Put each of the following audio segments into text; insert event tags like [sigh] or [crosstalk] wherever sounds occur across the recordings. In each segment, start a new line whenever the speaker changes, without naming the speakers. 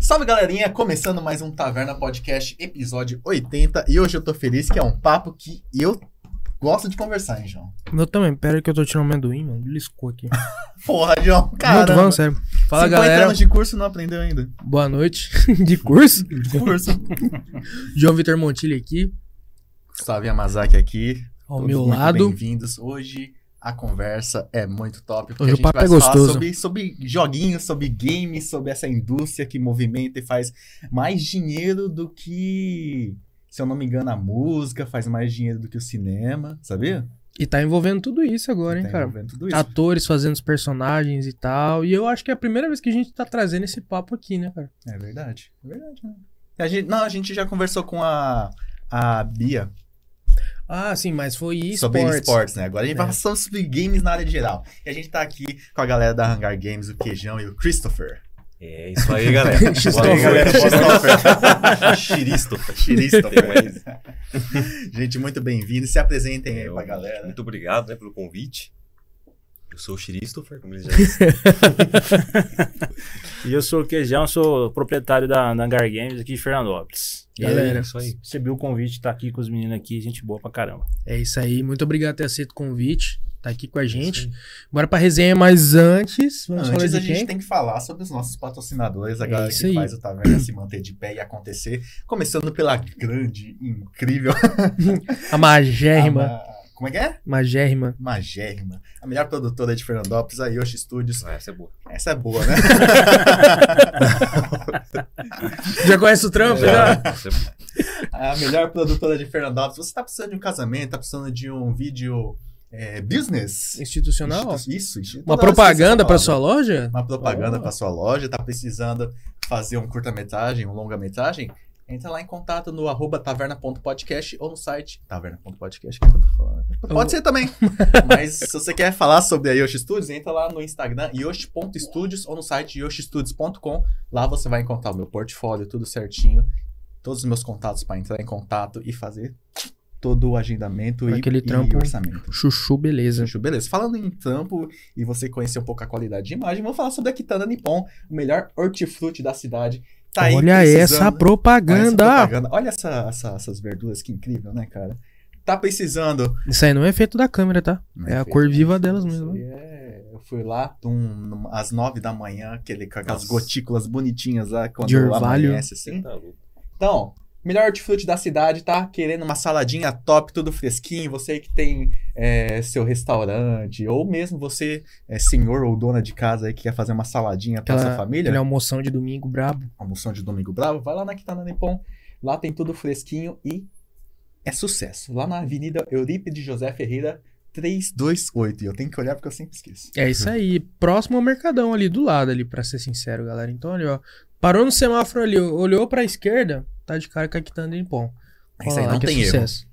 Salve galerinha, começando mais um Taverna Podcast, episódio 80. E hoje eu tô feliz que é um papo que eu gosto de conversar, hein, João?
Eu também, pera que eu tô tirando amendoim, mano. Liscou aqui.
Porra, João,
Cara, Não,
cara.
tô falando sério. Fala, galera.
anos de curso não aprendeu
[laughs]
ainda.
Boa noite. De curso?
Curso.
João Vitor Montilli aqui,
Salve Yamazaki aqui.
ao
Todos
meu
muito
lado.
Bem-vindos. Hoje a conversa é muito top. Porque
Hoje
a
o
gente
papo
vai
é
falar
gostoso.
sobre, sobre joguinhos, sobre games, sobre essa indústria que movimenta e faz mais dinheiro do que, se eu não me engano, a música, faz mais dinheiro do que o cinema, sabia?
E tá envolvendo tudo isso agora, hein,
Tá
cara.
envolvendo tudo isso.
Atores fazendo os personagens e tal. E eu acho que é a primeira vez que a gente tá trazendo esse papo aqui, né, cara?
É verdade. É verdade, né? A gente, não, a gente já conversou com a, a Bia
Ah, sim, mas foi isso.
sobre esportes, né? Agora a gente vai
É.
falar sobre games na área geral. E a gente tá aqui com a galera da Hangar Games, o Queijão e o Christopher.
É isso aí, galera. Boa
Christopher.
noite, [laughs] galera. Boa noite.
Christopher.
Xiristo.
Christopher. [laughs] gente, muito bem-vindo. Se apresentem aí
Eu-
É, pra galera.
Muito obrigado né, pelo convite. Eu sou o Xiristofer, como eles já disseram.
E eu sou o Queijão, sou proprietário da, da Hangar Games aqui de Fernandópolis. E aí,
Galera.
É isso aí.
recebi o convite, tá aqui com os meninos aqui, gente boa pra [laughs] caramba.
É isso aí. Muito obrigado por ter aceito o convite. Tá aqui
É
com a gente. Bora pra resenha, mas antes, vamos falar
Antes
de
a gente
quem?
tem que falar sobre os nossos patrocinadores, a
É
galera
isso
que
aí.
faz o Taverna se manter de pé e acontecer. Começando pela grande, incrível.
A magérrima.
ama- Como é que é?
Magérrima.
Magérrima. A melhor produtora de Fernandópolis, a Yoshi Studios.
Ah, essa é boa.
Essa é boa, né?
Já conhece o trampo? Já?
Ah, essa é boa.
a melhor produtora de Fernandópolis. Você tá precisando de um casamento, tá precisando de um vídeo é, business?
Institucional? ó.
Institu- Isso, institucional, tá
Uma
esqueci essa
propaganda pra
palavra.
sua loja?
Uma propaganda
Ah.
pra sua loja, tá precisando fazer um curta-metragem, um longa-metragem? Entra lá em contato no arroba taverna.podcast ou no site taverna.podcast. que eu tô falando. Pode ser
[laughs]
também. Mas se você quer falar sobre a Yoshi Studios, entra lá no Instagram yoshi.studios ou no site yoshistudios.com. Lá você vai encontrar o meu portfólio, tudo certinho. Todos os meus contatos para entrar em contato e fazer todo o agendamento e,
Aquele
e
trampo.
orçamento.
Chuchu, beleza.
Fechou? Beleza. Falando em trampo e você conhecer um pouco a qualidade de imagem, vamos falar sobre a Quitanda Nippon, o melhor hortifruti da cidade. Tá aí
Olha
precisando-
essa
Olha essa
propaganda.
propaganda. Olha essa- essa- essas verduras, que incrível, né, cara? Tá precisando.
Isso aí não é efeito da câmera, tá? É a cor viva delas mesmo. né?
Isso aí é- Eu fui lá num- num- às nove da manhã, aquele, com aquelas
Nossa.
gotículas bonitinhas lá, quando
De orvalho.
amanhece, assim.
Você tá louco.
Então, melhor hortifruti da cidade, tá? Querendo uma saladinha top, tudo fresquinho. Você que tem é, seu restaurante, ou mesmo você, é, senhor ou dona de casa aí, que quer fazer uma saladinha pra
Aquela-
sua família,
Ele é almoção de domingo brabo.
almoção de domingo bravo, vai lá na Quitana Nippon. Lá tem tudo fresquinho e é sucesso. Lá na Avenida Eurípides José Ferreira 328. E eu tenho que olhar porque eu sempre esqueço.
É isso aí. Próximo ao Mercadão ali do lado ali, pra ser sincero, galera. Então ali, ó. Parou no semáforo ali, ó, olhou pra esquerda, tá de cara com a Quitanda em pão.
É Isso aí não tem erro.
sucesso.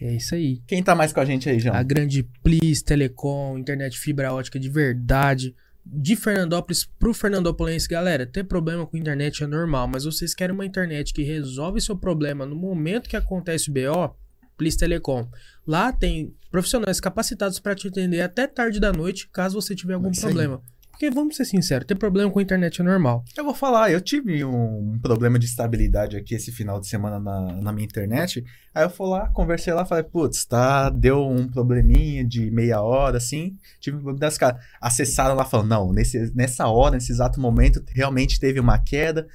É isso aí.
Quem tá mais com a gente aí, João?
A grande Plis, Telecom, internet fibra ótica de verdade. De Fernandópolis pro Fernandópolis, galera, ter problema com internet é normal, mas vocês querem uma internet que resolve seu problema no momento que acontece o BO? Plis Telecom. Lá tem profissionais capacitados para te atender até tarde da noite, caso você tiver algum
Isso aí.
problema. Porque vamos ser sinceros, ter problema com internet é normal.
Eu vou falar, eu tive um problema de estabilidade aqui esse final de semana na, na minha internet. Aí eu fui lá, conversei lá, falei, putz, tá, deu um probleminha de meia hora, assim. Tive um problema das caras. Acessaram lá, falando, não, nesse, nessa hora, nesse exato momento, realmente teve uma queda,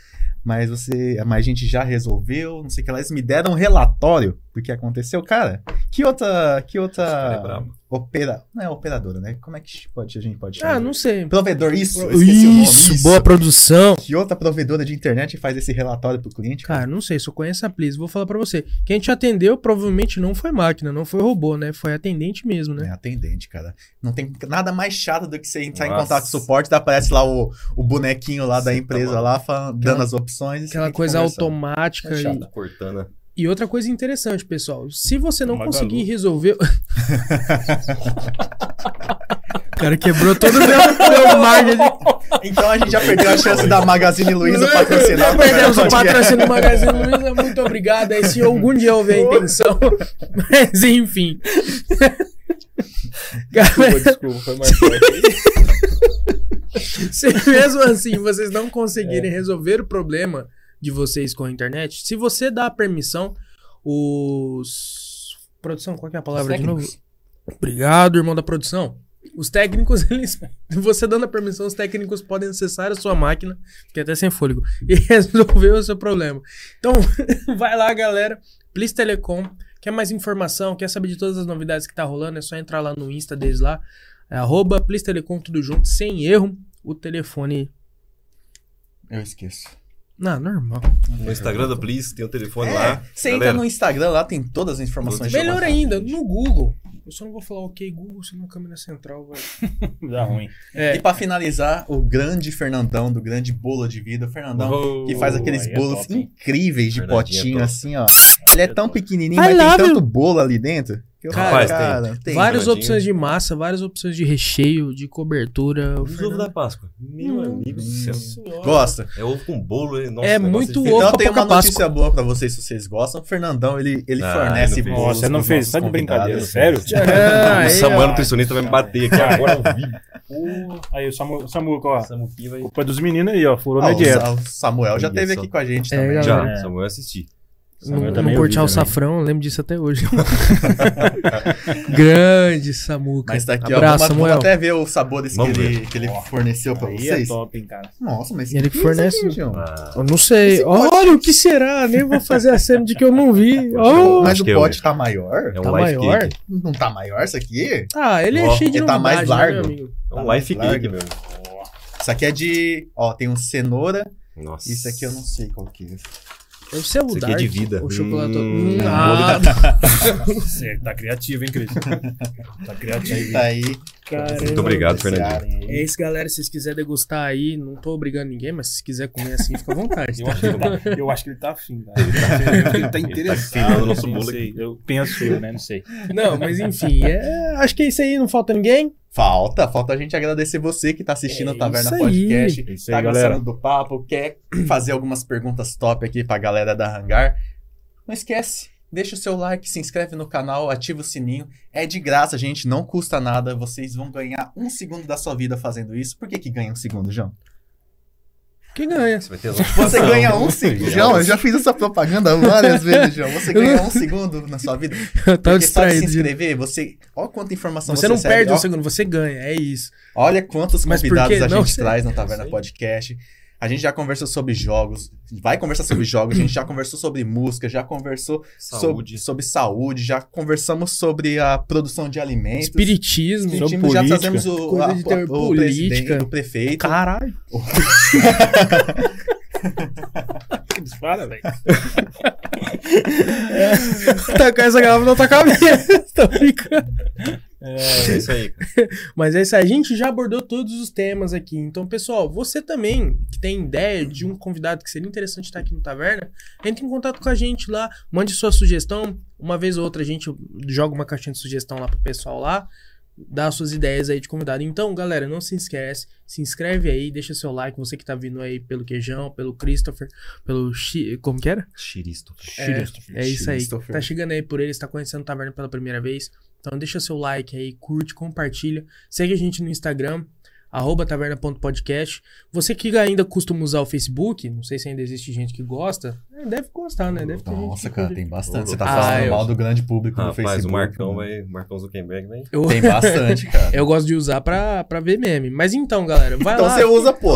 mas você, mas a gente já resolveu, não sei o que lá. Eles me deram um relatório do que aconteceu, cara. Que outra, que
Esse cara é
outra
brabo.
opera, não é operadora, né? Como é que pode, a gente pode chamar?
Ah, não sei.
Provedor, isso. eu esqueci o nome,
Isso, boa produção.
que outra provedora de internet faz esse relatório pro cliente?
Cara, não sei, só conheço a Please. Vou falar pra você. Quem te atendeu provavelmente não foi máquina, não foi robô, né? Foi atendente mesmo, né?
É atendente, cara. Não tem nada mais chato do que você entrar em
Nossa.
contato com o suporte, daí aparece lá o, o bonequinho lá da
Cê tá
empresa
maluco.
lá, falando, dando
Aquela-
as opções. e você
Aquela
É, tem que
coisa
conversar.
automática.
É
e,
chato.
Da Cortana.
e outra coisa interessante, pessoal. Se você não
Magalu.
[laughs]
conseguir resolver. o cara quebrou todo o meu, meu marketing.
Então a gente já perdeu a chance da Magazine
[laughs] é
Luiza patrocinar. o
Perdemos o
podcast.
patrocínio do Magazine Luiza. Muito obrigado. Aí, se algum dia houver a intenção. [laughs]
[laughs]
Mas, enfim. Galera,
Desculpa, desculpa, foi mais forte aí.
Se mesmo assim vocês não conseguirem resolver o problema de vocês com a internet, se você dá a permissão, os. Produção, qual que é a palavra de novo? Obrigado, irmão da produção. Os técnicos, [laughs] eles. Você dando a permissão, os técnicos podem acessar a sua máquina, fiquei até sem fôlego, [laughs] e resolver o seu problema. Então, [laughs] vai lá, galera. Please Telecom. Quer mais informação? Quer saber de todas as novidades que tá rolando? É só entrar lá no Insta deles lá. É arroba Please Telecom, tudo junto, sem erro. O telefone.
Eu esqueço.
Ah, normal.
No Instagram da Please, tem um telefone
É,
lá.
você entra
Galera,
no Instagram, lá tem todas as informações. de
Melhor
lá.
ainda, no Google. Eu só não vou falar ok, Google, senão a câmera central vai.
[laughs] Dá ruim.
é.
E pra finalizar, o grande Fernandão, do grande bolo de vida, o Fernandão,
Oh,
que faz aqueles
aí é
bolos assim
top, hein?
incríveis de
Fernandinho é
potinho,
top.
assim, ó. Ele é tão pequenininho,
I
mas tem
love
tanto bolo ali dentro. Que eu falo,
Rapaz, tem.
cara, tem.
várias
Fernandinho.
opções de massa, várias opções de recheio, de cobertura.
Os ovos da Páscoa. Meu
Hum.
amigo do céu.
Gosta.
É ovo com bolo, hein? Nossa,
É
o negócio
muito
diferente.
Ovo
Então
pra
tem uma
pouca
notícia boa pra vocês, se vocês gostam. O Fernandão, ele, ele
Ah,
fornece
ele não fez.
bolos.
Nossa, você não
pros
fez,
nossos
tá de brincadeira,
convidados.
[laughs] sério?
O
É,
Então, Samuel
ó.
nutricionista vai me bater aqui agora ao vivo.
Aí o Samu- Samuca, ó.
Samuquinha vai.
Culpa é dos meninos aí, ó. Furou
Ah,
na dieta.
o, o Samuel já
Olha
teve
só.
aqui com a gente
É,
também.
galera.
Já,
É.
Samuel assisti.
Samuel
No,
também é né?
no
eu vi
Cortial
também.
Safrão, eu lembro disso até hoje. [laughs] Grande Samuca.
Mas daqui, ó,
Abraço,
vamos, vamos
Samuel.
até ver os sabores que
Vamos
ele, que ele forneceu pra
Aí é
vocês.
top, hein, cara.
Nossa, mas
Ele
que
fornece-
isso aqui, João?
Ah,
Eu não sei. Olha, o que será? Nem vou fazer a cena de que eu não vi. Oh.
Mas
Acho
o
que é
pote
o-
tá maior?
é um
Tá
life
maior?
cake.
Não tá maior isso aqui?
Ah, ele é
Ó,
cheio de
ele tá mais
novidade, né,
largo.
meu amigo?
É
Tá
um life cake,
Larga.
meu.
Isso aqui é de. Ó, tem um cenoura.
Nossa.
Isso aqui eu não sei qual que é.
Deve ser o
Isso aqui é
Dark,
de vida.
O chocolate.
Hum,
Hum,
olha.
ah,
Você tá criativo, hein, [laughs] Cris? Tá criativo.
Tá aí.
caramba.
Muito obrigado, Fernandinho.
Fernandinho.
É isso, galera. Se vocês quiserem degustar aí, não tô obrigando ninguém, mas se quiser comer assim, fica à vontade.
Eu
tá?
acho que ele tá, eu acho que [laughs] ele tá afim, cara. Ele tá- Ele tá interessado.
queimando nosso
assim,
bolo
não sei. Eu penso eu, né? Não sei.
[laughs] Não, mas enfim, é, acho que é isso aí. Não falta ninguém.
Falta, falta a gente agradecer você que tá assistindo
É
a Taverna
isso aí.
Podcast.
É isso
tá
aí,
gostando
galera.
do papo, quer fazer algumas perguntas top aqui pra galera da Hangar, não esquece. Deixa o seu like, se inscreve no canal, ativa o sininho. É de graça, gente, não custa nada. Vocês vão ganhar um segundo da sua vida fazendo isso. Por que, que ganha um segundo, João?
Quem ganha?
Você vai ter as
Você
notificações.
ganha um segundo. João, eu já fiz essa propaganda várias vezes, João. Você
Eu não-
ganha um segundo na sua vida.
[laughs] Eu tava
Porque só de se
distraído. gente.
inscrever, você. Olha quanta informação
Você,
você
não
recebe,
perde
ó.
um segundo, você ganha. É isso.
Olha quantos
Mas por
convidados
quê?
a
Não
gente
sei.
traz no
Não
Taverna
sei.
Podcast. A gente já conversou sobre jogos, vai conversar sobre jogos, a gente já conversou sobre música, já conversou so-
Saúde.
sobre saúde, já conversamos sobre a produção de alimentos.
Espiritismo.
Espiritismo,
sobre
já
política.
trazemos o,
Coisa
a,
de ter
o
política.
presidente, o prefeito.
[laughs] Caralho.
Que dispara, velho.
Tacar Tá essa garrafa na tua cabeça. [laughs] Tô brincando.
É isso aí. cara.
Mas é isso, aí, a gente já abordou todos os temas aqui. Então, pessoal, você também que tem ideia de um convidado que seria interessante estar aqui no Taverna, entre em contato com a gente lá, mande sua sugestão. Uma vez ou outra a gente joga uma caixinha de sugestão lá pro pessoal lá, dá suas ideias aí de convidado. Então, galera, não se esquece, se inscreve aí, deixa seu like, você que tá vindo aí pelo Queijão, pelo Christopher, pelo Chi, como que era?
Xiristo.
É isso aí.
Christopher.
Tá chegando aí por eles, tá conhecendo o Taverna pela primeira vez. Então deixa seu like aí, curte, compartilha. Segue a gente no Instagram, arroba taverna.podcast. Você que ainda costuma usar o Facebook, não sei se ainda existe gente que gosta. é, Deve gostar, né? Deve ter gente
Nossa,
que
cara,
curte.
tem bastante. Você tá
Ah,
falando
eu-
mal do grande público no
Rapaz,
Facebook.
o Marcão vai. Marcão Zuckerberg vai.
Eu,
Tem bastante, cara.
eu gosto de usar pra, pra ver meme. Mas então, galera, [laughs] vai
Então
lá.
você usa, pô.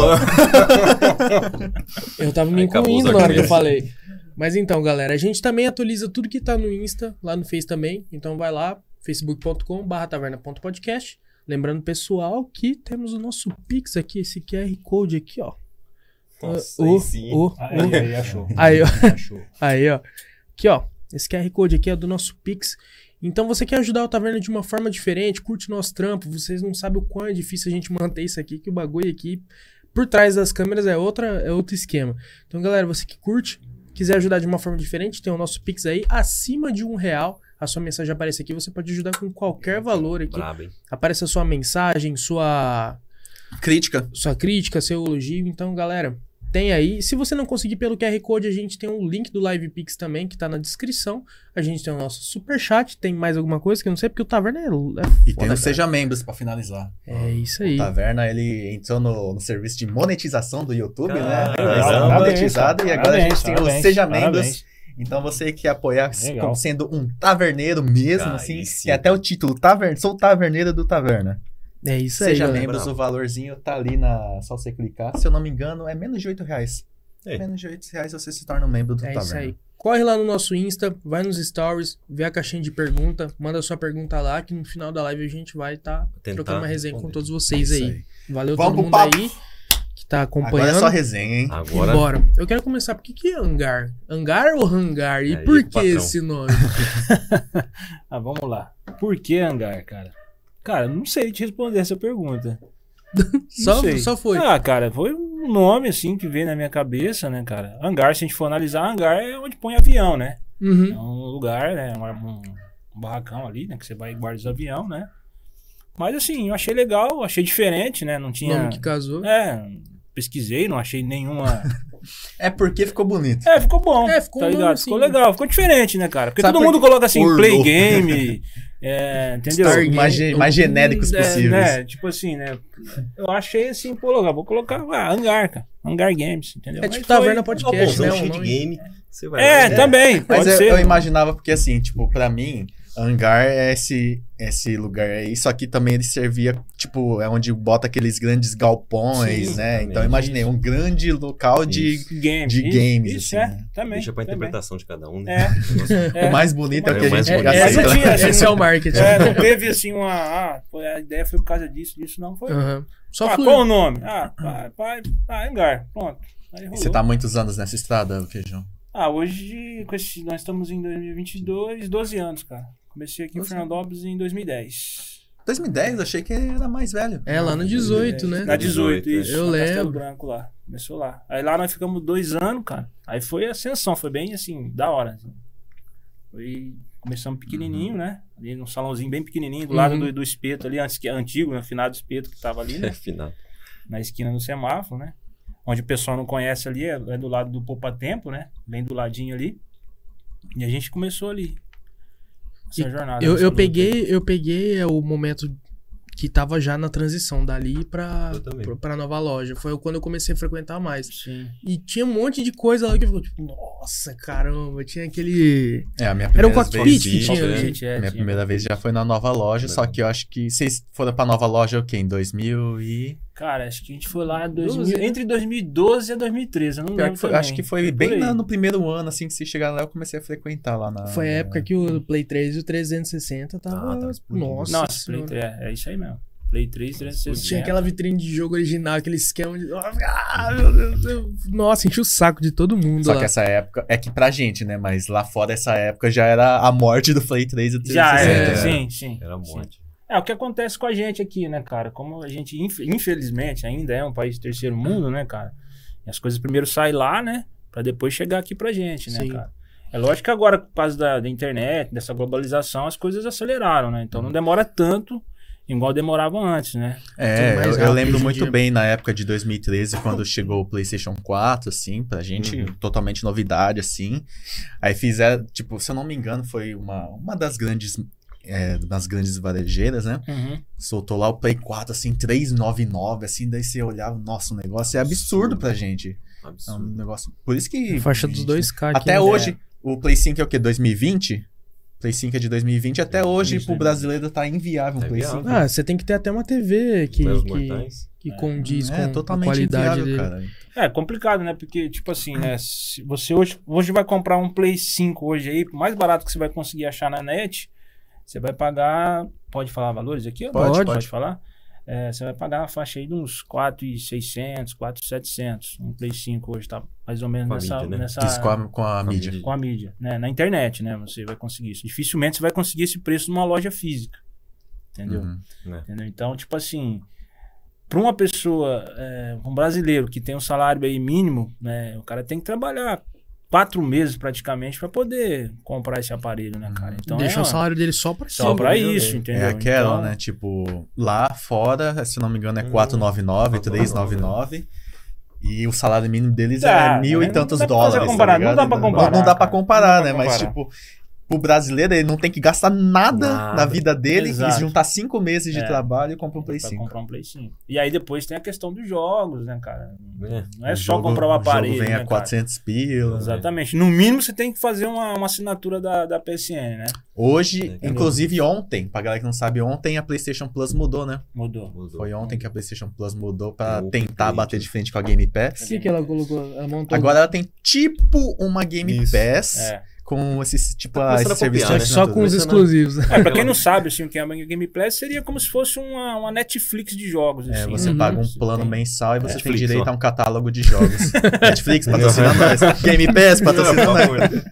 Eu tava me
Aí acabou
incluindo
os
na hora que eu
argumentos.
falei. Mas então, galera, a gente também atualiza tudo que tá no Insta, lá no Face também. Então vai lá, facebook.com.br taverna.podcast. Lembrando, pessoal, que temos o nosso Pix aqui, esse QR Code aqui, ó.
Nossa,
o-
aí sim.
o-
Aí, aí, achou.
Aí, ó.
Achou.
Aí, ó. Aqui, ó. Esse QR Code aqui é do nosso Pix. Então, você quer ajudar o Taverna de uma forma diferente, curte nosso trampo, vocês não sabem o quão é difícil a gente manter isso aqui, que o bagulho aqui por trás das câmeras é, outra, é outro esquema. Então, galera, você que curte, quiser ajudar de uma forma diferente, tem o nosso Pix aí, acima de um real, a sua mensagem aparece aqui, você pode ajudar com qualquer valor aqui.
Brabo, hein?
Aparece a sua mensagem, sua
Crítica.
sua crítica, seu elogio. Então, galera, Tem aí. Se você não conseguir pelo QR Code, a gente tem o link do Live Pix também, que tá na descrição. A gente tem o nosso superchat. Tem mais alguma coisa que eu não sei, porque o Taverna é. é
E tem
foda,
o Seja Membros pra finalizar.
cara. É isso aí.
Taverna, ele entrou no, no serviço de monetização do YouTube, né?
Caramba,
Ele está
parabéns,
monetizado e agora
cara.
a
Parabéns,
gente tem o
parabéns,
Seja Membros.
parabéns.
Então você que apoiar se-
Legal.
como sendo um taverneiro mesmo,
Ah,
assim,
aí sim.
tem até o título, taverna, sou taverneiro do taverna.
É isso aí.
Seja
galera.
Membros, o valorzinho tá ali na. Só você clicar. Se eu não me engano, é menos de 8 reais.
É.
Menos de 8 reais você se torna um membro do
É
Taverna.
isso aí. Corre lá no nosso Insta, vai nos stories, vê a caixinha de pergunta, manda sua pergunta lá, que no final da live a gente vai estar
Tentar
trocando uma resenha com
responder.
todos
É
vocês
isso
aí.
aí.
Valeu
Vamos
todo
pro
mundo
papo.
aí que
Agora
tá
é
acompanhando.
só resenha, hein?
Agora,
Bora. Eu quero começar. Por que, que é hangar? Hangar ou hangar? E
É,
Aí,
por que
patrão.
esse
[laughs]
nome?
Ah, vamos lá. Por que hangar, cara? Cara, eu não sei te responder essa pergunta.
só,
sei.
só foi.
Ah, cara, foi um nome assim que veio na minha cabeça, né, cara? Hangar, se a gente for analisar, hangar é onde põe avião, né?
Uhum.
É um lugar, né? Um, um barracão ali, né? Que você vai e guarda os avião, né? Mas assim, eu achei legal, achei diferente, né? Não tinha.
Nome que casou.
É, pesquisei, não achei nenhuma.
É porque ficou bonito.
é, ficou bom.
É, ficou
tá
um nome,
ligado?
sim.
Ficou legal, ficou diferente, né, cara? Porque
Sabe
todo
por
mundo coloca assim,
Orlou.
play game. [laughs] é, entendeu?
Star- mais ge- mais genéricos
É,
possíveis.
né? Tipo assim, né? Eu achei assim, pô, legal, vou colocar ah, hangar, cara. Hangar Games, entendeu?
É
Mas
tipo
foi-
Taverna
uma
Podcast,
bolsão
né? Um
cheio de
nome.
é game. Você vai
É,
lá, né?
também, pode
Mas é um eu,
ser.
eu imaginava porque assim, tipo, pra mim, hangar é esse, esse lugar aí, só que também ele servia, tipo, é onde bota aqueles grandes galpões,
Sim,
né?
também,
então eu imaginei
isso.
um grande local de.
Isso.
Game,
de
isso,
games,
isso,
assim,
é,
né?
também.
Deixa pra
também.
interpretação de cada um, [laughs]
É.
né? Nossa,
O mais bonito é o que a
É,
gente
mas-
gasta.
É,
Esse
essa-
não tinha, esse
esse é o marketing.
[laughs] É, não teve assim uma. Ah, foi- a ideia foi por causa disso, disso não. Foi.
Aham. Só
ah,
fluiu.
qual o nome? Ah, pai, pai, ah, hangar. Pronto. Aí rolou.
Você tá há muitos anos nessa estrada, Feijão?
Ah, hoje, com esse- nós estamos em 2022, 12 anos, cara. Comecei aqui em
Doze
Fernandópolis em 2010.
2010, achei que era mais velho.
É, lá no 18, né?
Na 18,
18,
isso.
eu
no Castelo
lembro.
Branco lá. Começou lá. Aí lá nós ficamos dois anos, cara. Aí foi ascensão, foi bem assim, da hora. assim. Foi, começamos pequenininho, né? Ali num salãozinho bem pequenininho, do lado
Uhum.
do, do espeto ali, antes que antigo, né? Finado espeto que tava ali,
é
né?
final.
na esquina do semáforo, né? Onde o pessoal não conhece ali, é, é do lado do Poupa Tempo, né? Bem do ladinho ali. E a gente começou ali. Essa
E
jornada. né?
Eu,
essa
eu
luta.
peguei, eu peguei é, o momento que tava já na transição dali pra,
Eu também.
pra, pra nova loja. Foi quando eu comecei a frequentar mais.
Sim.
E tinha um monte de coisa lá que eu fico, tipo, nossa, caramba, tinha aquele.
É, a minha
Era um
primeira vez.
cockpit que
vi,
tinha
né?
ali.
Gente, é,
Minha
tinha-
primeira vez já foi na nova loja, só que eu acho que vocês foram pra nova loja o quê? Em 2000 e.
Cara, acho que a gente foi lá em
Doze,
2000
né?
entre 2012 e 2013. Eu não
Pior
lembro.
que foi,
também.
acho que foi
Por
bem
aí.
na- no primeiro ano, assim, que se chegar lá, eu comecei a frequentar lá na.
Foi a época que o Play 3 e o 360 tava.
Ah, tava explodindo.
nossa,
Nossa, Play
senhora.
é. 3, é, é isso aí mesmo. Play 3,
Tinha
360.
aquela vitrine de jogo original, aquele esquema de. Ah, meu Deus, eu- Nossa, enchi o saco de todo mundo
Só
lá.
que essa época. É que pra gente, né? Mas lá fora, essa época já era a morte do Play 3 e do
Já, é,
360.
É.
sim, sim.
Era um
né?
sim.
monte.
É o que acontece com a gente aqui, né, cara? Como a gente, inf- infelizmente, ainda é um país de terceiro mundo, né, cara? E as coisas primeiro saem lá, né? Pra depois chegar aqui pra gente, né,
Sim.
cara? É lógico que agora, por causa da, da internet, dessa globalização, as coisas aceleraram, né? Então não demora tanto igual demorava antes, né?
É,
Tudo mais
eu, eu
rápido
lembro
hoje em
muito
dia.
bem na época de 2013, quando chegou o PlayStation 4, assim, pra gente,
Uhum.
totalmente novidade, assim. Aí fizeram, tipo, se eu não me engano, foi uma, uma das grandes. É, das grandes varejeiras, né? Soltou lá o Play 4, assim, 399, assim, daí você olhava, nossa, o negócio é absurdo pra gente. É um
Absurdo.
negócio. Por isso que.
Faixa dos
assim, gente,
2K. aqui,
Até
né?
hoje, o Play 5 é o quê? 2020? Play 5 é de 2020. Até hoje,
2020,
pro
né?
brasileiro, tá inviável um
Tá
Play
inviável.
5.
Ah, você tem que ter até uma TV que,
Meros
né?
que,
é mortais.
que condiz
é,
com
totalmente
a qualidade
inviável,
dele.
cara.
É complicado, né? Porque, tipo assim, né? Se você hoje, hoje vai comprar um Play 5 hoje aí, por mais barato que você vai conseguir achar na net, você vai pagar. Pode falar valores aqui? ó?
Pode,
pode,
pode.
falar? É, você vai pagar uma faixa aí de uns 4,600, 4,700. Um Play 5 hoje tá mais ou menos
Com a
nessa,
mídia, né?
nessa.
Isso com a, com a mídia.
com a mídia, né? Na internet, né? Você vai conseguir isso. Dificilmente você vai conseguir esse preço numa loja física. Entendeu?
Uhum.
Entendeu? Então, tipo assim, para uma pessoa, é, um brasileiro que tem um salário aí mínimo, né, o cara tem que trabalhar quatro meses praticamente para poder comprar esse aparelho, né, cara? Então,
Deixa
é,
o salário dele só pra
só para
né?
isso, entendeu?
É aquela,
Então, Hum,
né? Tipo, lá fora, se eu não me engano, é
Hum.
499, 399. E o salário mínimo deles
Tá,
é mil
né?
e tantos
Não dá pra fazer
dólares. tá
comparar- não
ligado?
dá pra comparar,
Não dá pra
cara.
comparar,
Não dá
né?
pra
Mas,
comparar.
tipo, pro brasileiro, ele não tem que gastar nada,
Nada.
na vida dele
Exato.
e juntar cinco meses de
É.
trabalho e compra um Play
pra
5.
comprar um Play 5. E aí depois tem a questão dos jogos, né, cara? Não é
O
só
jogo-
comprar o aparelho.
O jogo vem
né,
a né?
cara?
400 pila.
Exatamente. No mínimo você tem que fazer uma, uma assinatura da, da PSN, né?
Hoje,
Legal.
inclusive ontem, pra galera que não sabe, ontem a PlayStation Plus mudou, né?
É,
Mudou.
Foi ontem que a PlayStation Plus mudou pra
Open
tentar
Play,
bater de frente com a Game Pass.
O que, que ela colocou? Ela montou.
Agora ela tem tipo uma Game
Isso.
Pass
É.
com esse tipo
Tá
a-
começando
esse
a
serviço
copiar,
de
Mas
né?
um só com os
Impressionante.
exclusivos. né?
É, pra quem não sabe, assim, o que é a Game Pass seria como se fosse uma, uma Netflix de jogos.
É,
assim,
você
né?
Uhum.
paga um plano
tem-
mensal e você
Netflix,
tem direito
ó.
a um catálogo de
[laughs]
jogos. Netflix patrocina nós. Game Pass patrocina nós.
né?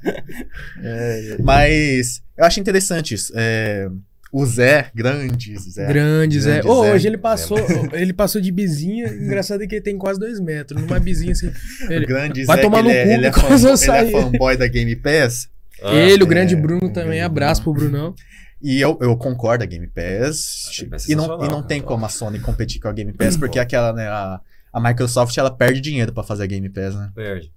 É, Mas eu acho interessante isso. É, o Zé, grande Zé.
Grande, Zé.
Grande
é. Ô,
Zé.
hoje ele passou, ele passou de bizinha. Engraçado é que ele tem quase dois metros. Numa bizinha assim.
O
Ele,
grande
Vai
Zé,
tomar
que
no
ele,
cu,
é, ele, é
por
fan-
causa
ele é
sair.
fanboy da Game Pass.
ele, o grande
é,
Bruno
o
também.
grande
Abraço pro Brunão.
E eu, eu concordo, a Game Pass. tipo,
A Game Pass é
e não, e
sensacional,
não tem
cara. Hum.
como a Sony competir com a Game Pass, porque aquela, né, a, a Microsoft ela perde dinheiro pra fazer a Game Pass, né?
Ah, Perde.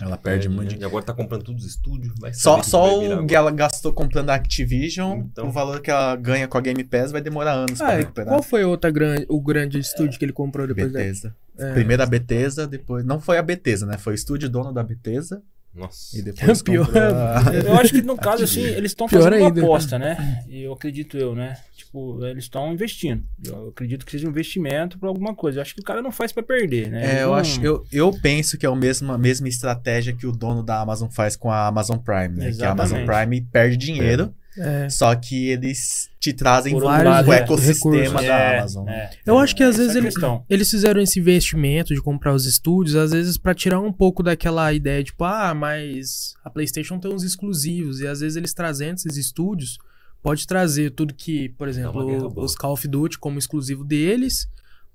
Ela perde muito dinheiro.
E agora tá comprando todos os estúdios. vai
Só,
saber que
só
vai virar
o
agora.
que ela gastou comprando a Activision,
Então.
o valor que ela ganha com a Game Pass vai demorar anos pra
Ah, e
recuperar.
qual foi a outra grande, o grande estúdio que ele comprou depois da.
Bethesda.
É.
Primeiro a Bethesda, depois... Não foi a Bethesda, né? Foi o estúdio dono da Bethesda
Nossa.
e depois
Pior.
comprou a-
[laughs]
Eu acho que no caso, assim, eles estão
Pior
fazendo
ainda.
uma aposta, né? E eu acredito eu, né? Tipo, eles estão investindo. Eu acredito que seja um investimento pra alguma coisa. Eu acho que o cara não faz pra perder, né? Eles
É, eu,
Hum.
não-
acho, eu, eu penso que é o mesmo- a mesma estratégia que o dono da Amazon faz com a Amazon Prime, né? Que a Amazon
Exatamente.
Prime perde dinheiro,
É.
só que eles te trazem
Por
o
um lado, é,
ecossistema
recursos.
da
É,
Amazon. né?
é.
Eu acho que às
Essa
vezes
é a
ele-
questão.
Eles fizeram esse investimento de comprar os estúdios, às vezes pra tirar um pouco daquela ideia, tipo, ah, mas a PlayStation tem uns exclusivos, e às vezes eles trazendo esses estúdios, pode trazer tudo que,
É
por
uma guerra
exemplo,
boa.
os Call of Duty como exclusivo deles,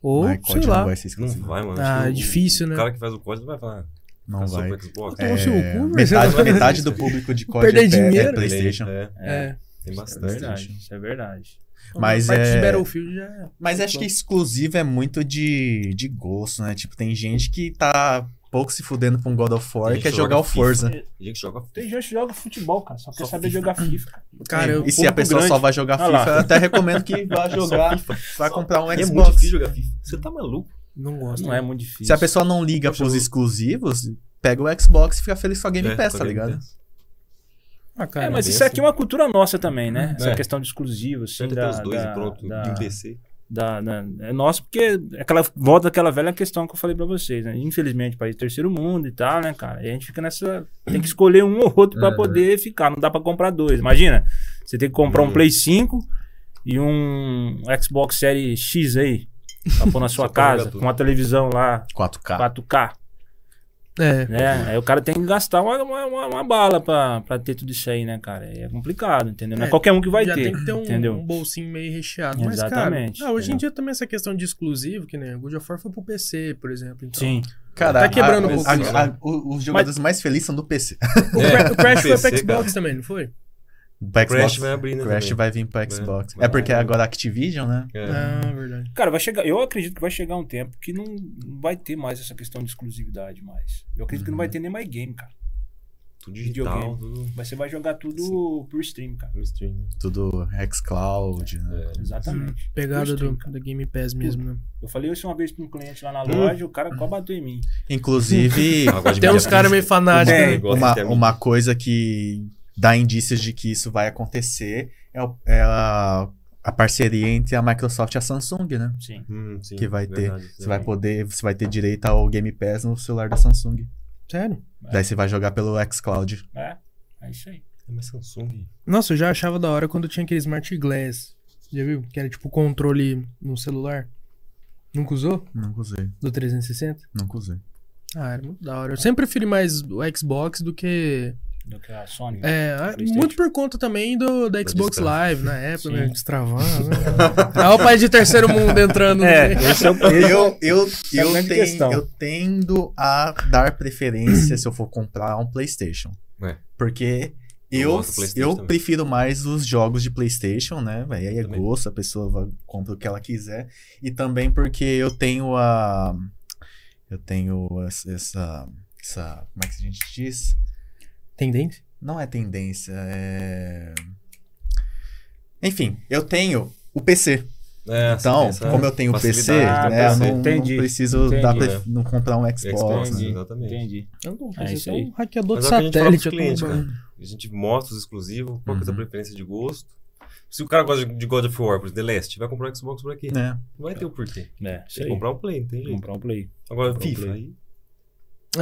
ou
Mas
sei
COD
lá.
não vai ser exclusivo.
Não vai, mano.
Ah,
Acho que o-
difícil, né?
O cara que faz o código vai falar.
Não
"Tá só
vai.
pro Xbox?"
É, Tomar o seu cu, velho.
metade,
tá
metade do público de COD
Perder
é, pé- é
dinheiro.
PlayStation.
É,
É,
tem
isso é
bastante.
verdade. Isso é verdade.
Mas
a parte de
é-
Battlefield já.
Mas acho que exclusivo é muito de, de gosto, né? Tipo, tem gente que tá pouco se fudendo pra um God of War
Tem
e quer
gente que
jogar o
joga
Forza.
Tem gente que joga
Tem gente que joga futebol, cara. Só quer
Só
saber
FIFA.
jogar FIFA. cara.
Cara, eu,
e se a
público
pessoa
grande.
só vai jogar
Ah lá.
FIFA, eu até recomendo que vá
só
jogar,
FIFA.
vá
Só-
comprar um
E É muito
Xbox.
difícil jogar FIFA. Você tá maluco?
não gosto.
Não é muito difícil.
se a pessoa não liga
Poxa,
pros
eu-
exclusivos, pega o Xbox e fica feliz com a Game
É,
Pass,
com a
tá
Game
ligado?
Pass.
Ah,
tá
cara,
É, mas
Tem
isso aqui
essa.
é uma cultura nossa também, né? Essa
É.
questão de exclusivo, assim,
Senta
da,
até os dois
da-
e pronto.
da-
Em PC.
da- da- é nosso porque é aquela volta aquela velha questão que eu falei pra vocês, né? Infelizmente, país do terceiro mundo e tal, né, cara? E a gente fica nessa tem que escolher um ou outro
Uhum.
pra poder ficar, não dá pra comprar dois. Imagina, você tem que comprar um
Hum.
Play 5 e um Xbox Série X aí pra
[laughs]
pôr na sua
Só pra jogar
casa, com
tudo. Tá.
uma televisão lá
4K.
4K,
É.
né? Aí o cara tem que gastar uma, uma, uma- uma bala pra, pra ter tudo isso aí, né, cara? E É complicado, entendeu? Não é,
É,
qualquer um que vai
já
ter,
tem que ter um,
entendeu?
um bolsinho meio recheado. Mas,
Exatamente,
cara, ah, hoje em
entendeu?
dia também essa questão de exclusivo, que nem o God of War foi pro PC, por exemplo. Então,
Sim.
Cara,
Tá quebrando
a-
um pouco
a-
isso,
a-
né?
o- Os jogadores mais felizes são do [laughs] PC.
O, Cra- o Crash foi
PC,
pro Xbox também, não foi?
O
Crash
Xbox
vai abrir, né?
Crash
também.
vai vir pro Xbox.
Vai.
É porque agora a Activision, né?
É.
Ah, verdade.
Cara, vai chegar. Eu acredito que vai chegar um tempo que não, não vai ter mais essa questão de exclusividade mais. Eu acredito que não
Uhum.
vai ter nem mais game, cara.
Tudo digital.
Videogame.
Tudo
Você vai jogar tudo por stream, cara.
no stream.
Tudo xCloud, né?
É.
Exatamente.
Pegada
Por
do,
stream,
do Game Pass mesmo, né?
Eu falei isso uma vez pra um cliente lá na loja, o cara quase bateu em mim.
Inclusive,
[laughs] Agora de
Tem uns
mídia
caras meio
física.
fanáticos.
É,
né?
Negócio
uma,
que é mídia.
uma coisa que dá indícios de que isso vai acontecer é, o- é a, a parceria entre a Microsoft e a Samsung, né?
Sim.
Hum, sim,
que vai ter.
verdade,
Você vai
sim.
poder, você vai ter direito ao Game Pass no celular da Samsung.
Sério?
É.
Daí você vai jogar pelo xCloud.
É. É isso aí.
É, mas Samsung.
Nossa, eu já achava da hora quando tinha aquele Smart Glass. Já viu? Que era tipo controle no celular. Nunca usou?
Nunca usei,
Do 360?
nunca usei.
Ah, era muito da hora. Eu sempre preferi mais o Xbox do que.
Do que a Sony.
É, a-
PlayStation.
muito por conta também do, da Xbox
destrava.
Live na época,
Sim.
né? Destravando. né? Ah, o país de terceiro mundo entrando.
É,
né?
esse é o
Eu, eu,
é a
eu,
grande
ten-
questão.
eu tendo a dar preferência se eu for comprar um PlayStation.
É.
Porque
Eu
eu,
gosto do PlayStation
eu
também.
prefiro mais os jogos de PlayStation, né? véi? Aí é
Também.
gosto, a pessoa vai- compra o que ela quiser. E também porque eu tenho a. Eu tenho essa, essa, essa- Como é que a gente diz?
Tem dente?
Não é tendência, é. Enfim, eu tenho o PC.
É,
então,
essa-
como eu tenho o PC,
facilidade, um
né, eu não, não
Entendi.
preciso
Entendi,
dar
né?
pra- não comprar um Xbox.
Xbox,
né?
exatamente.
[laughs] Entendi.
Eu não
É isso aí.
um hackeador de
Mas é o que a gente fala
satélite.
pros
eu tô
clientes,
lembrando.
A gente mostra os exclusivos, qual que é a sua
Uhum.
preferência de gosto. Se o cara gosta de God of War, por exemplo, The Last, vai comprar um Xbox por aqui.
Né?
Não vai ter o porquê.
É, isso
Tem
aí.
que comprar um Play, Uhum. não tem jeito.
Comprar um play.
Agora,
comprar um
FIFA.
Play.
Aí,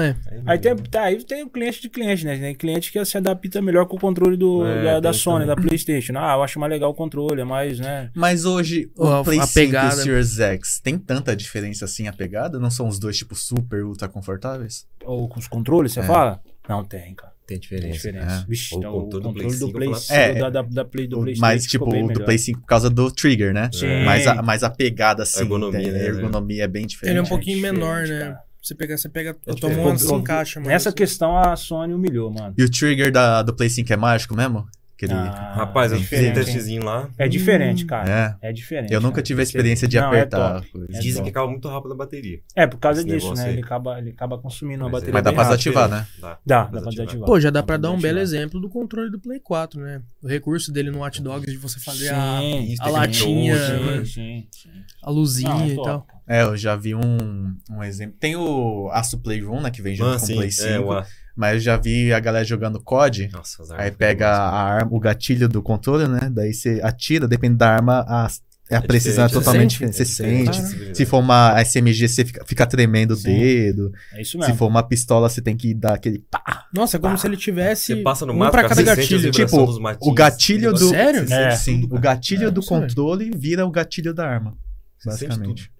É,
aí,
Aí tem,
né?
tá, aí tem o cliente de cliente, né? Tem cliente que se adapta melhor com o controle do,
É,
da, da
tem
Sony,
também.
da Playstation. Ah, eu acho mais legal o controle, é mais, né?
Mas hoje, o
A- a
Play 5
pegada-
e o Series X, tem tanta diferença assim a pegada? Não são os dois, tipo, super ultra confortáveis?
Ou com os controles, você
É.
fala? Não tem, cara.
Tem
Tem
diferença.
diferença.
é.
Vixe,
Ou
então,
o
o
controle do
controle
Play
do
cinco,
Play
eu
5,
falo,
é,
da, da, da Play, do
O-
Playstation
Mas,
ficou
tipo,
bem
o do
melhor.
Play 5 por causa do trigger, né?
Sim.
Mas a, mas a pegada, assim,
ergonomia,
tem-
né?
a ergonomia é bem
ele é um
diferente.
pouquinho
diferente,
menor, né?
cara.
Você pega, você pega. eu
diferente.
tomo uma
Controle-
se encaixa, é tipo, mano.
Nessa questão a Sony humilhou, mano.
E o trigger da- do Play 5 é mágico mesmo? Aquele...
Ah,
Rapaz, eu fiz um
diferente, hein?
testezinho lá.
É diferente, cara.
É.
É, diferente.
Eu nunca
cara.
tive a experiência de
Não, é
apertar.
top.
coisa. assim.
É
Dizem
bom.
que acaba muito rápido a bateria.
É, por causa
Esse
disso,
negócio
né?
aí.
Ele acaba, ele acaba consumindo uma
Mas é-
bateria.
Mas dá
bem
pra
rápido.
desativar, né?
Dá.
Dá, dá
Mas
pra
ativar.
desativar.
Pô, já dá pra dar um
Exatamente,
belo
né?
exemplo do controle do Play 4, né? O recurso dele no Hot Dogs de você fazer a,
Sim,
isso
a
tem que
latinha,
ter hoje,
né?
né?
sim, sim.
a luzinha
Não, é
e
top.
tal.
É, eu já vi um, um exemplo. Tem o Aço Playroom, né? Que vem junto
Ah,
com o
sim.
Play
É,
5.
o Ah, A.
Mas eu já vi a galera jogando COD.
Nossa, as
Aí
armas
pega
ficam
a arma, o gatilho do controle, né? Daí você atira, depende da arma, a, a precisão é
diferente,
totalmente
né?
diferente.
É
Você
diferente,
sente.
né?
Se for uma SMG, você fica, fica tremendo o
Sim.
dedo.
É isso
Se
mesmo.
for uma pistola, você tem que dar aquele. pá.
Nossa, é como se ele tivesse.
Você passa no
um
mato,
pra
cara,
cada
você sente a
gatilho.
vibração
Tipo,
dos matinhos,
O gatilho
você
do.
Sério?
Você
É.
sente Sim, o gatilho
É,
do
isso mesmo.
controle vira o gatilho da arma.
sente tudo.
Basicamente.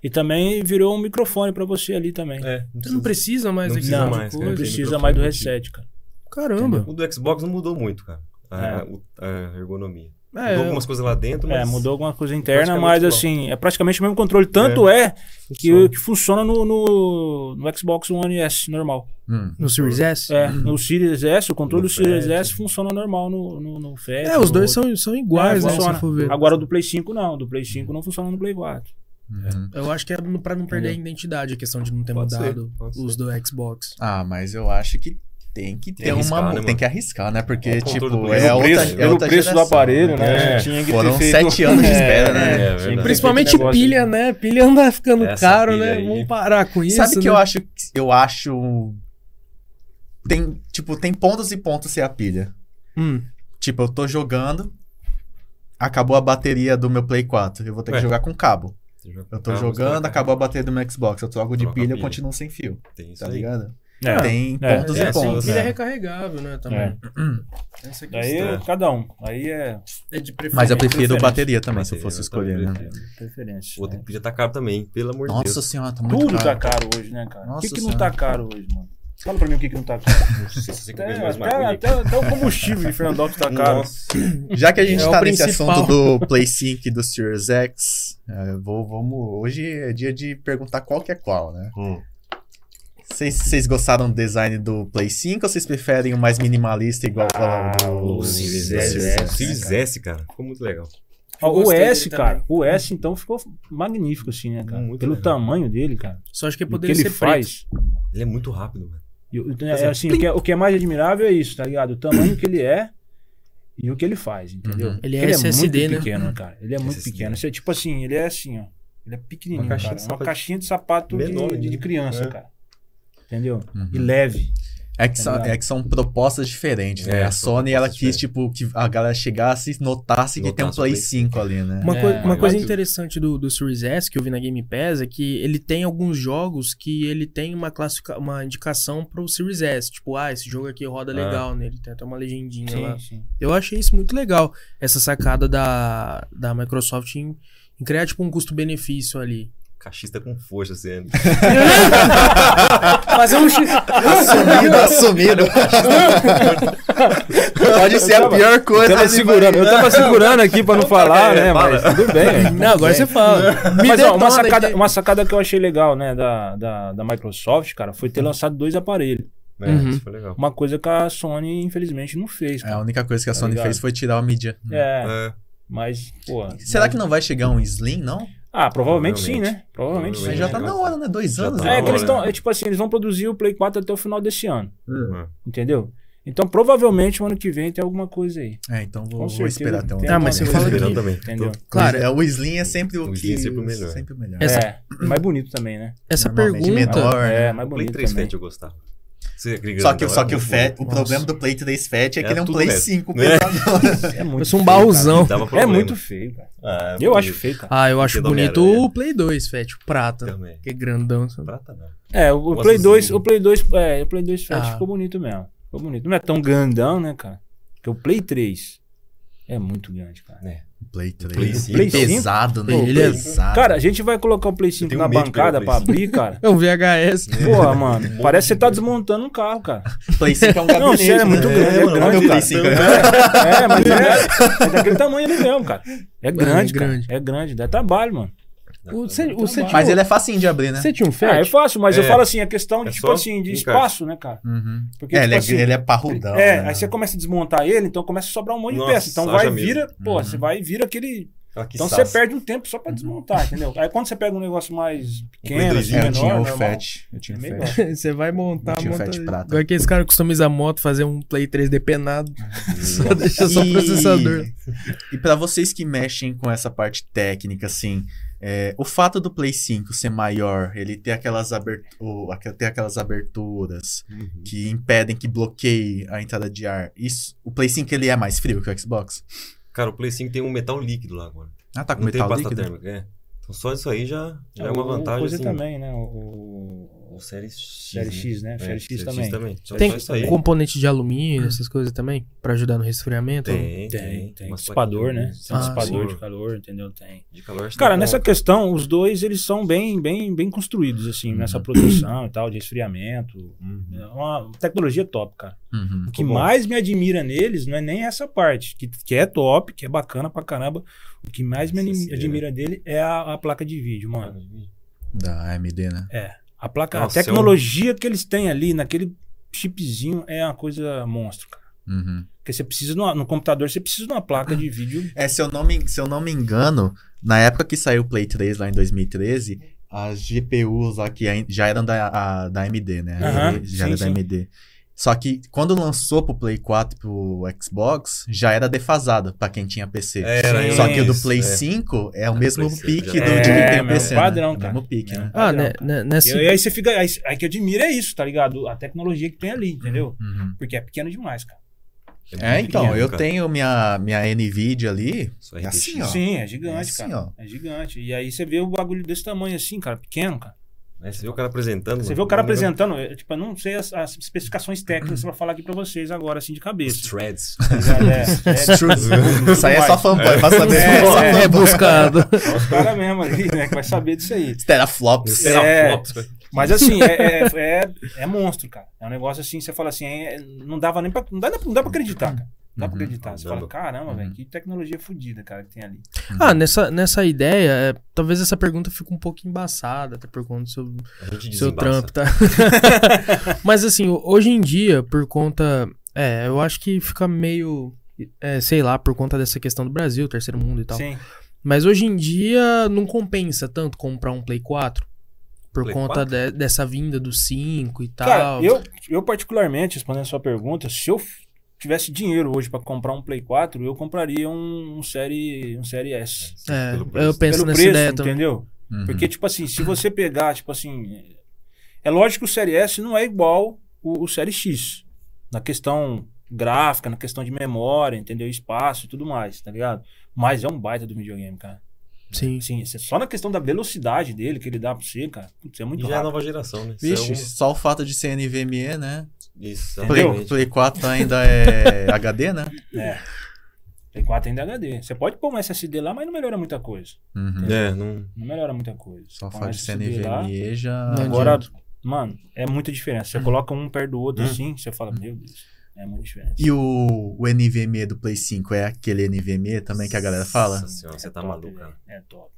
E também virou um microfone pra você ali também.
É,
Você não precisa mais
Não
daquele
precisa
tipo de
mais,
Não
Tem
coisa.
precisa
microfone
mais do
embutido.
headset, cara.
Caramba.
O do Xbox não mudou muito, cara. A,
É.
o- a ergonomia.
É,
mudou algumas coisas lá dentro, mas.
É, mudou alguma coisa interna,
praticamente
mas
igual.
assim, é praticamente o mesmo controle. Tanto é, que,
funciona.
que funciona no, no, no Xbox One S normal.
Hum.
No Series S?
É, no Series S, o controle
No
do Series
Fat.
S funciona normal no, no, no Fat.
É, os
no
dois
outro.
são, são iguais,
É,
né?
funciona.
Se for ver.
Agora o do Play 5 não, o do Play 5 não funciona no Play 4.
Uhum.
Eu acho que é pra não perder a identidade, a questão de não ter
Pode ser,
mudado
pode
os do Xbox.
Ah, mas eu acho que tem que ter
arriscar,
uma.
né,
tem
mano?
que arriscar, né? Porque,
Olha o
tipo,
controle do
é
preço.
outra, é
Pelo preço- pelo
outra geração,
né? É.
Tinha
Foram sete anos de espera, né?
É, verdade.
Sempre-
Principalmente
Tem aquele
pilha, né? Pilha anda ficando
Essa
caro,
pilha
né?
aí.
Vamos parar com isso.
Sabe que
né?
eu acho. Eu acho. Tem, tipo, tem pontos e pontos sem a pilha.
Hum,
Tipo, eu tô jogando. Acabou a bateria do meu Play 4. Eu vou ter que
Ué.
jogar com cabo. Eu tô
Calma,
jogando,
troca.
acabou a bateria do meu Xbox. Eu troco de
Ah, tá Troca a
pilha, eu
pilha.
continuo sem fio.
Tem isso
Tá
aí.
ligado?
É.
Tem
É.
pontos
É,
e
sim,
pontos.
pilha
né?
recarregável, né? Também. Essa é a
Daí
questão.
é cada um. Aí é
é de preferência.
Mas eu prefiro
prefiro Preferência.
bateria também, se eu
Bateria,
fosse
eu
escolher,
também
né?
prefiro.
preferência.
O
né?
outro pilha tá caro também, pelo amor de Deus.
Nossa senhora, tá muito
Tudo
caro.
tá caro hoje, né, cara? O
Nossa
que, que não tá
Senhora.
caro hoje, mano? Fala pra mim o que, que não tá caro.
Nossa, você
até,
comeu mais
até,
maconha aqui.
até, até o combustível de
[laughs]
Fernandópolis tá caro.
Nossa.
Já que a gente
É o
tá nesse
principal.
assunto do Play 5 e do Series X, é, vou, vamos, hoje é dia de perguntar qual que é qual, né?
Hum.
Vocês- Vocês gostaram do design do Play 5 ou vocês preferem o mais minimalista igual ao do
o
do
Series
Series
S,
X?
né,
O Series S, cara. Ficou muito legal.
Ó, o
gostei
S,
dele
cara,
também.
o S então ficou magnífico assim, né, cara?
Muito
Pelo
legal.
tamanho dele, cara.
Só acho que
O que
poderia
ele
ser preto.
faz.
Ele é muito rápido, mano.
E o- é, assim, o que é, o que é mais admirável é isso, tá ligado? O tamanho que ele é e o que ele faz, entendeu?
Uhum.
Ele é
Porque
SSD,
muito
né?
pequeno, cara. Ele é muito
SSD.
pequeno. Isso é tipo assim, ele é assim, ó. Ele é pequenininho,
Uma
cara.
caixinha de
É Uma
sapato-
caixinha de sapato de-
Menor
de,
ainda.
de criança,
É.
cara. Entendeu?
Uhum.
E leve.
É que, são,
Tá ligado?
é que são propostas diferentes, né?
É,
a
são
Sony, ela
propostas
quis, tipo, que a galera chegasse e notasse que tem um
Notasse o
Play
Play
5 ali,
[laughs]
né?
Uma,
É,
coi- uma
mas
coisa
eu-
interessante do, do Series S que eu vi na Game Pass é que ele tem alguns jogos que ele tem uma classifica, uma indicação pro Series S. Tipo, ah, esse jogo aqui roda
Ah.
legal nele. Tem até uma legendinha lá.
Sim, sim.
Eu achei isso muito legal, essa sacada da, da Microsoft em, em criar tipo um custo-benefício ali.
Caixista com força, assim.
Fazer um X.
Assumido, assumido. Pode ser a
tava-
pior coisa.
Eu tava
ele
segurando, eu
vai-
tava segurando aqui pra não falar,
é,
né? Mas
fala.
[laughs]
tudo bem.
Não, agora você fala. Me
Mas ó, uma,
detona
sacada,
aqui.
uma sacada que eu achei legal, né, da, da, da Microsoft, cara, foi ter lançado dois aparelhos.
É,
Uhum.
isso foi legal.
Uma coisa que a Sony, infelizmente, não fez.
É, A
Cara.
única coisa que a Hum.
Tá
Sony
ligado?
fez foi tirar o mídia.
É,
É,
mas, pô.
Será que não vai chegar um Slim, não?
Ah, provavelmente sim,
Provavelmente.
né? Provavelmente sim.
Mas já tá na hora, né? Dois
Já
anos.
tá
né?
É que eles
hora.
estão. É, tipo assim, eles vão produzir o Play 4 até o final desse ano.
Hum.
Entendeu? Então, provavelmente, o ano que vem tem alguma coisa aí.
É, então vou, vou
Com certeza
esperar até um
tem
Ah, mas você
tempo.
fala que-
Esperando também.
Entendeu?
Claro,
é, o Slim é sempre o,
O
que.
Slim é sempre o melhor.
Sempre o melhor.
Essa-
É, mais bonito também, né?
Essa
Normalmente
pergunta.
menor, né?
É, mais
O Play tipo,
bonito
3
também.
Fat eu gostava. Você acredita
Só que,
não?
só
Era
que o,
muito
Fat, o
Nossa.
problema do Play 3 Fat é que
Era
ele é um
tudo
Play
reto.
5
É.
pesadão.
[laughs] É muito
Parece um
feio,
bom.
baúzão.
Dava
cara. É
problema.
muito feio, cara.
Ah,
Eu acho
bonito.
feio, cara.
Ah, eu acho
Que do
bonito
Homem-Aranha.
o Play 2, Fat, o prata.
Também.
Que é grandão. sabe?
Prata não.
É, o,
Gosto
Play
do
2,
Zulu.
o Play 2, é, o Play 2 Fat
Ah.
ficou bonito mesmo. Ficou bonito. Não é tão grandão, né, cara? Porque o Play 3 é muito grande, cara.
Play 3. Play
Play cinco.
pesado, né?
Pô,
Ele
Play
é
cinco.
pesado.
Cara, a gente vai colocar o Play 5
tenho
na
medo de pegar o
bancada
Play
pra
5.
abrir, cara.
[laughs] É um VHS.
Porra, mano,
monte
parece que
de
você tá
coisa.
desmontando um carro, cara.
Play 5 é um gabinete.
sério, é
né?
muito grande, é
mano, olha o
grande,
Play
cara.
5 é-
É, mas é, é daquele tamanho ali mesmo, cara. É grande, cara.
grande. tipo,
É grande, dá trabalho, mano.
O, cê, o, cê
Mas
um-
tinha,
Mas ele é facinho de abrir, né?
cê tinha um Fat?
Ah, é fácil, mas eu
É.
falo assim, a questão de,
É
tipo
só
assim, de
encaixe.
espaço, né, cara?
Uhum.
Porque,
É,
tipo
ele é,
assim,
ele é parrudão.
É,
né?
aí você começa a desmontar ele, então começa a sobrar um monte de
Nossa,
peça. Então
haja
vai
mesmo.
vira, pô,
Uhum.
você vai e vira aquele.
Ah, que
Então
saço.
você perde um tempo só pra desmontar, entendeu? Aí quando você pega um negócio mais
Play
pequeno, assim,
doisinho,
É,
menor,
eu tinha o
normal,
Fat. Eu tinha
é
o
melhor.
Fat.
[laughs] Você vai montar,
Tinha o
monta...
Fat prata.
Igual que esse cara customiza a moto, fazer um Play 3 depenado. Só
Nossa.
deixa é só o
E-
processador.
E pra vocês que mexem com essa parte técnica, assim, é, o fato do Play 5 ser maior, ele ter aquelas, abert- o- aqua- ter aquelas aberturas
Uhum.
que impedem que bloqueie a entrada de ar, isso, o Play 5 ele é mais frio que o Xbox?
Cara, o Play 5 tem um metal líquido lá agora.
Ah, tá com
não tem
metal
pasta
líquido.
térmica, é. Então só isso aí já, já é
o-
uma
o
vantagem.
Coisa
assim,
também, né? O, o-
O Série X.
Série X, né?
É,
Série X também.
Só,
Tem
só isso aí.
componente de alumínio, essas coisas também? Pra ajudar no resfriamento?
Tem,
Tem, tem.
Umas
Dissipador, né?
plaquinhas
Tem
Ah,
dissipador de
sim.
calor, entendeu? Tem. Então
De calor. tá
Cara,
senão-
nessa questão, os dois, eles são bem, bem, bem construídos, assim,
Uhum.
nessa produção e tal, de esfriamento.
Uhum.
É uma tecnologia top, cara.
Uhum.
O que
Bom.
mais me admira neles não é nem essa parte, que, que é top, que é bacana pra caramba. O que mais me
Essa
anim-
sim, né?
admira dele é a, a placa de vídeo, mano.
Da AMD, né?
A placa,
Nossa,
a tecnologia que eles têm ali naquele chipzinho é uma coisa monstro, cara.
Uhum.
Porque você precisa, de uma- no computador, você precisa de uma placa de vídeo.
É, se eu, não me, se eu não me engano, na época que saiu o Play 3 lá em 2013, as GPUs lá que ai- já eram da, a- da AMD, né?
Aham,
já era
sim,
da
sim.
AMD. Só que quando lançou pro Play 4 e pro Xbox, já era defasado pra quem tinha PC.
É, Era
Sim.
Só que o do
isso,
Play
é.
5 é o
do
mesmo
Play cinco
pique
já
do
era.
de
É,
quem tem
mesmo
PC.
padrão,
né?
cara.
É o mesmo pique, né?
Ah,
Padrão,
né,
cara.
né,
E
nessa...
aí você fica. Aí, aí que admira é isso, tá ligado? A tecnologia que tem ali, entendeu?
Uhum.
Porque é pequeno demais, cara.
É,
muito
então,
pequeno,
eu
cara.
tenho minha, minha NVIDIA ali.
Só RTX.
assim, ó.
Sim, é gigante,
É assim,
cara.
ó.
É gigante. E aí você vê o bagulho desse tamanho assim, cara, pequeno, cara.
Né, Você vê o cara apresentando.
Você
mano,
vê o cara
um negócio-
apresentando, eu, tipo, eu não sei as, as especificações técnicas pra falar aqui pra vocês agora, assim, de
Os [laughs]
cabeça.
threads.
tá ligado? É, é,
[laughs]
Isso aí é só fanboy, pra saber.
É,
Só
é.
fanboy.
Rebuscado.
só os caras mesmo ali, né, que vai saber disso aí.
Teraflops.
É.
Teraflops, cara.
Mas assim, é, é, é, é monstro, cara. É um negócio assim, você fala assim, é- não dava nem pra. Não dá, não dá pra acreditar, cara. Não dá pra
Uhum.
acreditar. Você fala, caramba, velho, que tecnologia fodida, cara, que tem ali.
[laughs] Ah, nessa, nessa ideia, é, talvez essa pergunta fique um pouco embaçada, até por conta do seu,
A gente
seu
desembaça.
trampo,
[laughs]
tá? Mas assim, ho- hoje em dia, por conta. É, eu acho que fica meio. é, sei lá, por conta dessa questão do Brasil, terceiro mundo e tal.
Sim.
Mas hoje em dia não compensa tanto comprar um Play 4. Por
Play
conta de- dessa vinda do 5 e tal.
Cara, eu, eu particularmente, respondendo a sua pergunta, se eu f- tivesse dinheiro hoje pra comprar um Play 4, eu compraria um, um série um série S.
É,
Pelo
eu
preço.
penso
Pelo
nessa
preço,
ideia também.
entendeu?
Uhum.
Porque, tipo assim, se você pegar, tipo assim. É lógico que o Série S não é igual o, o Série X. Na questão gráfica, na questão de memória, entendeu? Espaço e tudo mais, tá ligado? Mas é um baita do videogame, cara.
Sim.
Assim, cê- só na questão da velocidade dele que ele dá pra você, cara. Putz, é
E
muito
já é a
rápido.
nova geração, né? Isso é
Vixe,
um-
só o fato de ser NVMe, né?
Isso,
Play,
exatamente.
Play 4 ainda é HD, né?
É. Play 4 ainda é HD. Você pode pôr um SSD lá, mas não melhora muita coisa.
Uhum.
É, não.
Não melhora muita coisa.
Só o
Põe
fato
um
de ser
SSD lá,
NVMe já.
Não
Agora,
adianta.
mano, é muita diferença. Você coloca um perto do outro
Hum.
assim, você fala, meu Deus, é muita diferença.
E o, o NVMe do Play 5 é aquele NVMe também que a galera fala?
Nossa senhora, você tá
É top,
maluco,
velho.
cara.
É top.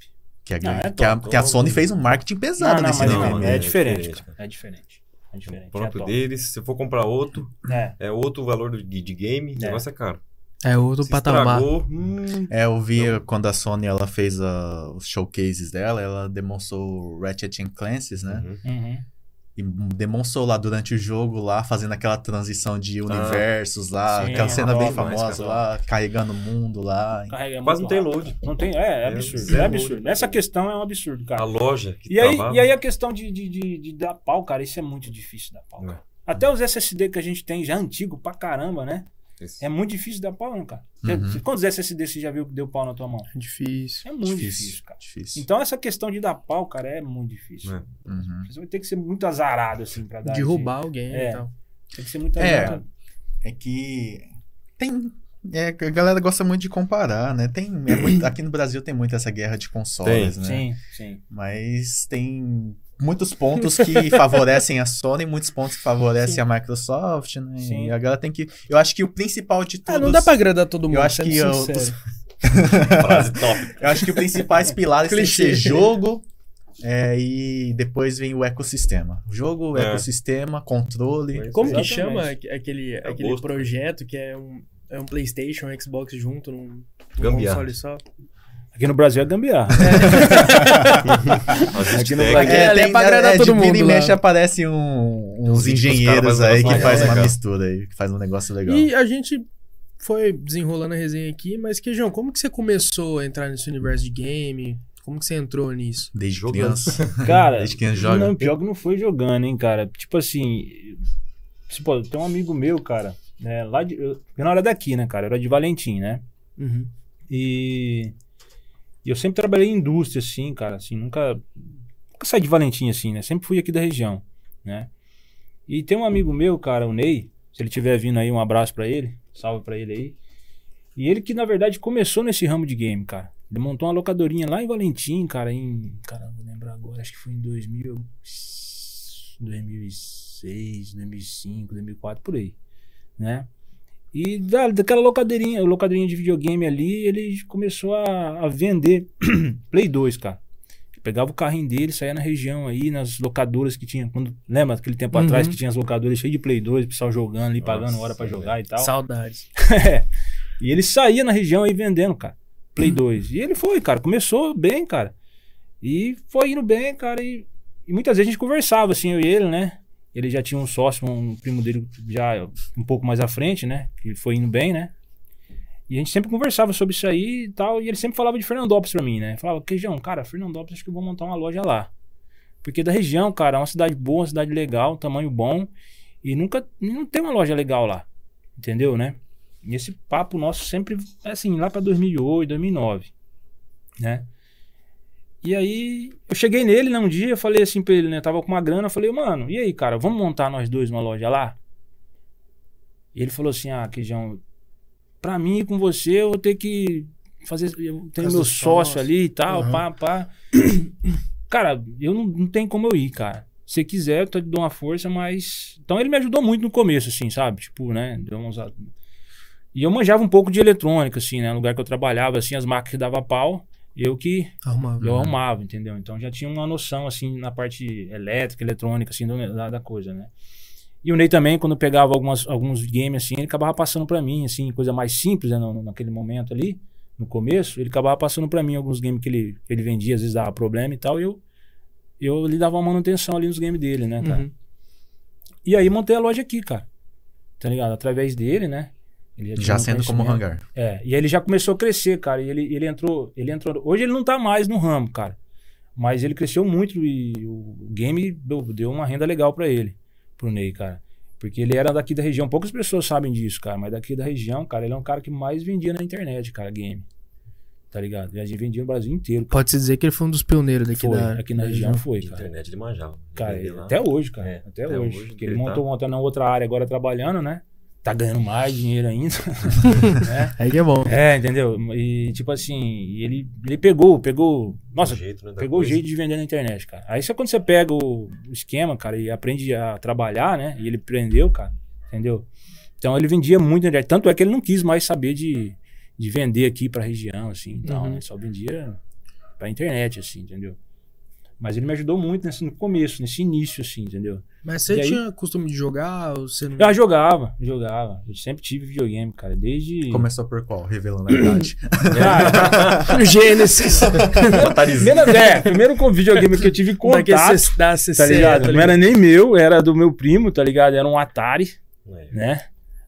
Que a,
Não, é
que a-
top,
que a
top.
Sony fez um marketing pesado
não, não,
nesse
mas
NVMe.
não,
né?
é
é
diferente,
diferente,
cara. É diferente. É
O
diferente. É
próprio
top.
deles, se for comprar outro,
É.
é outro valor de, de game, o
É.
negócio é caro.
É outro
Se
patamar.
estragou. Hum.
É, eu vi quando a Sony ela fez ah, os showcases dela, ela demonstrou o Ratchet and Clancy's, né?
Uhum.
Uhum.
E demonstrou lá durante o jogo, lá, fazendo aquela transição de universos lá,
Sim,
aquela cena bem
rola, né,
famosa
cara?
lá, carregando o mundo lá.
Carrega é muito
Quase não tem
rápido.
load.
Não tem, é, é
É,
absurdo,
zero
é
load.
absurdo. Essa questão é um absurdo,
A
cara.
loja que
E aí,
travava.
e aí a questão de, de, de- de dar pau, cara, isso é muito difícil dar pau.
É.
cara. Até os SSD que a gente tem já é antigo pra caramba, né?
Esse-
É muito difícil dar pau, não, cara. Cê-
Uhum.
cê- Quantos SSD você já viu que deu pau na tua mão?
É difícil.
É muito difícil, cara.
Difícil.
Então essa questão de dar pau, cara, é muito difícil.
É.
Uhum.
Você vai ter que ser muito azarado, assim, pra dar.
Derrubar alguém
É.
e tal.
esse- Tem que ser muito
É.
azarado.
É que tem. É, a galera gosta muito de comparar, né? Tem, é [coughs] muito- aqui no Brasil tem muito essa guerra de consoles, né?
Sim, sim.
Mas tem muitos pontos que [laughs] favorecem a Sony, muitos pontos que favorecem a Microsoft, né?
Sim.
E a galera tem que. Eu acho que o principal de tudo.
Ah, não dá pra agradar todo mundo,
acho
sendo
que eu-
sincero.
Frase
né?
top.
Eu acho que os principais pilares tem que
Clichê.
ser jogo é, e depois vem o ecossistema. Jogo,
É.
ecossistema, controle.
Mas-
Como
Exatamente.
que chama aque- aquele,
É o
aquele
gosto.
projeto que é um, é um PlayStation, um Xbox junto num, num
Gambiarra.
console só?
Aqui no Brasil é gambiarra. [laughs]
não
As hashtags,
vai- É, ali é pra agradar todo
de vira e
mundo né? lá.
mexe aparecem um- uns
Os
engenheiros
caras
aí
mais
que faz uma
legal.
mistura aí, que faz um negócio legal.
E a gente foi desenrolando a resenha aqui, mas Queijão, como que você começou a entrar nesse universo de game? Como que você entrou nisso?
Desde
Jogando. [laughs]
criança.
É, Cara,
Desde que joga.
Não, pior que não foi jogando, hein, cara. Tipo assim, se, pô, tem um amigo meu, cara, né, lá de, eu, eu não era daqui, né, cara, eu era de Valentim, né, e, e eu sempre trabalhei em indústria, assim, cara, assim, nunca, nunca saí de Valentim, assim, né, sempre fui aqui da região, né, e tem um amigo meu, cara, o Ney, se ele estiver vindo aí, um abraço pra ele, salve pra ele aí, e ele que, na verdade, começou nesse ramo de game, cara. Ele montou uma locadorinha lá em Valentim, cara, em. Cara, não vou lembrar agora, acho que foi em 2000, 2006, 2005, 2004, por aí, né? E da, daquela locadeirinha, locadeirinha de videogame ali, ele começou a, a vender [clears throat] Play 2, cara. Ele Pegava o carrinho dele, saía na região aí, nas locadoras que tinha. Quando, lembra aquele tempo
Uhum.
atrás que tinha as locadoras cheias de Play 2, o pessoal jogando ali, pagando
Nossa,
hora pra
velho.
jogar e tal.
Saudades.
É. E ele saía na região aí vendendo, cara. Play 2. E ele foi, cara. Começou bem, cara. E foi indo bem, cara. E, e muitas vezes a gente conversava, assim, eu e ele, né? Ele já tinha um sócio, um primo dele já um pouco mais à frente, né? Que foi indo bem, né? E a gente sempre conversava sobre isso aí e tal. E ele sempre falava de Fernandópolis pra mim, né? Falava, Queijão, cara, Fernandópolis acho que eu vou montar uma loja lá. Porque da região, cara, é uma cidade boa, uma cidade legal, um tamanho bom. E nunca, não tem uma loja legal lá. Entendeu, né? E esse papo nosso sempre, assim, lá pra 2008, 2009, né? E aí, eu cheguei nele, né, um dia, eu falei assim pra ele, né, eu tava com uma grana, eu falei, mano, e aí, cara, vamos montar nós dois uma loja lá? E ele falou assim, ah, Queijão, pra mim e com você, eu vou ter que fazer, eu tenho
Casa
meu
do
sócio
sócio.
ali e tal,
Aham.
pá, pá. [clears throat] cara, eu não, não tem como eu ir, cara. Se quiser, eu te dou uma força, mas... Então ele me ajudou muito no começo, assim, sabe? Tipo, né, deu uns, e eu manjava um pouco de eletrônica, assim, né? No lugar que eu trabalhava, assim, as marcas que dava pau, eu que
Arrumava.
eu arrumava, entendeu? Então já tinha uma noção, assim, na parte elétrica, eletrônica, assim, do- da, da coisa, né? E o Ney também, quando eu pegava algumas, alguns games, assim, ele acabava passando pra mim, assim, coisa mais simples, né? no- no- naquele momento ali, no começo, ele acabava passando pra mim alguns games que ele, que ele vendia, às vezes dava problema e tal, e eu, eu lhe dava uma manutenção ali nos games dele, né, cara?
Uhum.
E aí montei a loja aqui, cara. Tá ligado? Através dele, né? Ele tinha
Já
um
sendo como
conhecimento.
hangar.
É, e ele já começou a crescer, cara. E ele, ele entrou, ele entrou. Hoje ele não tá mais no ramo, cara. Mas ele cresceu muito e o game deu, deu uma renda legal pra ele, pro Ney, cara. Porque ele era daqui da região. Poucas pessoas sabem disso, cara. Mas daqui da região, cara, ele é um cara que mais vendia na internet, cara, game. Tá ligado? Ele vendia no Brasil inteiro. cara.
Pode-se dizer que ele foi um dos pioneiros daqui
Foi,
da,
aqui na
da
região foi,
de
cara.
internet ele manjava.
Cara,
Ele
ele-
lá.
até hoje, cara.
É,
até,
até
hoje.
hoje,
Porque ele
ele
montou,
tá-
montou na outra área agora trabalhando, né? Tá ganhando mais dinheiro ainda. [laughs] né?
Aí que é bom.
É, entendeu? E tipo assim, e ele, ele pegou, pegou. Nossa,
O jeito, né, da
pegou o
coisa.
jeito de vender na internet, cara. Aí só quando você pega o, o esquema, cara, e aprende a trabalhar, né? E ele prendeu, cara, entendeu? Então ele vendia muito na internet. Tanto é que ele não quis mais saber de, de vender aqui pra região, assim, então,
Uhum.
né? Só vendia pra internet, assim, entendeu? Mas ele me ajudou muito nesse, no começo, nesse início, assim, entendeu?
Mas você
E aí-
tinha costume de jogar? Ou você não...
Eu jogava, jogava. Eu sempre tive videogame, cara, desde.
é?
[laughs] Ah,
Começou por qual? Revelando a
[clears throat]
idade.
Cara,
No [laughs] Gênesis.
primeira, é, primeiro com- videogame que eu tive
Daqui a
contato,
CC, da CC,
tá ligado?
tá
Não era nem meu, era do meu primo, tá ligado? Era um Atari,
É,
né?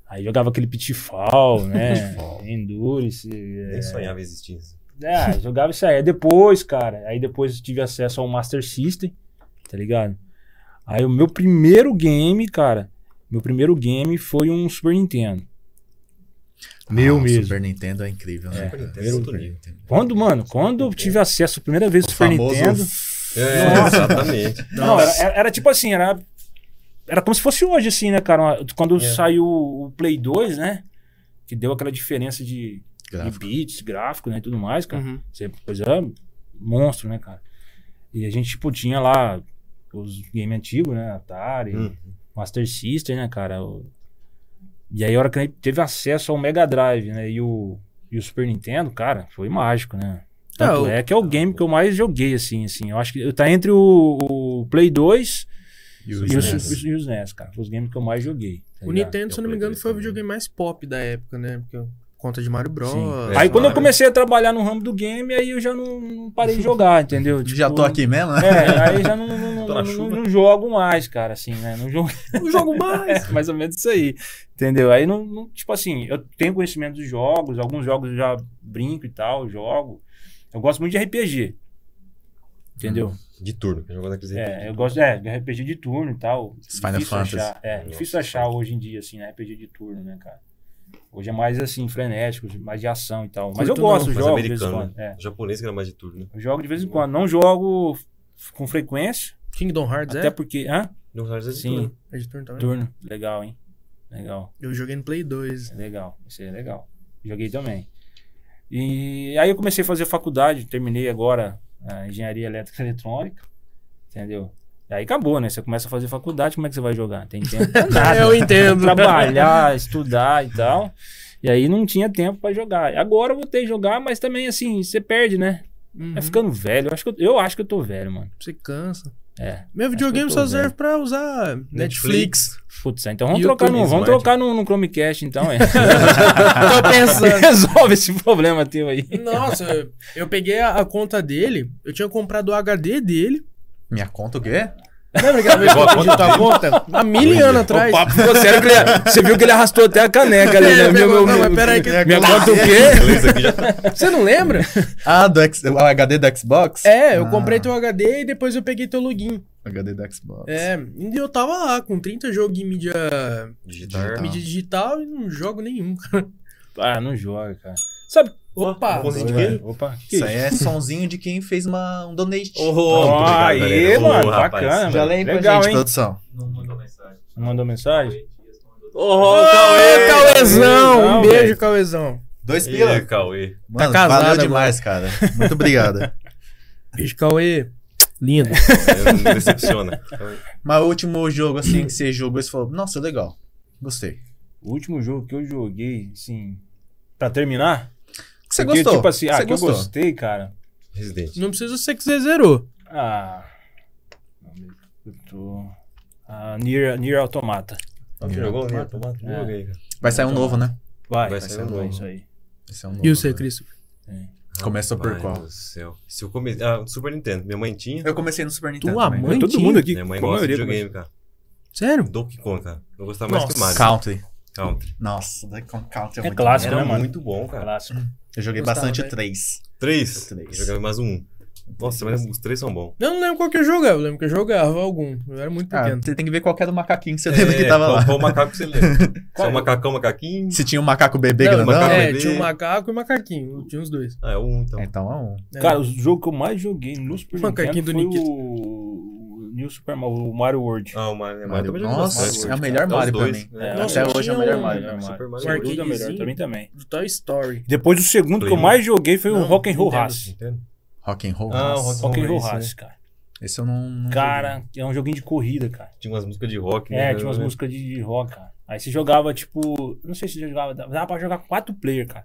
Aí jogava aquele Pitfall, né? Endurance. é,
Nem sonhava em existir isso.
É, jogava isso aí. Aí Depois, cara, aí depois eu tive acesso ao Master System, tá ligado? Aí o meu primeiro game, cara, meu primeiro game foi um Super Nintendo. Meu
Ah, o
mesmo.
Super Nintendo é incrível, né?
É,
cara?
Super Nintendo,
Super
outro nível.
Nintendo.
Quando, mano, quando eu tive acesso a primeira vez ao
O
Super
famoso
Nintendo.
É, [laughs]
Nossa.
exatamente.
Não, era, era- era tipo assim, era. Era como se fosse hoje, assim, né, cara? Uma- Quando
É.
saiu o Play 2, né? Que deu aquela diferença de, de
gráfico.
bits, gráfico, né? E tudo mais, cara.
Uhum.
Você, pois é, monstro, né, cara? E a gente, tipo, tinha lá os games antigos, né? Atari,
Uhum.
Hum.
Master System, né, cara? O- E aí, a hora que a gente teve acesso ao Mega Drive, né? E o, e o Super Nintendo, cara, foi mágico, né? Tanto
Ah, o-
é que é o game que eu mais joguei, assim, assim. Eu acho que tá entre o, o Play 2
E
e, o
os
Su-
NES.
e os NES, cara. Foi os games que eu mais joguei. tá
O
ligado?
Nintendo, se eu não me engano, foi o videogame mais pop da época, né? Porque eu- conta de Mario Bros.
Sim.
é,
aí quando eu
claro.
comecei a trabalhar no ramo do game, aí eu já não, não parei de jogar,
[laughs]
entendeu?
Já tô
Tipo,
aqui mesmo, né?
É, aí já não, não, não,
Tô na
não-
chuva.
não jogo mais, cara, assim, né? Não jogo, [laughs]
Não [laughs] jogo mais!
é, mais ou menos isso aí, entendeu? Aí, não, não- tipo assim, eu tenho conhecimento dos jogos, alguns jogos eu já brinco e tal, jogo. Eu gosto muito de RPG, entendeu?
De turno, que um eu jogava naqueles
É, eu gosto é, de RPG de turno e tal.
Final
Difícil
Fantasy.
Achar, é,
Nossa.
difícil achar hoje em dia, assim, né? RPG de turno, né, cara? Hoje é mais, assim, frenético, mais de ação e tal. Mas eu
Curto não,
gosto,
mas
jogo de vez em
americano,
quando. É,
japonês que era mais de turno. né?
eu jogo de vez em quando. Não jogo f- com frequência,
Kingdom Hearts,
até
é?
porque... Hã?
Não, era de
Sim.
turno.
É de turno também.
Turno. Legal, hein? Legal,
Eu joguei no Play 2.
legal. Isso aí é legal. Joguei também. E aí eu comecei a fazer faculdade, terminei agora a engenharia elétrica e eletrônica, entendeu? E aí acabou, né? Você começa a fazer faculdade, como é que você vai jogar? Tem tempo pra nada.
Eu
[laughs]
entendo.
Trabalhar, estudar e tal. E aí não tinha tempo pra jogar. Agora eu voltei a jogar, mas também assim, você perde, né?
Uhum.
Vai ficando velho. Eu acho que eu, eu acho que eu tô velho, mano.
Você cansa.
É. né?
Meu videogame
tô
só
vendo.
serve pra usar Netflix.
Putz, então vamos
YouTube,
trocar no, vamos
Smart.
trocar no, no Chromecast, então, [laughs] é.
Tô pensando.
Resolve esse problema teu aí.
Nossa, eu peguei a, a conta dele, eu tinha comprado o HD dele.
Minha conta o quê?
Lembra que ela veio
Pegou a
pedir tua conta? Há mil
Olha.
anos atrás.
ficou sério que ele- você viu que ele arrastou até a caneca ali, né?
É,
Meu,
pegou- não,
meu, meu,
mas peraí que-
minha conta o quê?
Beleza, aqui já tá.
[laughs] Você não lembra?
é Ah, do X- o HD do Xbox?
[laughs] É, eu
Ah.
comprei teu HD e depois eu peguei teu login.
HD do Xbox.
É, e eu tava lá com 30 jogos em mídia,
Digitar.
Digitar.
mídia digital e não jogo nenhum. cara.
Ah, não joga, cara. Sabe?
Opa!
Consegui de quem?
Opa, que
Isso
isso?
aí é sonzinho de quem fez uma, um donate.
Oh,
Ó,
muito obrigado,
aí,
galera. Ô,
mano,
rapaz.
Já
bacana, velho.
leia pra
Legal,
gente,
hein?
produção.
Mandou mensagem?
Ô,
Ô, Cauezão! Um
Cauezão,
beijo,
velho.
Cauezão.
Dois
Ê,
pila.
Cauê.
Mano,
casado
valeu
agora.
demais, cara. Muito obrigado.
Beijo, Cauê. [laughs] Lindo.
Cauê Não decepciona.
[laughs] Mas o último jogo, assim, que você jogou, você falou, nossa, legal. Gostei.
O último jogo que eu joguei, assim. Pra terminar?
Que você
Porque,
gostou?
Tipo assim, ah,
você
que
gostou?
eu gostei, cara.
Residente.
Não precisa ser que você zerou.
Ah. Eu tô. Ah, Nier, Nier Automata.
Você jogou? né? Tomate,
É.
não joguei, cara.
Vai sair um novo, né?
Vai,
Vai
vai,
sair um
vai,
novo.
isso aí.
Vai sair um novo,
E o seu,
né?
Cristo?
Começa por
Rapaz
qual?
do céu. Se eu comecei. Ah, Super Nintendo. Minha mãe tinha.
Eu comecei no Super Nintendo.
Tua
também.
mãe?
Todo
tinha.
mundo aqui,
Minha mãe
com a
gosta de
maioria,
videogame, cara.
Sério?
Donkey Kong, cara. Eu gostava mais que o Mario.
Country.
Country.
Nossa, Donkey Kong Country é,
É
muito
clássico,
bom.
né,
Era
mano?
muito bom, cara.
Clássico.
Eu joguei
Gostava,
bastante
né?
3.
Três.
Três.
Eu jogava mais um. Nossa, mas os três são bons.
Eu não lembro qual que eu jogava, eu lembro que eu jogava algum. Eu era muito
Ah,
pequeno.
você tem que ver qual que era o macaquinho que você lembra que
É,
tava
qual,
lá.
Qual macaco que
[laughs]
você lembra? Só
Cara,
o macacão, macaquinho?
Se tinha um macaco bebê
Não,
grandão. né?
macaco-
é,
bebê.
tinha um macaco e um macaquinho. Tinha os dois.
Ah, é um então.
É, Então é um.
É.
Cara, o jogo que eu mais joguei no Super
O macaquinho
Nintendo
é do
foi
Nikita.
o... o New Super Mario, o Mario World.
Ah, o Mario.
Mario.
Mario.
Nossa, é o melhor Mario pra mim.
É,
Nossa,
Até hoje é o
tinha
melhor
um-
Mario.
Mario.
Super Mario.
O Mario World é o melhor
Arcadezinho.
pra mim também.
Do Toy Story.
Depois o segundo que
Play
eu mais joguei foi o
Não,
Rock and Roll
Nintendo.
Race.
Rock'n'Roll.
Ah, o
House.
Rock
Rock and Roll
Race,
Race, cara.
Esse eu não. não
Cara, é um joguinho de corrida, cara.
Tinha umas músicas de rock, né?
É, tinha umas músicas de de rock, cara. Aí você jogava, tipo, não sei se você jogava, dava pra jogar quatro player, cara.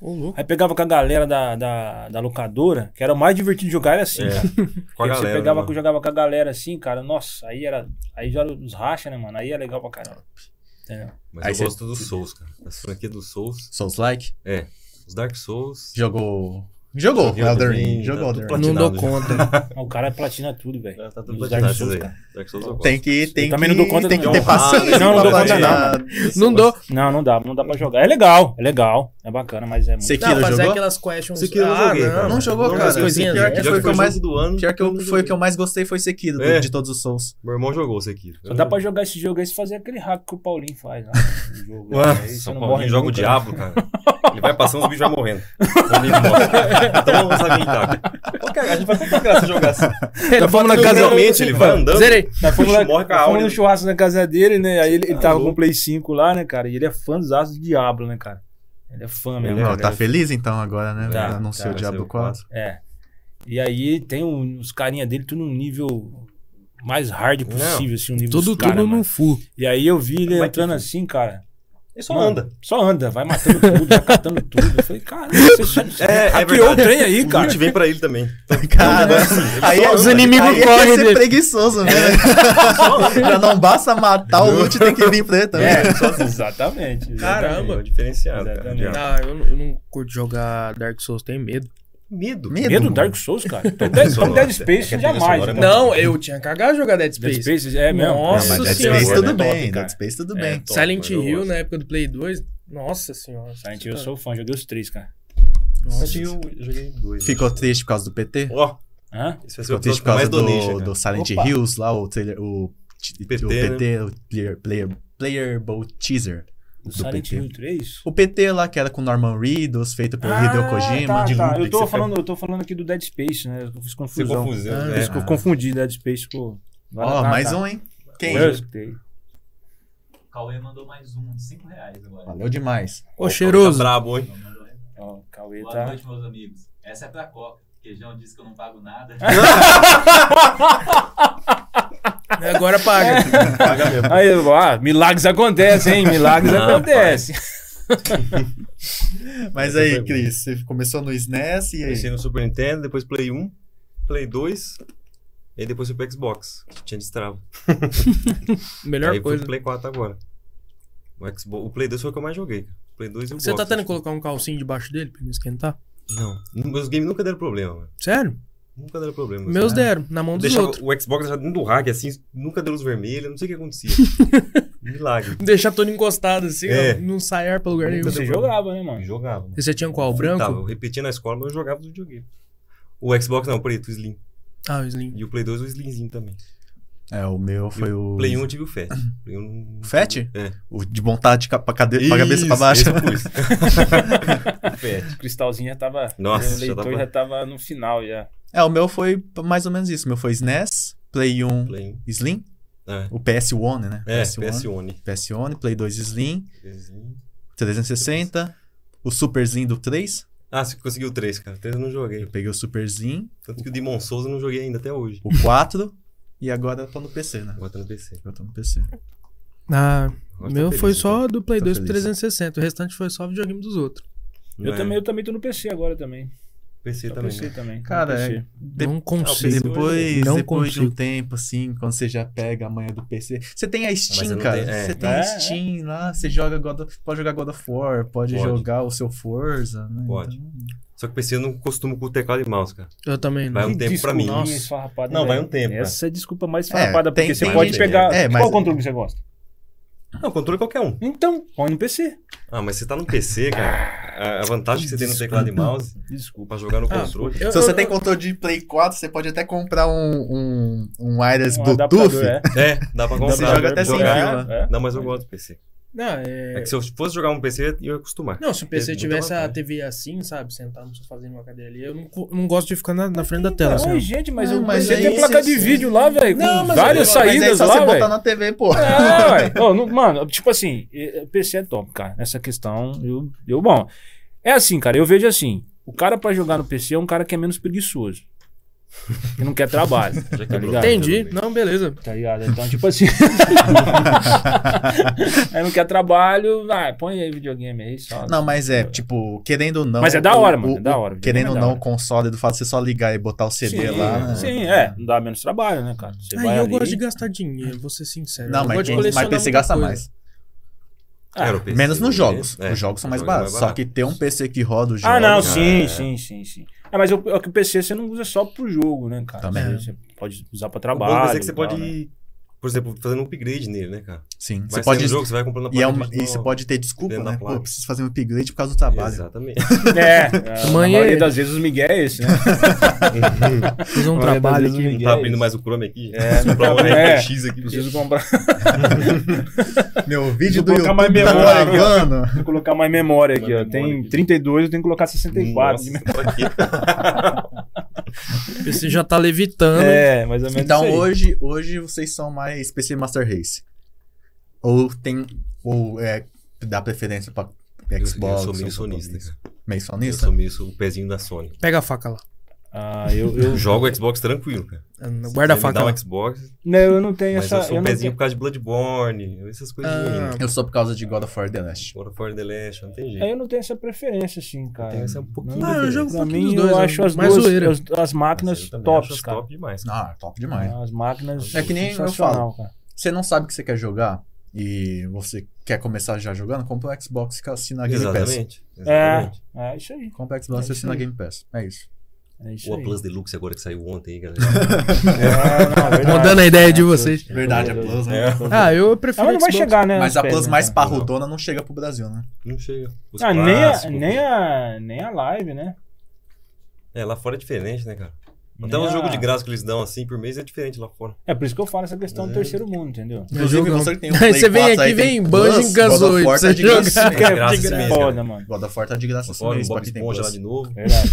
joguei.
Ô, louco.
Aí pegava com a galera da, da, da locadora, que era o mais divertido de jogar, era assim.
É, com
cara.
a
Porque
galera.
você pegava,
né,
com- jogava com a galera assim, cara, nossa, aí era. Aí já era os racha, né, mano? Aí é legal pra caramba. Entendeu?
Mas
Aí
eu
você-
gosto dos Souls, cara. As franquias dos Souls.
Souls Like?
Os Dark Souls.
Jogou. Jogou
Joguei
Elden
também,
Ring. Jogou
tá
Elden
tudo
Ring.
Não
platinado
dou
já. [laughs]
conta.
O cara platina tudo, velho.
Já tá tudo
Os
platinado,
Dark
isso
Souls,
aí.
cara.
Dark Souls eu gosto.
Tem que, tem
também não dou conta
que, tem
de
que
nada.
ter paciência
Não, não
pra
dou conta de
platinar.
não dou.
Não, não dá, não dá pra jogar. É legal, é legal, é bacana, mas é muito.
Sekiro
Não, fazer
jogou?
aquelas questions.
Sekiro eu
ah,
joguei,
não.
cara.
Não jogou,
Não,
cara. assim,
as coisinhas
Pior
dessas.
que
Já
foi o que eu mais...
do ano.
Pior que eu, foi o que eu mais gostei foi Sekiro, do-
É.
de todos os Souls.
Meu irmão jogou esse aqui.
Só dá pra jogar esse jogo aí se fazer aquele hack que o Paulinho
[laughs]
faz lá. no jogo.
Ué,
Aí você
São
não
Paulo
morre
joga o
nunca. né?
diabo, cara. Ele vai passando, os bichos vai morrendo. Ele morre. Então vamos habilitar. Pô, cara, A gente vai comprar graça jogar assim.
Tá falando
Mas Casualmente ele vai andando.
Zerei.
Nós fomos
Bicho
lá,
morre com a
nós fomos
áurea.
no churrasco na casa dele, né? Aí ele, ele
Tá
tava com
louco.
o Play 5 lá, né, cara? E ele é fã dos aços do Diablo, né, cara? Ele é fã mesmo.
Ele
Ó,
cara.
tá feliz então agora, né?
Tá,
Anunciou
tá,
o
vai ser
Diablo
o
4.
É. E aí tem um- os carinha dele tudo no nível mais hard possível, assim, o nível
Tudo,
dos cara,
tudo
mano.
no full.
E aí eu vi ele
Mas que
entrando
fim.
assim, cara.
Ele só
Mano,
anda.
Só anda, vai matando tudo, vai catando tudo. Eu falei, cara, você só você
É, é
hackeou o
verdade.
trem aí,
O
cara.
loot vem pra ele também.
Então tá, [laughs] Cara, aí
só
Os
anda.
inimigos
aí é que é
correm
ser
dele.
preguiçoso, né? [laughs] Já não basta matar o loot, tem que vir pra ele também.
É, só- exatamente.
Caramba.
É diferenciado, cara.
Exatamente.
Diabo.
Ah, eu, não- eu não curto jogar Dark Souls, tenho medo.
Medo.
Medo.
Medo
mano.
Dark Souls, cara. Tom Dead, Tom Dead Space
É que a trilha
jamais.
sonora é
cara.
Não, eu tinha cagado jogar Dead
Dead
Space.
Space é mesmo.
Nossa
Mas Dead
senhora.
Space
Senhor,
tudo
né?
bem,
Top, cara.
Dead Space tudo
É,
bem.
top,
Silent
eu
Hill
gosto.
na época do Play 2. Nossa senhora.
Silent Hill eu sou fã, joguei os três, cara.
Nossa.
Mas eu joguei dois.
Ficou triste por causa do PT?
Ó,
Hã?
esse vai ser
Ficou triste
o triste
por causa
mais
do,
donation.
do Silent
Opa.
Hills lá, o trailer, o, t- o
PT,
PT,
né?
o player, player, playable teaser.
O
Do
Silent
PT.
Hill 3?
O PT lá, que era com Norman Reedus, feito pelo Hideo Kojima.
Tá, tá. Eu,
que você
tô
fez?
falando, eu tô falando aqui do Dead Space, né? Eu fiz
Você
confusão.
confundiu.
Ah,
né?
Por isso que eu confundi Dead Space com.
Ó,
tá,
mais um, hein? Quem?
Eu escutei.
Cauê mandou mais um, 5 reais agora.
Valeu demais.
Ô, cheiroso.
Tá brabo, hein?
Mandou-
Ó, o Cauê
Boa
tá.
noite, meus amigos. Essa é pra Coca. Queijão disse que eu não
[laughs]
pago nada.
né? Agora paga.
Paga mesmo.
Aí, eu- ah, milagres acontecem, hein? Milagres
Ah,
acontecem.
Mas
Essa foi
aí,
boa.
Cris, você começou no SNES e
Comecei
aí?
no Super Nintendo, depois Play 1, Play 2, e depois fui pro Xbox, que tinha destrava.
Melhor
Aí fui
coisa.
pro Play 4 agora. O, Xbox, o Play 2 foi o que eu mais joguei. cara. Play 2 e o
Você
box,
tá tentando
acho.
colocar um calcinho debaixo dele pra ele esquentar?
Não. Meus games nunca deram problema, mano.
Sério?
Nunca deram problema.
Meus
assim.
deram, na mão dos
Deixava-
outros.
O Xbox deixava dentro do rack, assim, nunca deu luz vermelha, não sei o que
[laughs]
acontecia. Milagre.
Deixar todo encostado assim,
É.
ó, não sai ar pra lugar nenhum.
Você jogava, né, mano?
Jogava. mano.
E você tinha um qual? O branco?
Tava, eu repetia na escola, mas eu jogava no videogame. O Xbox não, o preto, o Slim.
Ah, o Slim.
E o Play 2, o Slimzinho também.
É, o meu foi o.
Play 1 eu tive o Fat. Play 1
O Fat?
É.
O de montar de ca- pra, cade... pra cabeça pra
Isso,
baixo.
esse é eu
[laughs]
pus. o Fat.
O cristalzinho já tava.
Nossa,
o
já
leitor
tava-
já tava no final já.
[laughs] É, o meu foi mais ou menos isso. O meu foi SNES, Play 1
Play 1.
Slim,
É.
o PS1, né?
É,
PS1,
PS1.
PS1, Play 2 Slim, 360, o Super Slim do 3.
Ah, você conseguiu o 3, cara. O 3 eu não joguei.
Eu peguei o Super Slim,
Tanto que o Demon Souls eu não joguei ainda até hoje.
o 4 [laughs] e agora eu tô no PC, né?
Agora tá no PC.
Eu tô no PC.
Ah,
Agora
o
tá
meu
feliz,
foi
né?
só do Play
Tô
2 pro
feliz.
360. O restante foi só videogame dos outros.
Não
eu,
é,
também, eu também tô no PC agora também.
PC
Só
também.
PC
né?
também. tô no
Cara,
PC.
é- de-
Não
PC
consigo.
não
depois
Não
depois de um
consigo.
tempo, assim, quando você já pega a manha do PC. Você tem a
Mas eu
Steam,
não
cara.
tenho- é.
Você tem
É,
a
é.
Steam lá, você joga God of- pode jogar God of War, pode,
Pode.
jogar o seu Forza, né?
Pode.
Então,
Só que PC eu não costumo com o teclado e mouse, cara.
Eu também
Vai
não.
um
Que
tempo pra
desculpinha
mim.
Nossa.
esfarrapada,
Não, vai
velho.
um tempo,
Essa é a desculpa mais esfarrapada,
É,
porque
tem-
você
tem
pode
gente-
pegar.
é, mas-
Qual controle que você gosta?
Não, controle qualquer um.
Então, põe no PC.
Ah, mas você tá no PC, cara. A- A vantagem que você tem no teclado e mouse
Desculpa.
pra jogar no
Ah,
controle.
eu-
Se você
eu-
tem controle de Play 4, você pode até comprar um, um, um wireless
Um
Bluetooth.
adaptador, é.
É, dá pra
Você
comprar.
joga até sem
Jogar, é.
né? Não, mas eu gosto do PC.
Não, é-
É que se eu fosse jogar um PC, eu ia acostumar.
Não, se o PC
É,
tivesse
muita
a
vantagem.
TV assim, sabe? Sentado no sofá, fazendo uma cadeira ali. Eu não, co- não gosto de ficar na, na frente da
Então,
tela,
é
Ai,
assim.
gente, mas
Não,
eu
mas
você
aí
tem placa
você-
de vídeo lá, velho, com várias
mas aí é
saídas
só você
lá,
botar
velho.
na TV, pô.
É, ué. Não, não- mano, tipo assim, eh, eh, PC é top, cara. Nessa questão, eu, eu bom. É assim, cara, eu vejo assim, o cara pra jogar no PC é um cara que é menos preguiçoso. que não quer
[laughs]
trabalho.
Já
Tá
quebrou.
ligado?
Entendi. Não, beleza.
Tá ligado? Então, tipo assim. [laughs] aí não quer trabalho, vai, põe aí videogame aí só.
Não, mas é, tipo, querendo ou não.
Mas é da
o-
hora,
o-
mano, é da
o-
hora,
Querendo ou
é da
não,
hora.
o console do fato de você só ligar e botar o CD lá. né?
Sim, é. Não dá menos trabalho, né, cara? Você vai
Aí eu
ali-
gosto de gastar dinheiro, vou ser sincero.
Não,
eu
mas,
gosto de
tem- mas
colecionar
PC
muita
gasta
coisa.
mais.
Ah,
Era o PC,
Menos nos
né?
jogos.
É,
Os jogos são mais
os jogos
baratos. Só que ter um PC que roda os jogos.
Ah, não,
né?
sim,
É.
sim, sim, sim. É, mas o, é que o PC você não usa só pro jogo, né, cara?
Também.
Você, você pode usar pra
O bom
trabalho.
vai ser que você
e tal,
pode,
né?
por exemplo, fazendo um upgrade nele, né, cara?
Sim.
Vai
Você pode.
um jogo, você vai comprando a
E, é uma-
placa
e você pode ter desculpa,
dentro da
né?
placa.
Pô, preciso fazer um upgrade por causa do trabalho.
[laughs]
Exatamente.
É, é
Amanhã-
a maioria das vezes os Miguel é esse, né?
Fiz um
Na maioria das
trabalho
vezes o
aqui.
Miguel
tá
é
abrindo
esse.
mais o Chrome aqui. [laughs]
É,
Preciso comprar um
é.
RX aqui.
Preciso comprar,
[laughs]
[laughs]
Meu vídeo do
Vou colocar
YouTube
mais
tá
memória É aqui,
[laughs]
ó.
carregando.
preciso colocar mais memória aqui, ó.
Mais memória
Tem
aqui.
32, eu tenho que colocar
Nossa,
64. de
né?
pra quê?
O PC já tá levitando.
É, mais ou menos.
Então
isso aí.
hoje, hoje vocês são mais PC Master Race. Ou tem. Ou é, dá preferência pra
Eu-
Xbox. é um
Eu sou
ou
meio
pra
sonista,
Xbox.
cara.
Meio
Eu
sonista?
sou meio sou o pezinho da Sony.
Pega a faca lá.
Ah, eu, eu,
Eu jogo o Xbox tranquilo, cara.
Guarda a
Se você me
faca
dá
né?
lá.
um Xbox,
não, né, eu não tenho
mas
essa.
eu sou
eu
o
não
pezinho por causa de Bloodborne, essas coisas
Ah.
ruins.
Eu sou por causa de God of War The Last.
Fora for the Last, não tem
É,
jeito.
eu não tenho essa preferência, assim, cara.
tenho essa um pouquinho
Não,
de
pra
preferência.
Eu jogo um pouquinho
mim,
dos dois,
eu
né?
acho as
Mais
duas,
zoeira.
as, as máquinas
Mas eu também acho
tops,
as
cara.
top demais. cara.
Ah, top demais.
As máquinas
É que nem eu
sensacional, cara.
Você não sabe o que você quer jogar e você quer começar já jogando, compra o Xbox e assina a Game Pass.
Exatamente.
É,
exatamente.
é isso aí.
Compra o Xbox
É
e
isso
assina a
aí.
Game Pass. É isso.
É isso
O
aí.
Plus Deluxe agora que saiu ontem, aí, galera.
É, não, é verdade.
Mudando a ideia de
É,
vocês.
Verdade, a Plus, né? [laughs]
Ah, eu
Ela
prefiro
não vai
Xbox.
chegar, né?
Mas
nos
a
pés,
Plus
né,
mais
cara?
parrudona não chega pro Brasil, né?
Não chega. Os
Ah, nem a,
clássicos.
nem, a, nem a live, né?
É, lá fora é diferente, né, cara? Até
Nem
um
a-
jogo de graça que eles dão assim por mês é diferente lá fora.
É por isso que eu falo essa questão do
É.
terceiro mundo, entendeu?
Inclusive,
jogão.
você que tem um
Aí
Play
você vem
4 aí,
aqui,
tem
vem Banjo
Plus,
e Gazoid,
God of War
você
tá de
joga.
graça
[laughs]
esse mês,
É
cara.
graça
de
esse mês, cara.
Foda, mano.
God of War tá de graça esse
Fora, o
mês, pra
Bob
quem tem
Esponja lá de
Plus.
novo. [laughs]
Verdade.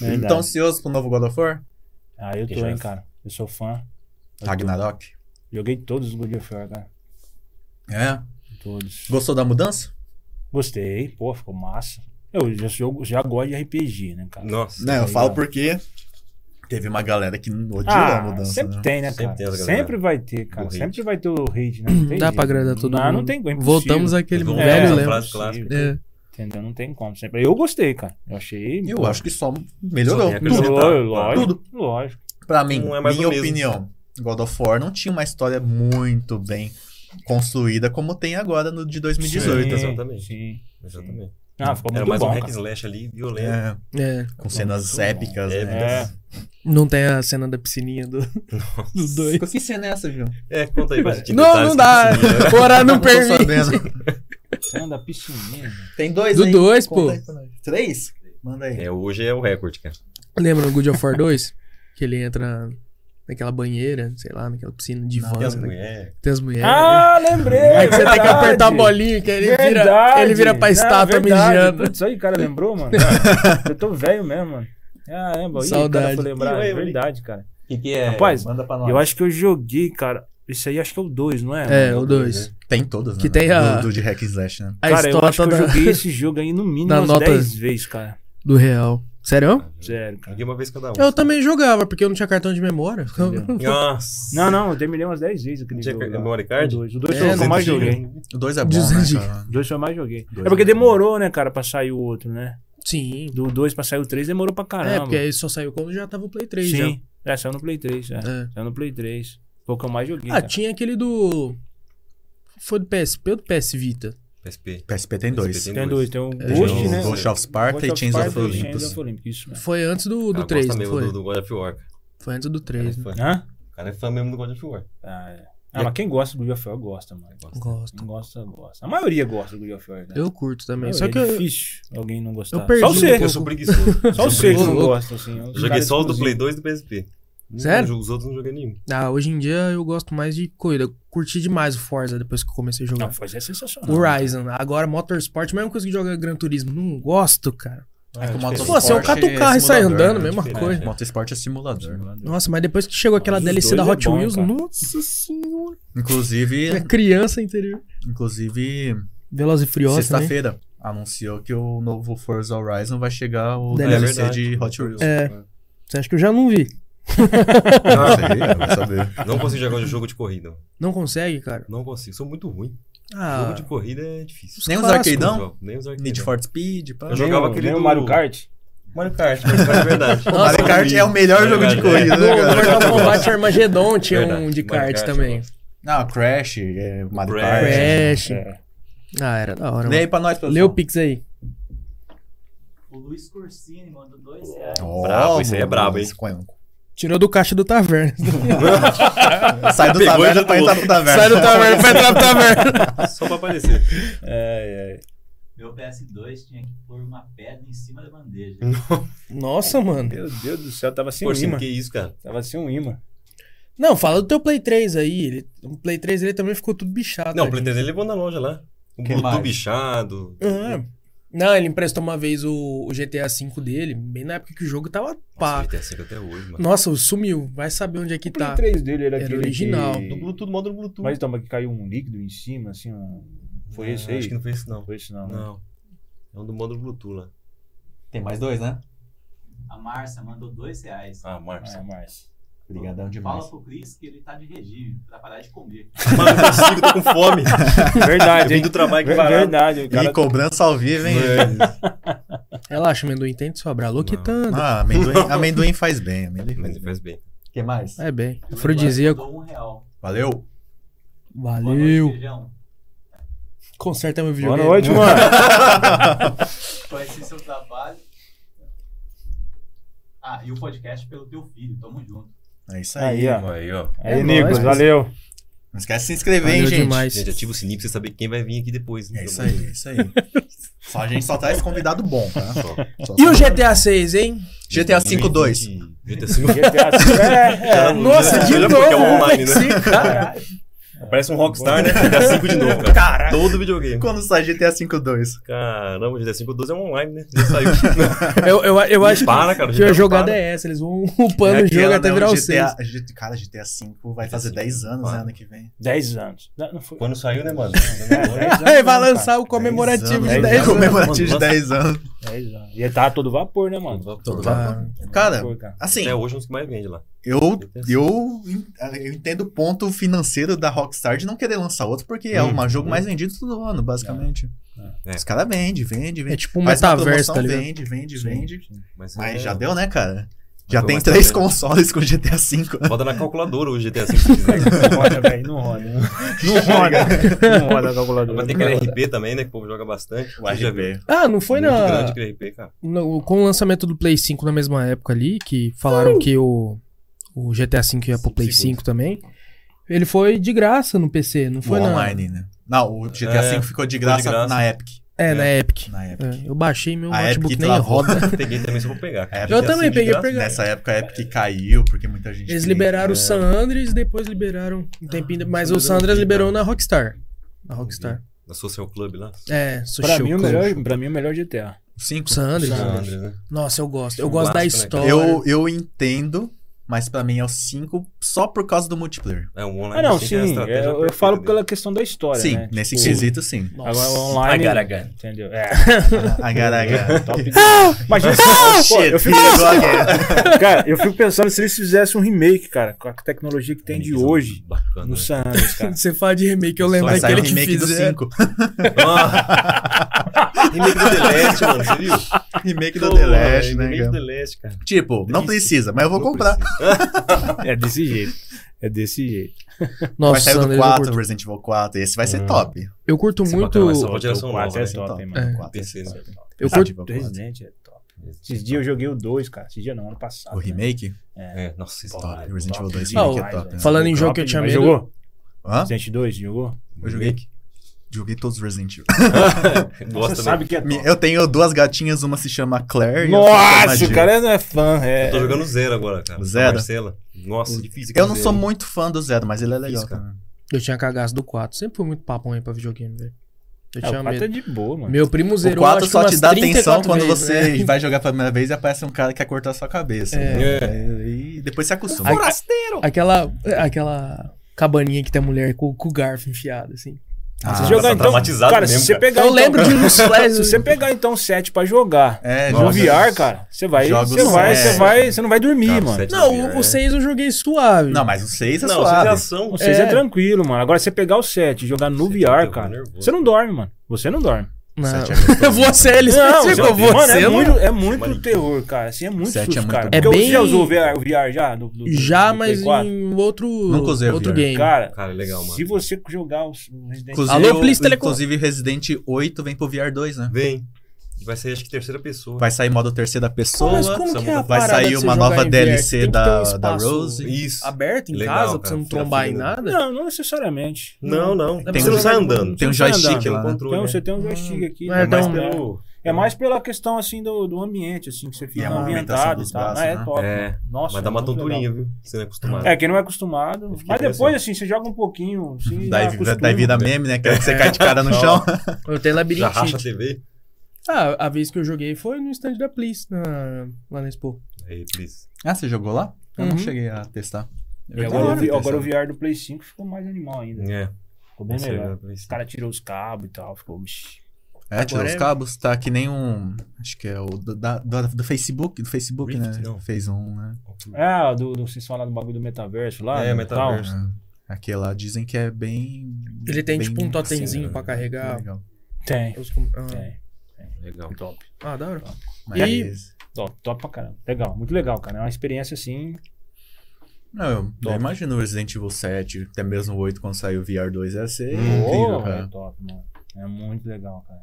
Verdade.
Então, ansioso pro novo God of War?
ah, eu tô, hein, cara. Eu sou fã. Eu tô-
Ragnarok.
Joguei todos os God of War, cara.
É.
Todos.
Gostou da mudança?
Gostei, pô, ficou massa. Eu já, jogo- já gosto de RPG, né, cara?
Nossa.
Não, eu
legal.
falo porque teve uma galera que odiou a
Ah,
mudança.
sempre
né?
tem, né,
Sempre
cara?
tem
Sempre,
essa galera
vai ter, cara.
do hate.
Sempre vai ter o hate, né? Não tem
Dá
jeito.
pra agradar todo
não,
mundo.
Não tem, é impossível,
Voltamos àquele
Vamos
É,
velho
essa
lema.
frase clássica.
É.
É.
Entendeu? Não tem como. Sempre. Eu gostei, cara. Eu achei.
Eu
pô,
acho que só melhorou.
Só tem a
tudo.
acrescentar.
Lógico, lógico.
Tudo.
Lógico.
Pra mim,
Não é mais
minha
o mesmo.
opinião, God of War não tinha uma história muito bem construída como tem agora no de 2018.
Sim,
exatamente.
Sim.
Exatamente.
Ah, ficou
Era
muito
mais
bom.
um hack
cara.
and slash ali, violento.
É,
É.
com cenas
Muito
épicas,
bom.
né?
É.
Não tem a cena da piscininha do, dos dois.
Que cena é essa, viu?
É, conta aí bastante
Não, não dá. O
Ah,
horário não permite.
Cena da piscininha.
[laughs] Tem dois,
Do
hein?
dois,
Conta
pô.
aí pra nós. Três? Manda aí.
É, hoje é o recorde, cara.
Lembra no Good of War 2? Que ele entra naquela banheira, sei lá, naquela piscina de
Não,
van.
Tem as
sei lá,
mulheres.
Tem as mulheres.
[laughs] Ah, lembrei.
Aí É que você tem que
verdade.
apertar a bolinha, que aí ele vira,
Verdade.
ele vira pra
Não,
estátua
verdade.
mijando.
Putz, aí o cara
[laughs]
lembrou, mano. Eu tô velho mesmo, mano. Caramba, Saudade.
Saudade.
cara foi lembrar.
E
É
o Avery?
verdade, cara.
O que, que é?
Rapaz,
Manda pra
eu acho que eu joguei, cara. Isso aí acho que é o 2, não é?
É, o dois.
Tem todas, né?
Que tem a-
Do, do de Hack and Slash, né?
A
Cara, eu
história
acho que eu
toda [laughs]
joguei esse jogo aí no mínimo
Da
umas
nota-
10 vezes, cara.
do real. Sério?
Sério, cara.
Joguei uma vez cada um.
Eu também jogava, porque eu não tinha cartão de memória.
Nossa.
Não, não, eu terminei umas 10 vezes aquele
Não tinha
jogo.
car-
lá.
memory card?
O 2. O 2
É,
foi o que eu mais
200
joguei.
O dois é bom,
Dizem
né,
que-
cara?
O 2 foi o que eu mais joguei.
Dois
é porque
é bom.
demorou, né, cara, pra sair o outro, né?
[laughs] Sim.
Do 2 pra sair o 3 demorou pra caramba.
É, né? porque aí só saiu quando já tava o Play 3 já.
Sim. É, saiu no Play 3, é.
É.
Saiu no Play 3. Foi o que eu mais joguei,
Ah,
cara.
tinha aquele do. Foi do PSP ou do PS Vita?
PSP.
PSP tem dois.
PSP
Tem dois, tem o
Ghost,
Ghost,
o
né?
Ghost of Sparta
Ghost
e
of
Chains of
Sparta e Chains
Olympus.
of Olympus, isso né? mesmo.
Foi antes do, do
Cara,
3,
gosta
não
mesmo
foi?
Do, do God of War. cara.
Foi antes do
Cara, é
3, né?
fã.
Hã?
cara é fã mesmo do God of War.
Ah, é. Ah, mas quem gosta do God of War gosta, mano.
Gosto.
Quem gosta, gosta. A maioria gosta do God of War, né?
Eu curto
A
também.
maioria,
Só que
é
eu.
difícil alguém não gostar.
eu perdi
Só
um
você.
Eu sou preguiçoso.
Só você que não
louco.
gosta, assim. os
Eu joguei
caras
só o do
exclusivos.
Play 2 e do PSP. Não
Sério?
jogo- Os outros não joguei nenhum.
Ah, hoje em dia eu gosto mais de corrida. Eu Curti demais o Forza depois que eu comecei a
Não,
jogar.
foi é sensacional.
O Horizon. Agora Motorsport, mesma coisa que joga Gran Turismo. Não gosto, cara.
É que
tipo
o
assim,
Motorsport
Pô, se eu cato o carro e saio
simulador,
andando,
né?
mesma
Diferente,
coisa.
né?
Motorsport é simulador.
Nossa, mas depois que chegou aquela
Os
DLC da
dois é
Hot
bom,
Wheels,
cara.
nossa senhora.
Inclusive,
É. Minha criança interior.
inclusive
Veloz e Furiosa, né?
sexta-feira anunciou que o novo Forza Horizon vai chegar o
É
DLC
verdade.
de Hot Wheels.
É. Você acha que eu já não vi?
Não sei,
[laughs]
eu vou saber.
Não consigo jogar um jogo de corrida.
Não consegue, cara?
Não consigo. Sou muito ruim.
Ah,
Jogo de corrida é difícil.
Nem os
clássicos,
arcadão?
Jogo, Nem os arcade.
Need for Speed, pá.
Eu jogava
Nem o-
aquele
nem o
do-
Mario Kart.
Mario Kart, Mario Kart é verdade.
O Mario Kart é o melhor
É
jogo de
verdade,
corrida,
No
né,
no
cara?
Mortal Kombat Armageddon tinha
Verdade.
um de
Mario
kart
Kart,
também.
eu
Não, Crash, é, Mario
Crash.
Kart.
Crash.
É.
Ah, era da hora,
Lê
mano.
aí pra nós, pessoal.
Lê o Pix aí.
O Luiz Corsini mandou dois reais.
Ó,
Brabo, esse aí é
mano,
brabo, hein?
esse
[laughs]
coelho.
Tirou do caixa do taverna.
Sai do
Pegou
taverna
e já
pra
pulou.
entrar pro taverna.
Sai do taverna pra entrar pro taverna.
Só pra aparecer.
Meu PS2 tinha que pôr uma pedra em cima da bandeja.
Nossa, mano.
Meu Deus do céu, tava sem um
Porcinho,
imã.
que isso, cara?
Tava sem um imã.
Não, fala do teu Play 3 aí. Ele, o Play 3 ele também ficou tudo bichado.
Não, o
né?
Play 3 ele levou na loja lá. O
Que
Bluetooth
mais?
bichado.
Ah, Não, ele emprestou uma vez o, o GTA V dele, bem na época que o jogo tava
Nossa,
pá.
GTA V até hoje, mano.
Nossa, sumiu. Vai saber onde é que
O Play
tá.
3 dele era,
Era
aquele
original,
que-
Do Bluetooth, modo Bluetooth.
Mas toma, que caiu um líquido em cima, assim, um... Foi
Ah,
esse aí?
Acho que não foi esse,
Não
não.
foi esse não. né?
Não. É um do modo Bluetooth lá.
Tem mais dois, né?
A Márcia mandou dois reais.
Ah, Marcos.
Ah, mas...
Obrigadão demais.
Fala pro Cris que ele tá de regime, pra parar de comer.
Mano, eu consigo, tô com fome. Eu [laughs]
Verdade,
vim
hein?
do trabalho que
Ver-
barato.
Verdade, o cara...
E cobrança ao vivo, hein?
Mas-
Relaxa, amendoim tem de sobrar. Loquitando.
Ah,
[laughs]
amendoim, amendoim faz bem. Amendoim
Mas
faz
ele
bem.
faz bem.
que mais?
É bem.
O
Afrodisíaco.
Eduardo mandou um real.
Valeu.
Boa noite,
Valeu.
feijão.
Conserta meu
Boa
videogame.
[laughs]
noite, mano.
Conheci seu trabalho. Ah, e o podcast pelo teu filho. Tamo junto.
É isso aí.
Aí, ó.
Aí, ó.
Aí,
É
Nicolas,
nóis,
valeu.
Não esquece de se inscrever, hein,
Valeu
gente.
demais.
Gente, ativa o sininho pra você saber quem vai vir aqui depois. né?
É isso aí, é isso aí. [laughs] Só, a gente só traz convidado bom, tá?
[laughs]
Só.
Só-
E o GTA 6, hein?
GTA V 2.
GTA V.
GTA V, [laughs] é, é.
Nossa, de
Melhor
novo.
porque é online, né?
Sim, cara.
Parece um Rockstar, né? GTA V de novo, cara.
Caraca.
Todo videogame.
Quando sai GTA V 2?
Caramba, GTA V 12 é online, né? Já saiu.
Eu, eu, [laughs] eu acho
Para, cara.
que a
GTA
jogada
para.
é essa. Eles vão upando o jogo é
aquela,
até
né,
virar o 6.
GTA, G- Cara, GTA V vai fazer 10 anos né, ano que vem.
10 anos. Não, não foi.
Quando saiu, né, mano?
Aí vai lançar o comemorativo
10
de
né?
10
anos. É
anos.
Comemorativo de
Mano,
10 anos.
10 anos. E ele tava todo vapor, né, mano?
Tá. Cara,
Vapor, cara.
assim,
Até hoje é um dos que mais vende lá.
eu, eu, eu entendo o ponto financeiro da Rockstar de não querer lançar outro, porque é o
Hum.
jogo mais vendido todo ano, basicamente.
É.
Os caras vendem, vendem,
É
vendem.
tipo um
Faz uma
metaverso,
promoção,
tá ligado?
Vende, vende,
Sim,
vende.
sim.
Mas
é-
já deu, né, cara? Já
foi
tem
mais
três
tranquilo.
consoles com GTA V. né?
Bota na calculadora hoje GTA V se
[laughs]
quiser.
Não roda, velho. Não roda. Não roda. Não roda a calculadora.
Vai ter aquele RP também, né? Que o povo joga bastante. Você já viu?
Ah, não foi
Muito
na,
grande aquele RP, cara.
no- com o lançamento do Play 5 na mesma época ali, que falaram que o, o GTA V ia pro
Cinco
Play
segundos.
5 também. Ele foi de graça no PC, não foi
Foi
na,
online, né? Não, o GTA V
É,
ficou de graça,
de graça.
na Epic.
É, na Epic.
Na Epic.
É, eu baixei meu
A
notebook
Epic
nem
travou.
[laughs] roda.
Peguei também, só vou pegar.
A
cara.
Epic
Eu
é
também
assim, de
peguei,
graça?
peguei.
Nessa época a Epic caiu, porque muita gente.
Eles
tem-
liberaram o
É.
San Andreas, depois liberaram um tempinho, mas o
San
San Andreas
Andreas eu não vi,
liberou
cara.
na Rockstar. Na Rockstar.
Na Social Club lá.
É, Sushi
Pra mim, o
Club.
melhor, pra mim, o melhor GTA.
Cinco.
San Andreas.
San
André, né?
Nossa, eu gosto. Eu
Um
gosto da
clássico, né?
história.
Eu, eu entendo, mas pra mim é o 5 só por causa do multiplayer.
É um
Ah,
online.
não,
assim,
sim.
que é a estratégia
Eu, eu
perfeita
falo
dele.
pela questão da história,
sim,
né?
nesse
Tipo,
quesito,
[laughs]
sim.
Nossa.
Agora, online...
I got, I got.
Entendeu? É.
Agaraga. [laughs]
[laughs] Top. Imagina
Oh,
se... Pô, eu fico [laughs] Cara, eu fico pensando se eles fizessem um remake, cara, com a tecnologia que tem de
Revisão
hoje
Bacana.
no
né?
San Andreas,
[laughs]
cara.
Você fala de remake, eu lembro
Vai sair
daquele
o
que
um remake do
fizeram.
5.
Remake do The
[laughs]
Last, mano. Você viu?
[laughs]
remake
Pô,
do The Last,
é,
né,
Remake do The
cara?
Last, cara.
Tipo, não precisa, mas eu vou
Não
comprar.
precisa.
É desse jeito. É desse jeito.
Vai
Nossa,
sair
San
do
Andreas eu
4,
curto.
Resident Evil 4. Esse vai ser
Hum.
top.
Eu curto
Esse
muito.
bacana, essa
Pô,
Uma geração
o 4
nova,
é
né?
top,
É.
hein, mano.
O
O
quatro é
PC,
top.
né?
Eu
Resident
curto.
Evil 4.
Resident é top. Esses dias eu joguei o 2, cara. Esses dias não, ano passado. né?
O remake?
É, nossa, esse
Top.
top.
Resident Evil 2
Ah,
remake é
o-
top. né?
Falando em jogo que eu
Top
tinha
demais.
medo.
Jogou?
Hã?
Resident 2, jogou?
Eu joguei. Joguei todos os Resident Evil.
[laughs] Gosta
Você
também.
sabe que é top.
Me- Eu tenho duas gatinhas, uma se chama Claire e outra se
Nossa,
chama
o
Jill.
cara não é fã. É.
Eu tô jogando zero agora, cara.
Zero?
Marcela. Nossa, difícil.
Eu não sou
muito.
muito fã do Zero, mas ele é legal.
Fiz, cara.
cara.
Eu tinha cagaço do 4. Sempre fui muito papão aí pra videogame, velho. Eu
É,
tinha
o 4
medo.
é de boa, mano.
Meu primo
O
zerou
4
4
só te dá atenção quando
né?
você vai jogar pela primeira vez e aparece um cara que quer cortar sua cabeça.
É.
né? E depois se acostuma.
Um
tá
Forasteiro!
Aquela, aquela cabaninha que tem a mulher com, com o garfo enfiado, assim.
Ah,
Se jogar,
tá
então,
traumatizado
cara,
mesmo,
se você
cara.
pegar
Eu
então,
lembro
[laughs]
de uns flash-
se você pegar então 7 pra jogar
É,
no
joga-
VR, cara, você vai,
Jogos
você vai,
sérios.
você vai, você não vai dormir,
Cara,
mano.
sete no
Não,
VR,
o- o
é.
6 eu joguei suave.
Não, mas o 6 é
Não,
suave.
sensação.
O 6 é.
É.
tranquilo, mano. Agora você pegar o 7 e jogar no
Você fica
VR,
todo
cara,
é nervoso.
você não dorme, mano. Você não dorme.
Não. [laughs]
Sete é gostoso.
você, ele
Não,
especificou,
já-
Mano,
você
é
não-
muito, é muito
Mas-
terror, cara. Assim, é muito
Sete é
susto,
muito
cara.
bom.
Porque
É
você já
bem-
usou o VR, o VR já? do- do- do-
Já,
do
mas
Play 4?
em outro,
Nunca usei o
outro
VR.
game.
Cara,
Cara, legal, mano.
se você jogar os o Resident Evil...
Inclusive,
Alô,
o-
Please Telecom.
inclusive Resident 8 vem pro VR 2, né?
Vem. E Vai ser, acho que, terceira pessoa.
Tipo, Vai sair modo terceira
né?
pessoa.
mas como que é a
vai
parada de
sair
você
uma
jogar
nova
em
DLC
VR? Tem que ter um
da, da
espaço
Rose.
Isso.
Ah,
Aberto em
Legal,
casa, pra
cara,
você não
fica
trombar em
fino.
nada?
Não, não necessariamente.
Não, não.
Tem
você
um-
não sai andando.
Tem um
Você anda,
joystick
tem
lá.
um
né?
controle.
Então,
né?
você tem um joystick aqui.
É
É mais
Então,
pelo...
É mais pela questão assim do, do ambiente, assim, que você
E
fica
a movimentação
ambientado
dos
e tal.
braços,
Ah, é
né?
top.
É,
mano. Nossa,
Mas dá
é
uma
muito
tonturinha,
legal.
viu? Você não é acostumado.
É, quem não é acostumado.
fiquei
Mas depois, assim, você joga um
[laughs]
pouquinho. Assim,
Daí,
já
da,
acostuma.
daí vira meme, né? Que você cai de cara
[laughs]
no chão.
Eu tenho
Já racha a
labirintite.
TV.
Ah, a vez que eu joguei foi no stand da Please, na- lá na Expo.
Aí, please.
ah, você jogou lá? Eu
Uhum.
não cheguei a testar.
E
queria
agora, o vi-
testar.
agora o VR do Play 5 ficou mais animal ainda.
É.
Ficou bem
Você
melhor.
vai pra
Os
isso.
caras tirou os cabos e tal. Ficou. Vixi.
É, tirou
Agora
os
é-
cabos, tá que nem um. Acho que é o do, da- do, do Facebook, do Facebook,
Rift,
né?
não.
Fez um, né?
É, do, do, vocês falaram do bagulho do metaverso lá.
É,
né,
metaverso.
tal.
Aquele lá dizem que é bem.
Ele tem
bem
tipo um totemzinho
assim,
pra
né?
carregar.
legal.
Tem.
os com- ah,
Tem.
Legal.
Top.
Ah, da hora.
Mas- é
Top, top pra caramba. Legal, muito legal, cara. É uma experiência assim.
Não, eu, eu
Top.
imagino o Resident Evil 7, até mesmo o 8, quando saiu o VR 2, ia ser incrível,
Boa,
cara.
é top, mano. É muito legal, cara.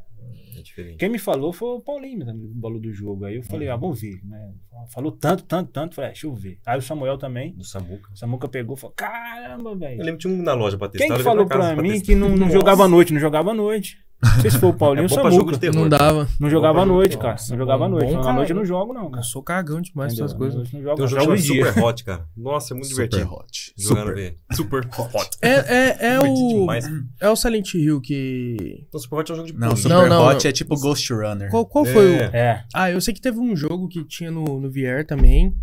É diferente.
Quem me falou foi o Paulinho, né, do balão do jogo. Aí eu
É.
falei, ah, vou ver, né? Falou tanto, tanto, tanto. Falei, ah, deixa eu ver. Aí o Samuel também.
Do Samuca.
O Samuca pegou e falou, caramba,
Eu
velho.
lembro que tinha um na loja pra testar.
Quem
eu
que
levei
falou
casa
pra mim
testar.
que não, não jogava à noite? Não jogava à noite. Não sei se foi o Paulinho
um
É
ou o
bom pra jogo
Samuca.
de terror.
Não dava.
Não jogava à
Bom pra
noite,
jogo de
cara.
terror.
Não jogava à noite.
Bom,
Falando, À
cara.
noite eu não jogo, não,
Eu
cara.
sou cagão né? demais pra
Entendeu?
essas coisas.
Não jogo,
Tem um jogo
jogo
chamado
de dia.
Super Hot, cara. Nossa, é muito
Super
divertido.
hot.
Jogando
Super.
VR. Super Hot.
É, é, é
Divertido
o.
demais.
É o Silent Hill que.
Então, Super Hot é um jogo de
Não,
pulo.
Super
Não, não,
Hot
não.
é tipo Ghost Runner.
Qual, qual foi o.
É.
É.
Ah, eu sei que teve um jogo que tinha no, no VR também.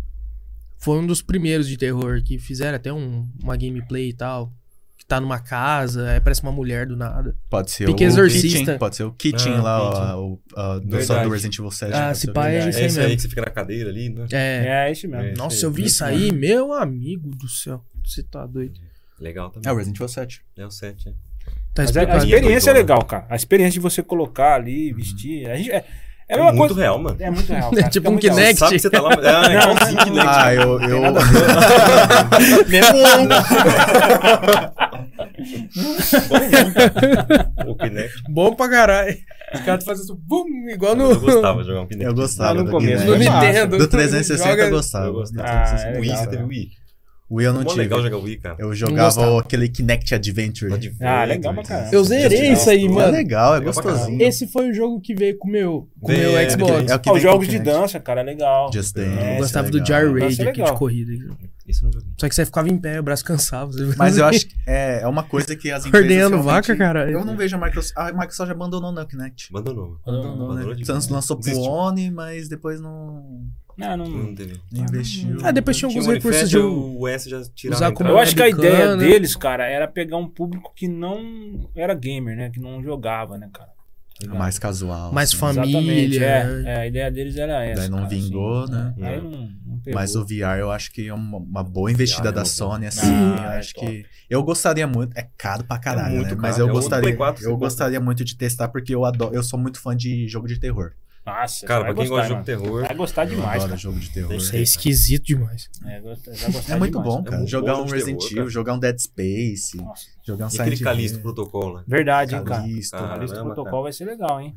Foi um dos primeiros de terror que fizeram até um- uma gameplay e tal. Que tá numa casa, aí parece uma mulher do nada.
Pode ser
Pique
o
Exorcista.
Kitchen, pode ser o Kitchen
Ah,
lá,
Kitchen.
o, a, do,
Verdade.
do Resident Evil né, 7.
Ah,
pode
se
ser.
pá, é
verdade.
isso
É
aí
esse aí
mesmo.
que você fica na cadeira ali, né?
É.
É, isso mesmo.
É.
Nossa,
Esse aí,
eu vi
muito
isso aí, meu amigo do céu. Você tá doido.
Legal também.
É o Resident Evil 7.
É o 7, é.
Tá
Mas a- a,
explicado. [laughs]
gente-
experiência é
doidona.
legal, cara. A experiência de você colocar ali, vestir. A gente, é, é a
Uhum. É
mesma
muito
coisa.
real, mano.
É muito real.
[laughs] É
cara.
tipo
Fica
um
muito real.
Kinect.
Sabe que você
[laughs]
tá lá... Ah, é igualzinho [laughs] que leite.
Ah, eu.
[laughs]
eu...
[laughs] [laughs]
O Kinect.
Bom pra caralho. Os caras fazem isso, bum, igual no.
Eu gostava de jogar um
[laughs]
Kinect.
Eu
Ah,
gostava.
no
do
começo,
Kinect.
No
né?
Nintendo.
Do 360 eu
Joga-
gostava.
Eu gostava.
Ah, é
Wii,
legal,
você teve
cara.
Wii?
O Wii eu não
né? Mó
tive.
legal jogar Wii, cara.
Eu
Não
jogava
gostava.
aquele Kinect Adventure.
Ah, legal pra caramba.
Eu zerei isso aí,
É
mano.
legal, é
Legal pra
gostosinho.
Esse foi o jogo que veio com o meu, com o
Veio,
meu Xbox.
É o que vem
Ah, os
com
jogos de
Kinect.
dança, cara, é legal.
Just Dance.
É,
Eu
esse
gostava
é
do
legal.
Gyro
Nossa,
Raid
é
aqui
legal.
de corrida.
Isso eu não joguei.
Só que você ficava em pé, o braço cansava. você- [laughs]
Mas eu acho que é, é uma coisa que as empresas.
Ordenhando
realmente-
vaca, cara.
Eu não vejo a Microsoft. A Microsoft já abandonou o Kinect.
Abandonou.
Abandonou,
Abandonou
né?
de-
Tanto lançou pro
Desistiu.
One, mas depois não
Não, não-
Não teve.
não investiu.
Ah, depois tinha
Tinha um
alguns
o
recursos
Unifest,
de. um
o S já tiraram.
usar
né,
como-
cara?
Eu acho que a ideia
Americana.
deles, cara, era pegar um público que não era gamer, né? Que não jogava, né, cara? Tá
É mais casual.
Mais
assim.
fam-
Exatamente,
Família,
é,
né?
é, A ideia deles era essa.
Daí não
cara, assim.
vingou, né?
Aí
É.
não, não pegou.
Mas o VR eu acho que é uma, uma boa investida
VR é
da
uma boa.
Sony, assim. eu
Ah, é
acho
top.
que. Eu gostaria muito. É caro pra caralho,
muito
né? Mas
caro.
eu
É o do
gostaria.
Play 4,
eu
você
gostaria muito de testar, porque eu adoro. Eu sou muito fã de jogo de terror.
Nossa,
Cara,
vai
pra quem gosta de
gostar,
jogo de terror,
mano. Vai
É
gostar
Eu
demais,
adoro
cara.
jogo de terror.
Isso é esquisito demais.
É, gosta- vai gostar
É muito
demais.
bom,
É
cara.
muito
jogar
bom
um
jogo de
Resident
terror,
Evil,
cara.
jogar um Dead Space,
Nossa.
jogar um
e aquele
Silent
Calisto
Hill.
Protocol, né?
Verdade, hein, cara.
Calisto.
Cara,
A lista do
Caramba,
protocol
cara.
vai ser legal, hein?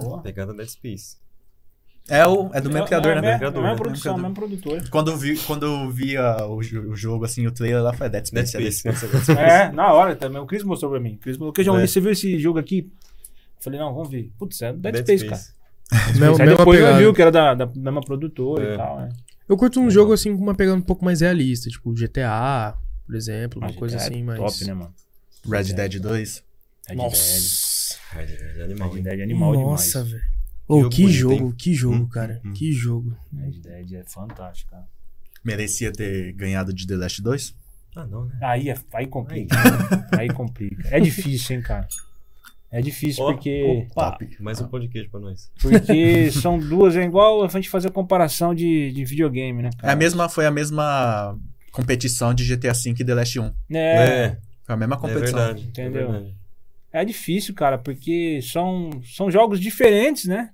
Boa.
Pegada Dead Space.
É, o, é do mesmo criador,
é,
né?
É,
Criador,
mesma
né?
produção,
Criador.
mesmo
[laughs]
produtor.
Quando eu vi, quando eu via o, jo- o jogo, assim, o trailer lá, foi Dead Space.
Dead Space.
É Dead Space.
É, na hora também. O Cris mostrou pra mim. O Cris falou, que
É.
você viu esse jogo aqui? Eu falei, não, vamos ver. Putz, é do Dead, Space, cara.
Mesmo-
Aí
mesma
depois eu
pegada.
viu que era da, da mesma produtora
É.
e tal, né?
Eu curto um
Legal.
jogo assim com uma pegada um pouco mais realista, tipo GTA, por exemplo, uma
Mas
coisa
é
assim, mas.
Top, né, mano?
Red Dead 2
Red
Nossa!
Red Dead é animal,
Dead. Red
hein?
Dead é animal
Nossa,
demais.
velho. Ô,
Jogo
que
bonito,
jogo,
hein?
que jogo,
Hum,
cara.
hum, hum.
Que jogo.
Red Dead é fantástico, cara.
merecia ter ganhado de The Last 2.
Ah, não, né?
né? Aí, é- aí complica. Aí complica. É difícil, hein, cara. É difícil
Ó,
porque.
Top.
Mais um pão de queijo pra nós.
Porque são duas, é igual a gente fazer comparação de, de videogame, né?
É a mesma, foi a mesma competição de GTA V e The Last 1.
É,
é,
Foi a mesma
é
competição.
verdade.
Entendeu?
É verdade.
é difícil, cara, porque são, são jogos diferentes, né?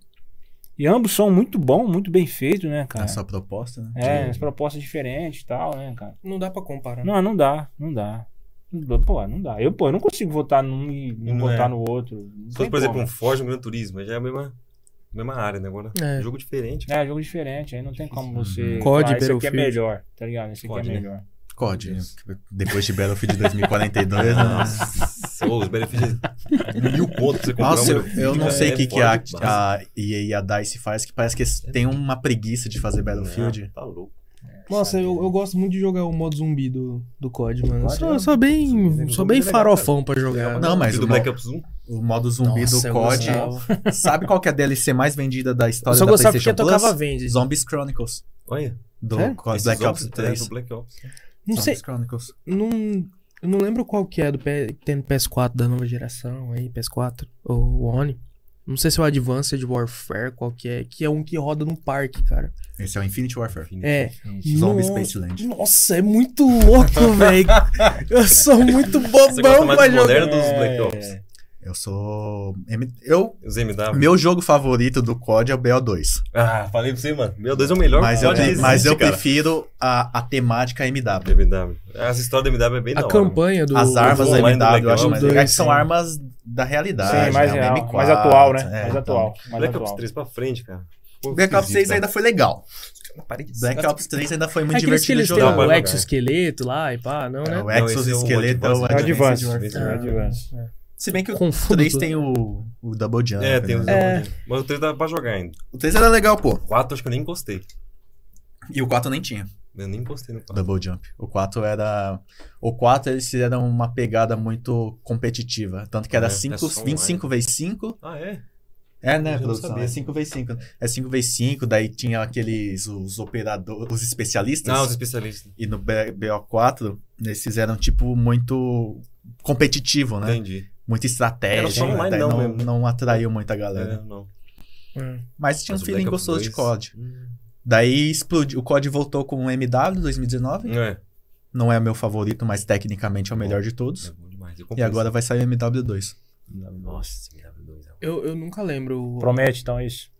E ambos são muito bons, muito bem feitos, né, cara?
a sua É proposta, né?
É, as propostas diferentes e tal, né, cara?
Não dá pra comparar.
Não, não dá, não dá. Não dá, Pô, não dá. Eu, pô, eu não consigo votar num e não,
Não é.
votar no outro. Não
Se
tem
fosse, por exemplo,
como.
um Ford no Gran Turismo, aí já é a mesma, mesma área, né? Agora,
É.
jogo diferente.
É, jogo diferente, aí não tem como você.
Uhum.
COD,
falar, esse aqui é
Battlefield.
melhor, tá ligado? Esse aqui
COD,
é
né?
melhor.
COD. né? Depois de Battlefield 2042, nossa.
Nossa, ô, os benefícios é mil pontos pra você comprar
Nossa, eu,
um
eu não
Battlefield,
sei o
é
que, que a,
Ford, massa.
a EA e a DICE faz, que parece que eles têm uma preguiça de fazer Battlefield.
Ah, tá louco.
Nossa, eu, eu gosto muito de jogar o modo zumbi do, do COD, mano. Eu
COD
sou,
é-
sou bem,
zumbi
sou
é
bem
legal, cara.
farofão pra jogar.
Não, mas
E
o
do Black Ops 1?
O modo zumbi
Nossa,
do
eu
COD. [laughs]
gostava.
Sabe qual que é a DLC mais vendida da
Eu
história
só
da
gostava porque
PlayStation Plus?
tocava Avengers.
Zombies Chronicles.
Olha.
Do
É?
COD
esses
Black
jogos
Ops
que tem
3.
do Black Ops.
Não sei,
Zombies Chronicles.
não, eu não lembro qual que é do P, que tem no PS4 da nova geração aí, PS4 ou One. Não sei se é o Advanced Warfare, qual que é, que é um que roda no parque, cara.
Esse é o Infinity Warfare.
É.
Zombie
Nossa.
Spaceland.
Nossa, é muito louco, [laughs] velho. Eu sou muito
Você gosta
bobão
mais
pra
do
jogar.
é-
moderno dos
É,
Black Ops?
Eu sou. M- Eu.
Os MW.
Meu jogo favorito do COD é o BO2.
Ah, falei pra você, mano. Meu Deus, é o melhor
Mas
que
eu,
pode
pre-
existir,
mas eu
cara.
prefiro a, a temática MW.
MW. As histórias do MW é bem da
A
hora.
campanha do.
né? As armas
do
da
online do
MW
Black
eu acho
Ops,
mais legais.
sim.
São armas da
Tá,
realidade.
é
Sim,
um
mais
né?
real,
O M4,
mais atual, né?
é,
mais
então.
atual. Mais
Black
atual. É
Ops 3 pra frente, cara. Pô,
Black Ops
esquisito,
6 ainda foi legal.
né? Parei de-
Black Ops 3 ainda foi muito
É aqueles que
divertido
eles têm
jogar. né?
Dá
o
pra
exoesqueleto lá e pá, não,
É,
né?
o
esse é o
Exoesqueleto é o
Advanced.
É o Advanced.
Advanced.
é o Advanced.
Se bem que o
[laughs] Confundo
3
tudo.
tem o, o Double Jump.
É, tem
né?
os.
É.
Mas o 3 dava pra jogar ainda.
O 3 era legal, pô.
O 4 acho que eu nem encostei.
E o 4 nem tinha.
Eu nem encostei no 4.
Double Jump. O 4 era. O 4 eles fizeram uma pegada muito competitiva. Tanto que era
É, é
5,
só
25 vezes 5.
Ah, é?
É,
Eu
né,
não
produção?
sabia.
É 5 vezes 5. É 5 vezes 5, daí tinha aqueles. Os operadores. Os especialistas.
Não, os especialistas.
E no B- BO4, eles fizeram, tipo, muito competitivo, né?
Entendi.
Muito
Era
estratégia. né?
só online,
daí
não,
não,
mesmo. né?
não né? atraiu muita galera.
É, não.
É.
Mas tinha
Mas
um
o
feeling
Black Ops
gostoso de
2,
COD.
hum,
Daí explodiu. O COD voltou com um o MW 2019.
É.
Não é o meu favorito, mas tecnicamente é o melhor de
É
todos.
bom demais. Eu
E
comprei
agora vai sair o MW2.
esse. Nossa, esse MW2 é um-
Eu, eu nunca lembro.
Promete, então, isso.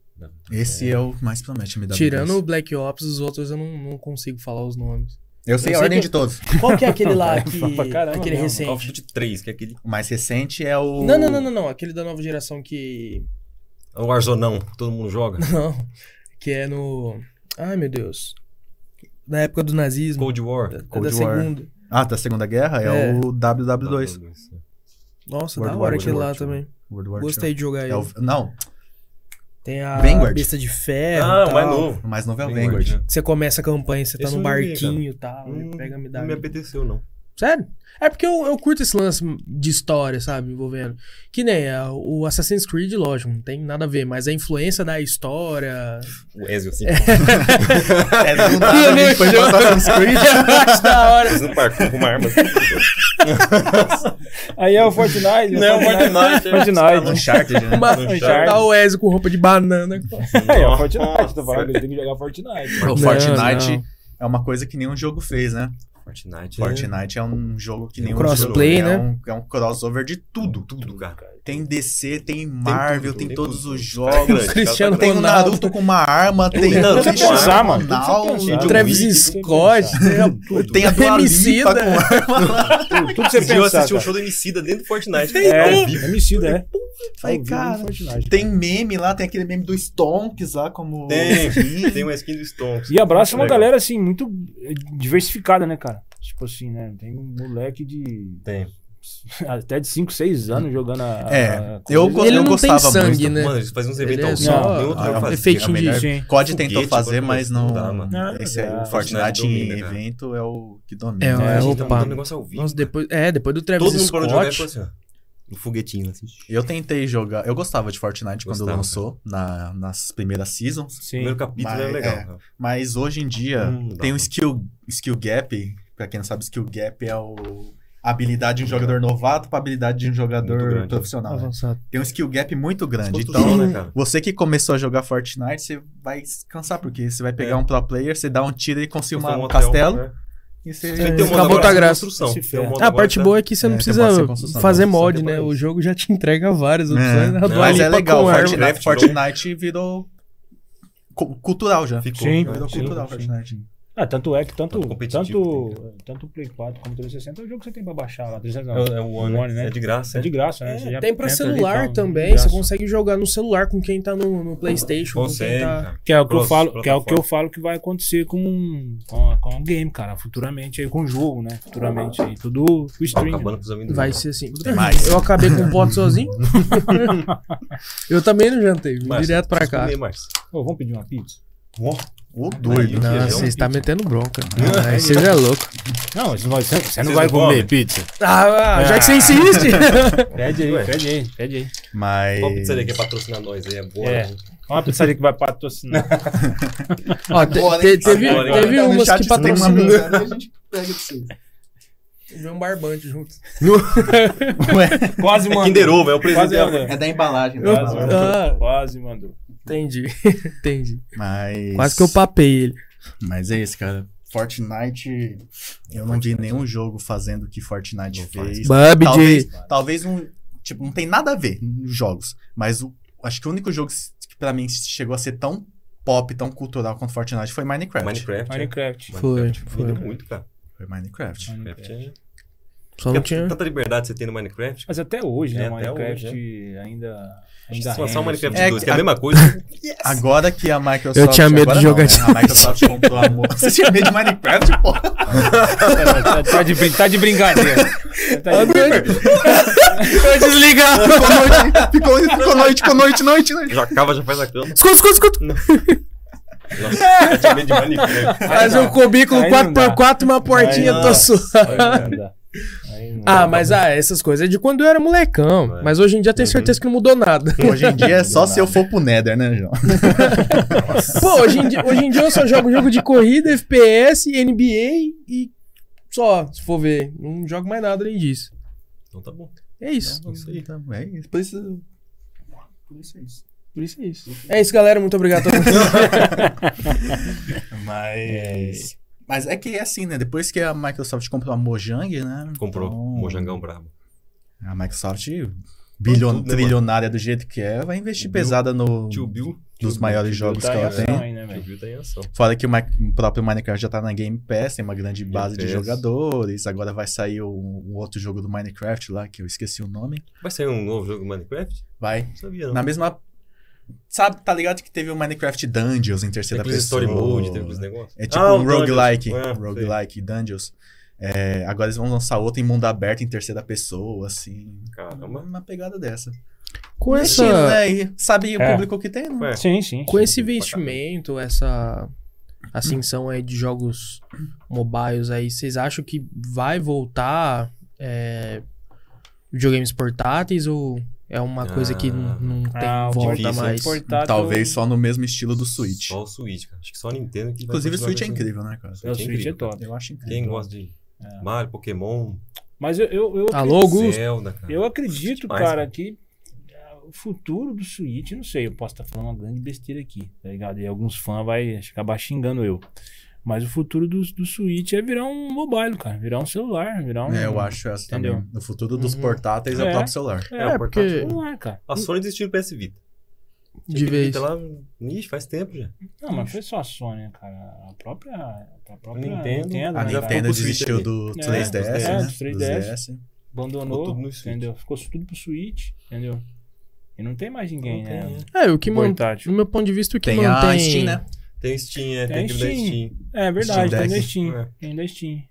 Esse é o mais promete, MW2.
Tirando o Black Ops, os outros eu não, não consigo falar os nomes.
Eu sei
eu
a
sei
ordem
que-
de todos.
Qual que é aquele lá que.
Pra caramba,
aquele
mesmo.
Call of
recente?
Duty 3, que é aquele.
O mais recente é o.
Não, não, não, não, não. Aquele da nova geração que. [laughs]
é O Arzonão, que todo mundo joga.
Não. Que é no. Ai, meu Deus. Da época do nazismo.
Cold War.
da-
Cold
da
War.
segunda.
Ah, da Segunda Guerra é,
É.
o WW2.
W2.
Nossa,
World
da
War
hora
II,
aquele
World
lá
War II.
também.
World War II.
Gostei de jogar ele.
É o- Não,
Tem a
Vanguard.
besta de ferro.
Ah,
tal.
o mais novo.
o mais novo é o
Vanguard,
Vanguard.
né?
Você começa a campanha, você tá
Esse
num
eu não vi,
barquinho e tal.
Hum,
e pega a
Não
medalha.
me apeteceu, não.
Sério? É porque eu, eu curto esse lance de história, sabe? Envolvendo. Que nem a- o Assassin's Creed, lógico, não tem nada a ver, mas a influência da história.
O Ezio, assim. né?
É, do
[laughs]
nada [laughs] a gente foi pra Assassin's Creed.
Eu acho É da hora.
Fazendo um parkour com uma arma. assim,
Aí é o Fortnite.
[laughs] Não, Fortnite. é. Tá
[laughs]
Fortnite.
Uncharted, né?
Uma,
Uncharted.
tá o Ezio com roupa de banana.
Aí é o Fortnite. Tô falando, tem que jogar Fortnite.
O
Não,
Fortnite
não.
é uma coisa que nenhum jogo fez, né?
Fortnite.
Fortnite é um jogo que
É um
nenhum
crossplay,
jogo. É
né?
um- É um crossover de tudo.
Tudo, tudo, cara.
Tem DC, tem Marvel,
tudo,
tem,
tem
todos
tudo.
os
Cara,
jogos.
grande,
Cristiano
Tem o
Ronaldo.
Naruto com uma arma, tem
Não,
o
tem que
Cristiano
pensar, mano.
Ronaldo,
Tem que pensar.
Travis
Wick, tem que
Scott. né, [laughs]
tem a Dua Lipa
Emicida.
com arma lá.
Tudo que você
Esse dia eu
pensar,
assisti um
cara.
show do Emicida dentro do Fortnite. cara, ao vivo.
É, é mecido, é.
Falei,
Ao vivo,
cara,
Fortnite.
Tem meme lá, tem aquele meme do Stonks lá como...
Tem, tem uma skin do Stonks.
E abraça uma
Legal.
galera, assim, muito eh, diversificada, né, cara? Tipo assim, né? Tem um moleque de. [laughs]
Tem.
Até de 5, 6 anos jogando a.
É,
a- a
eu
coisa.
go-
Ele não tem
gostava
sangue,
muito.
né?
Mano, eles fazem uns
Ele
eventos
é
ao
só
vivo. nenhum então, um outro
ah,
jogo fazia,
efeitinho
cara.
de-
melhor-
Sim.
COD tentou
Foguete,
fazer,
bagulho,
mas não...
não dá, mano.
Não,
Esse
não
é,
dá.
o Fortnite em
Domina, cara.
evento é o que domina.
É,
é,
A gente tá
opa.
montando um negócio ao vivo.
Nossa, depois, é, depois do Travis
Todo mundo parou de jogar e
Scott.
falou assim, ó. No foguetinho, assim.
Eu tentei jogar. Eu gostava de Fortnite quando
Gostava,
lançou, na- nas primeiras seasons.
Sim.
Primeiro capítulo
Mas,
era legal.
é.
cara.
Mas hoje em dia
Hum, não dá,
tem um o
não.
skill, skill gap. Pra quem não sabe, skill gap é o. habilidade de um jogador novato pra habilidade de um
Muito
jogador
grande.
profissional. né?
Avançado.
Tem um skill gap muito grande.
Quantos
Então,
anos, né, cara?
você que começou a jogar Fortnite, você vai se cansar, porque você vai pegar
É.
um pro player, você dá um tiro e
Tem
construir uma-
um
um
hotel,
castelo.
né?
E você...
Tem que ter um
É, Acabou
modo
tua
agora de
graça.
construção.
Se
Tem um
ferra.
modo
Ah, a
agora
parte
de-
boa é que você não
É, você
precisa
pode ser construção,
fazer
construção
mod,
tem
né?
pra
O
isso.
jogo já te entrega várias
É.
opções. né?
Não,
Vai
Mas
ali
é
pra
legal,
com arma.
Fortnite,
Minecraft,
Fortnite virou cu- cultural já.
Ficou,
Sim.
né?
Virou
Sim,
cultural
sim.
Fortnite.
Ah, tanto é que tanto,
Tanto competitivo
tanto, tanto o Play 4 como o 360 é o jogo que você tem pra baixar lá. 300,
É
não,
o- é o One, né? É de graça.
É de graça, né? Você
É,
já
tem pra
entra ali,
celular
então, de
também,
graça.
você consegue jogar no celular com quem tá no, no Playstation, com quem
Consegue,
tá...
cara.
Que é o que eu
Cross-
falo, que é o que eu
plataforma.
falo que vai acontecer com um com, a- com um game, cara, futuramente aí com o jogo, né? Futuramente aí tudo o
Tá
stream.
acabando
né?
com os amigos.
Vai ser assim.
Tem mais.
Eu acabei com
[laughs]
o pote sozinho. eu também não jantei, vim
Mas,
direto pra cá.
Comer mais.
Ô, vamos pedir uma pizza?
O doido.
Não,
Nossa,
feijão.
você está metendo bronca. Aí Você já é louco.
Não, você não vai, você- você não
Vocês
vai
não comem?
comer pizza.
Ah, já que você insiste.
Pede aí,
Ué.
pede aí, pede aí.
Mas.
Qual pizzaria quer patrocinar nós aí? É boa.
É.
né?
É uma pizzaria que vai patrocinar.
[laughs]
[laughs]
Ó, te-
Agora,
te-
hein?
teve
Agora, hein?
teve
Tá no
umas
chat,
que
você tem uma
patrocinou.
mensagem, a gente pega de vocês.
Veio um barbante junto.
um
[laughs]
Quase
É
mandou.
Kinder Ovo, é o presente
Quase
dela.
mandou.
É da embalagem.
Eu-
da embalagem.
Ah,
Quase mandou.
entendi. entendi.
Mas.
Quase que eu papei ele.
Mas é isso, cara. Fortnite, eu não vi nenhum jogo fazendo o que Fortnite
Não faz.
fez. Talvez,
Bubd.
talvez um. Tipo, não tem nada a ver nos jogos. Mas o- acho que o único jogo que pra mim chegou a ser tão pop, tão cultural quanto Fortnite foi Minecraft.
Minecraft. é.
Minecraft.
Foi,
Minecraft
foi.
vendeu muito, cara.
Foi Minecraft.
Minecraft é-
Só não
Porque é
tinha.
Tanta liberdade que você tem no Minecraft.
Mas até hoje,
É,
né? O
até
Minecraft ainda. ainda
Se lançar o
rende,
Minecraft
assim.
É
2, que
que
é a
a-
mesma coisa.
Agora que a Microsoft.
Eu tinha medo
agora
de
não,
jogar
né? A Microsoft comprou a moça. [laughs] Você tinha medo de Minecraft, pô?
tá, tá de, brin- tá de [laughs] brincadeira. Tá de brincadeira.
[laughs] Eu desligava.
Ficou noite, ficou, ficou noite, ficou noite, noite, noite.
Já cava, já faz
[laughs]
a cama.
Escuta, escuta, escuta.
Nossa, eu tinha medo de Minecraft.
Faz
não.
um cubículo
Aí não dá.
4x4, uma portinha,
não.
tô suave.
Aí não dá. Aí não dá.
Ah, mas ah, essas coisas é de quando eu era molecão.
É.
Mas hoje em dia tenho
Uhum.
certeza que não
[laughs]
mudou nada.
Hoje em dia é só se eu for pro Nether, né, João?
Pô, hoje em, dia, hoje em dia eu só jogo jogo de corrida, FPS, NBA e só, se for ver. Não jogo mais nada além disso.
Então tá bom.
É isso.
Isso aí.
Então, é isso. Por isso. Por isso é isso.
Por isso é isso. É isso, galera. Muito obrigado a todos.
Mas. Mas é que é assim, né? Depois que a Microsoft comprou a Mojang, né?
Comprou.
Então,
Mojangão brabo.
A Microsoft, bilhon,
tudo, né,
trilionária do jeito que é, vai investir
Bill.
pesada no,
Tio Bill.
nos maiores jogos
Tá
que
em
ela
ação
tem.
aí, né,
Tio
velho?
Bill tá em ação.
Fora que o, Mi- o próprio Minecraft já tá na Game Pass, tem uma grande base de
Pass.
jogadores. Agora vai sair o, o outro jogo do Minecraft lá, que eu esqueci o nome.
Vai sair um novo jogo do Minecraft?
Vai.
Não sabia, não.
Na mesma. Sabe, tá ligado que teve o Minecraft Dungeons em
Tem
terceira
aqueles
pessoa.
story mode, tem aqueles negócios.
tá É tipo
Ah, o
um roguelike.
Dungeons. É,
roguelike Dungeons. É, agora eles vão lançar outro em mundo aberto em terceira pessoa, assim.
sei. Caramba.
Uma pegada dessa.
Com
Investindo,
essa.
né? E sabe o
É.
público que tem, né?
Ué,
Sim, sim.
Com esse
Pra caramba.
investimento, essa ascensão aí de jogos mobiles aí, vocês acham que vai voltar é, videogames portáteis ou é uma coisa que não, não tem
Ah, o
volta
difícil,
mais?
portátil-
Talvez só no mesmo estilo do Switch.
tá Só o Switch, cara. Acho que só a Nintendo que vai
Inclusive, o
continuar
Switch é
lançando.
incrível, né, cara?
É, O Switch é
incrível,
top.
Eu acho incrível.
Quem gosta de
É.
Mario, Pokémon,
Mas eu, eu, eu,
Alô, Augusto?
Zelda, cara.
eu acredito,
Demais,
cara,
cara.
que ah, o futuro do Switch, não sei, eu posso estar falando uma grande besteira aqui, tá ligado? E alguns fãs vai acabar xingando eu. Mas o futuro do, do Switch é virar um mobile, cara. Virar um celular, virar um.
É, eu acho essa
Entendeu?
também. No futuro dos
Uhum.
portáteis é
É.
o próprio celular.
É,
É, o
porque-
portátil.
celular, cara.
A Sony desistiu do PS Vita. é,
De vez.
Vita lá, ixi, faz tempo já.
Não, mas foi só a Sony, cara. A própria. A própria
Nintendo.
Nintendo,
A
né,
já
cara?
Nintendo
ficou pro Switch
desistiu
ali.
do
É,
3DS,
é,
né?
dos 3DS. abandonou,
Ficou tudo no Switch.
entendeu? Ficou tudo pro Switch, entendeu? E não tem mais ninguém,
Não tem,
né?
né?
É, o que mantém.
portátil.
No meu ponto de vista, o que
Tem
mantém.
a Steam, né?
Tem Steam, é,
Tem
tem, time da
Steam.
Steam.
É verdade,
Steam
tem da
Deck.
Steam.
É.
Tem da Steam.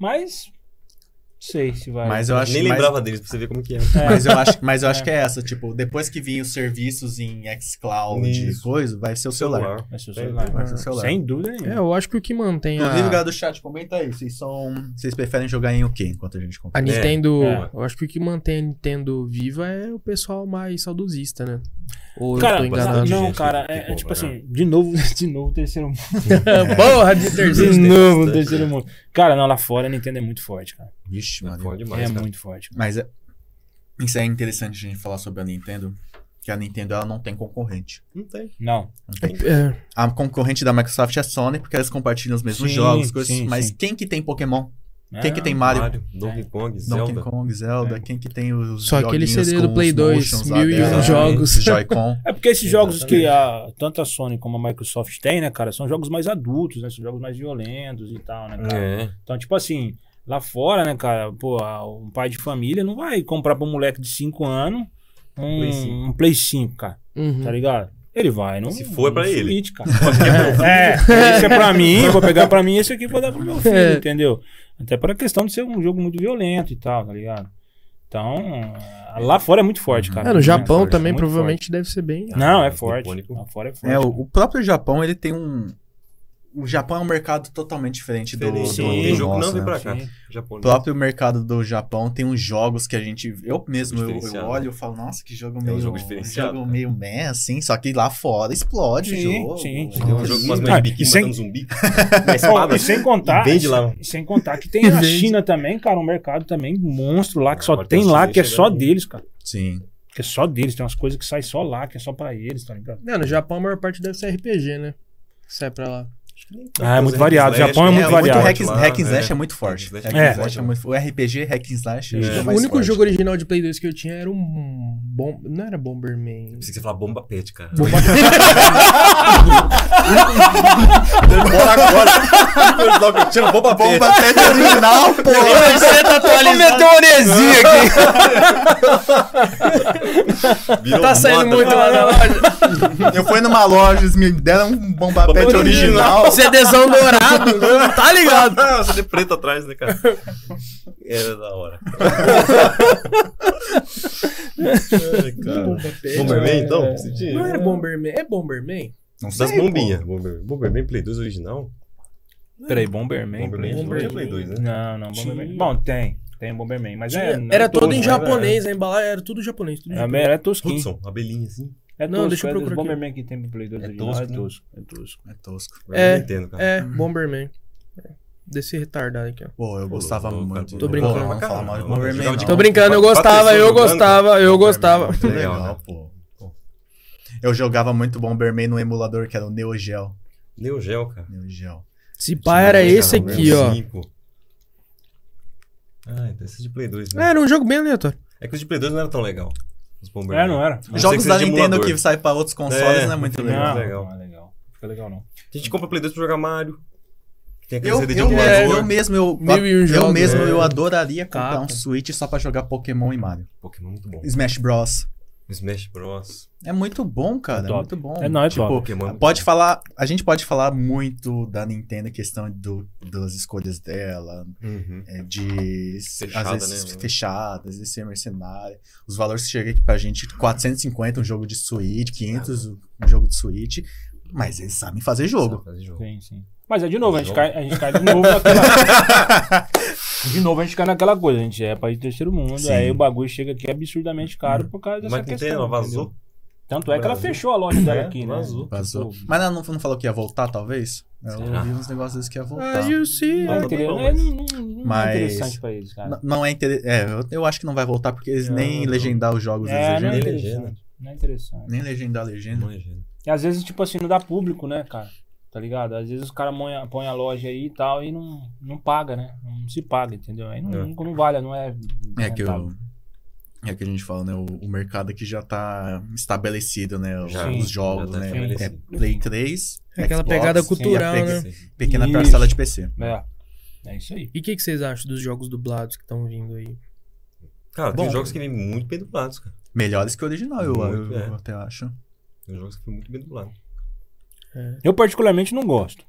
Mas. Não sei se vai.
Mas eu acho
Nem
mais-
lembrava deles pra você ver como que é.
É,
Mas eu acho, mas eu acho
É.
que é essa, tipo, depois que vinha os serviços em xCloud e
Isso.
coisa, vai ser o celular.
Celular.
vai ser o
Tem-
celular.
Vai ser o celular.
Sem dúvida
É,
nenhuma.
eu acho que o que mantém a,
Inclusive, galera do chat, comenta aí. Vocês são. Vocês preferem jogar em o quê enquanto a gente
a
compra?
Nintendo.
É.
Eu acho que o que mantém a Nintendo viva é o pessoal mais saudosista, né? Ou eu
[laughs] Cara,
tô enganado?
de
não,
gente
cara,
que
é, é
rouba,
tipo
né?
assim, de novo, [laughs] de novo, terceiro mundo.
Porra de
De
terceiro.
novo,
bastante,
terceiro
né?
mundo. Cara, não, lá fora a Nintendo é muito forte, cara.
Vixe,
É
mano.
foda
é
demais, cara.
muito forte.
Mas é- isso é interessante a gente falar sobre a Nintendo, que a Nintendo ela não tem concorrente.
Não tem.
Não.
Não tem.
É,
A concorrente da Microsoft é a Sony, porque elas compartilham os mesmos
Sim,
jogos, coisas,
sim,
mas
sim.
quem que tem Pokémon? Quem que
É,
tem Mario?
Donkey Kong,
Donkey
Zelda.
Kong, Zelda, quem que tem os
Só aquele
joguinhos
CD
com
do Play
os
2,
motions
mil e
lá
um
dela,
jogos.
os [laughs] Joy-Con.
É porque esses jogos
Exatamente.
que a, tanto a Sony como a Microsoft tem, né, cara, são jogos mais adultos, né? São jogos mais violentos e tal, né, cara?
É.
Então, tipo assim, lá fora, né, cara, pô, a- um pai de família não vai comprar pra um moleque de 5 anos um
Play
Play
cinco.
5, cara,
uhum.
tá ligado? Ele vai, não.
Se for, é pra ele. [laughs]
Cara. [laughs] é, esse é pra mim, vou pegar pra mim, esse aqui vou dar pro meu
[laughs]
filho,
É.
entendeu? Até por a questão de ser um jogo muito violento e tal, tá ligado? Então, lá fora é muito
Uhum.
forte, cara.
É, no
Muito
Japão
forte,
também
muito
provavelmente deve ser bem.
forte. Não, é
Ah,
forte.
nipônico.
Lá fora é forte.
É, o,
cara.
o próprio Japão, ele tem um. O Japão é um mercado totalmente diferente do, do,
Diferente.
Sim.
do
Tem jogo que
nosso,
não vem
né?
pra
Sim.
cá.
O
Japão.
próprio mercado do Japão tem uns jogos que a gente. Eu mesmo, eu, eu
Diferenciado.
olho e falo, nossa, que jogo
um
meio.
jogo diferenciado,
jogo
cara.
meio meh, assim. Só que lá fora explode o
Sim,
jogo.
sim, sim.
entendeu?
Um jogo com umas
Sim,
mães
cara,
de biquinho
e sem-
matando zumbi. Uma espada.
e sem contar.
E vende lá.
e sem contar que tem a
Vende.
China também, cara, um mercado também monstro lá, que
Ah,
só
agora
tem
tem os
lá,
chineses
que é só
chegando aí.
deles, cara.
Sim.
Que é só deles, tem umas coisas que saem só lá, que é só pra eles, tá ligado?
Não, no Japão a maior parte deve ser RPG, né? Sai pra lá.
Ah, é muito variado, Japão é
É,
muito
muito
variado.
hack, hack and slash é.
é.
muito forte.
Hack
Hack
and
and
slash
é
slash
forte.
é muito- O RPG Hack and Slash é, o
É. O
jogo
O
mais
único
forte.
jogo original de Play 2 que eu tinha era um. Bom... Não era Bomberman.
[laughs] Pensei que você ia falar bomba pet, cara.
Bomba-
Bora
[laughs]
agora. Logo eu
um
tiro bomba
Bomba
pet.
até [laughs] original, pô!
Você tá atualizando.
heresia aqui. Virou
Tá saindo
moda.
muito lá na loja.
Eu fui numa loja, eles me deram um bomba pet original.
CDzão dourado. Tá ligado?
Ah, você de preto atrás, né, cara? Era da hora. Ai, cara. Bomberman, então? Você tinha?
Não era Bomberman. É Bomberman?
Não
Das
sei, pô.
bombinhas. Bomberman. Bomberman Play 2 original?
Peraí, Bomberman.
Bomberman.
Play-
não é Play 2, né?
Não, não, Bomberman.
Tinha.
Bom, tem. Tem Bomberman, mas é.
Tinha-
não é
era todo
tosco,
em
né?
japonês, a embalagem era tudo japonês. Tudo
É,
japonês.
é, é tosquinho.
Hudson, abelhinha assim.
É
Não,
tosco,
deixa eu
é
procurar
dos Bomberman que tem pro Play 2
É
original,
tosco,
é
né?
tosco, é tosco.
É tosco.
É,
Eu entendo, cara.
É, Bomberman. É. Desse retardado aqui, ó.
Pô, eu
Pô, tá
gostava
louco,
muito.
cara.
Tô brincando.
Pô, vamos falar mal de
Não,
Bomberman,
jogava de
não.
Tô brincando, eu gostava, eu gostava, eu gostava.
Muito legal,
Legal, né?
pô. Pô. Eu jogava muito Bomberman no emulador que era o Neo Geo.
Neo Geo, cara.
Neo Geo.
Esse pá era esse
é
aqui, ó.
Ah, então esse de Play 2, né?
Era um jogo bem aleatório.
É que os de Play 2 não era tão legal. Os Bomberman.
É, não era?
Não
Jogos
sei que
da
seja de
Nintendo
emulador.
que saem pra outros consoles
É,
não é muito
não
legal.
Não,
legal.
não é legal. Não Fica legal, não.
A gente compra Play 2 pra jogar Mario. Tem aquele
Eu,
CD de um
eu, é, eu
emulador.
mesmo, eu,
Mil e um
eu
jogos,
mesmo,
é.
eu adoraria comprar
Capa.
um Switch só pra jogar Pokémon e Mario.
Pokémon muito bom.
Smash Bros.
Smash Bros.
É muito bom, cara. É
Top.
muito bom. Tipo,
É, não, é top.
Pokémon. muito
Pode
bom.
falar, a gente pode falar muito da Nintendo em questão do, das escolhas dela,
Uhum.
é, de se-
Fechada,
às vezes
né?
fechada, às vezes ser mercenária. Os valores que chegam aqui pra gente, 450 um jogo de Switch, 500 um jogo de Switch, mas eles sabem fazer jogo.
Sabe fazer jogo.
Sim, sim. Mas é de novo, a gente
Jogo.
cai, a gente cai de novo naquela. de novo, a gente cai naquela coisa. A gente é país do terceiro mundo,
Sim.
aí o bagulho chega aqui absurdamente caro por causa dessa
Mas não
questão.
tem, ela
entendeu?
vazou.
Tanto é que ela
Vazou.
fechou a loja dela
É,
aqui, né?
vazou.
Vazou.
Tipo,
Mas ela não, não falou que ia voltar, talvez? Eu
Será?
ouvi uns negócios desses que ia voltar.
Ah, you see.
Não é,
Mas-
inter- não é- não- não- não é
Mas-
interessante pra eles, cara.
N- Não é interessante. É, eu, eu acho que não vai voltar porque eles
Não,
nem
não.
legendar os jogos eles
é, não é
legendam.
legenda.
interessante. Não é interessante.
Nem legendar a legenda.
Não é, gente.
E às vezes, tipo assim, não dá público, né, cara? Tá ligado? Às vezes os caras põem a- põem a loja aí e tal e não, não paga, né? Não se paga, entendeu? Aí não,
É.
não, não vale, não é.
É que
rentável.
o. É que a gente fala, né? O, o mercado aqui já tá estabelecido, né? Os,
Já,
os
sim,
jogos,
já tá
né? É
estabelecido.
Play 3.
É aquela
Xbox,
pegada
e a
cultural,
pe-
né?
Sim.
Pequena
Isso.
parcela de PC.
É. É isso aí.
E o que, que vocês acham dos jogos dublados que estão vindo aí?
Cara,
Bom.
tem jogos que vêm muito bem dublados, cara.
Melhores que o original, eu,
Muito,
eu
é.
até acho.
Tem jogos que vêm muito bem dublados.
Eu particularmente não gosto.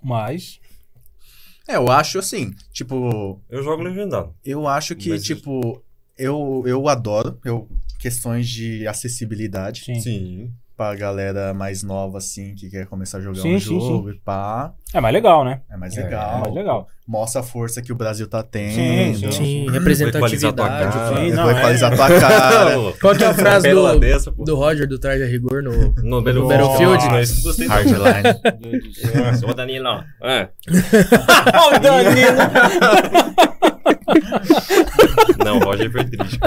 Mas.
É, eu acho assim, tipo,
Eu jogo legendado.
Eu acho que,
Mas-
tipo, eu, eu adoro eu, questões de acessibilidade.
Sim.
Sim.
pra galera mais nova, assim, que quer começar a jogar
Sim,
um
sim,
jogo e pá.
É mais legal, né?
É mais
É,
legal.
é
mais legal.
Mostra a força que o Brasil tá tendo.
Sim,
Sim,
equalizar tua
representatividade.
cara.
sim,
Eu
não,
vou
é.
equalizar tua Ah, cara.
[laughs]
[laughs]
Qual que é a frase do-
Pérola dessa, pô.
Do Roger do Traje a Rigor no.
No
Battlefield?
Ah, isso eu gostei.
Hardline.
Sou o Danilo, ó. É.
Ó, o [laughs] Danilo!
Não, o Roger foi triste.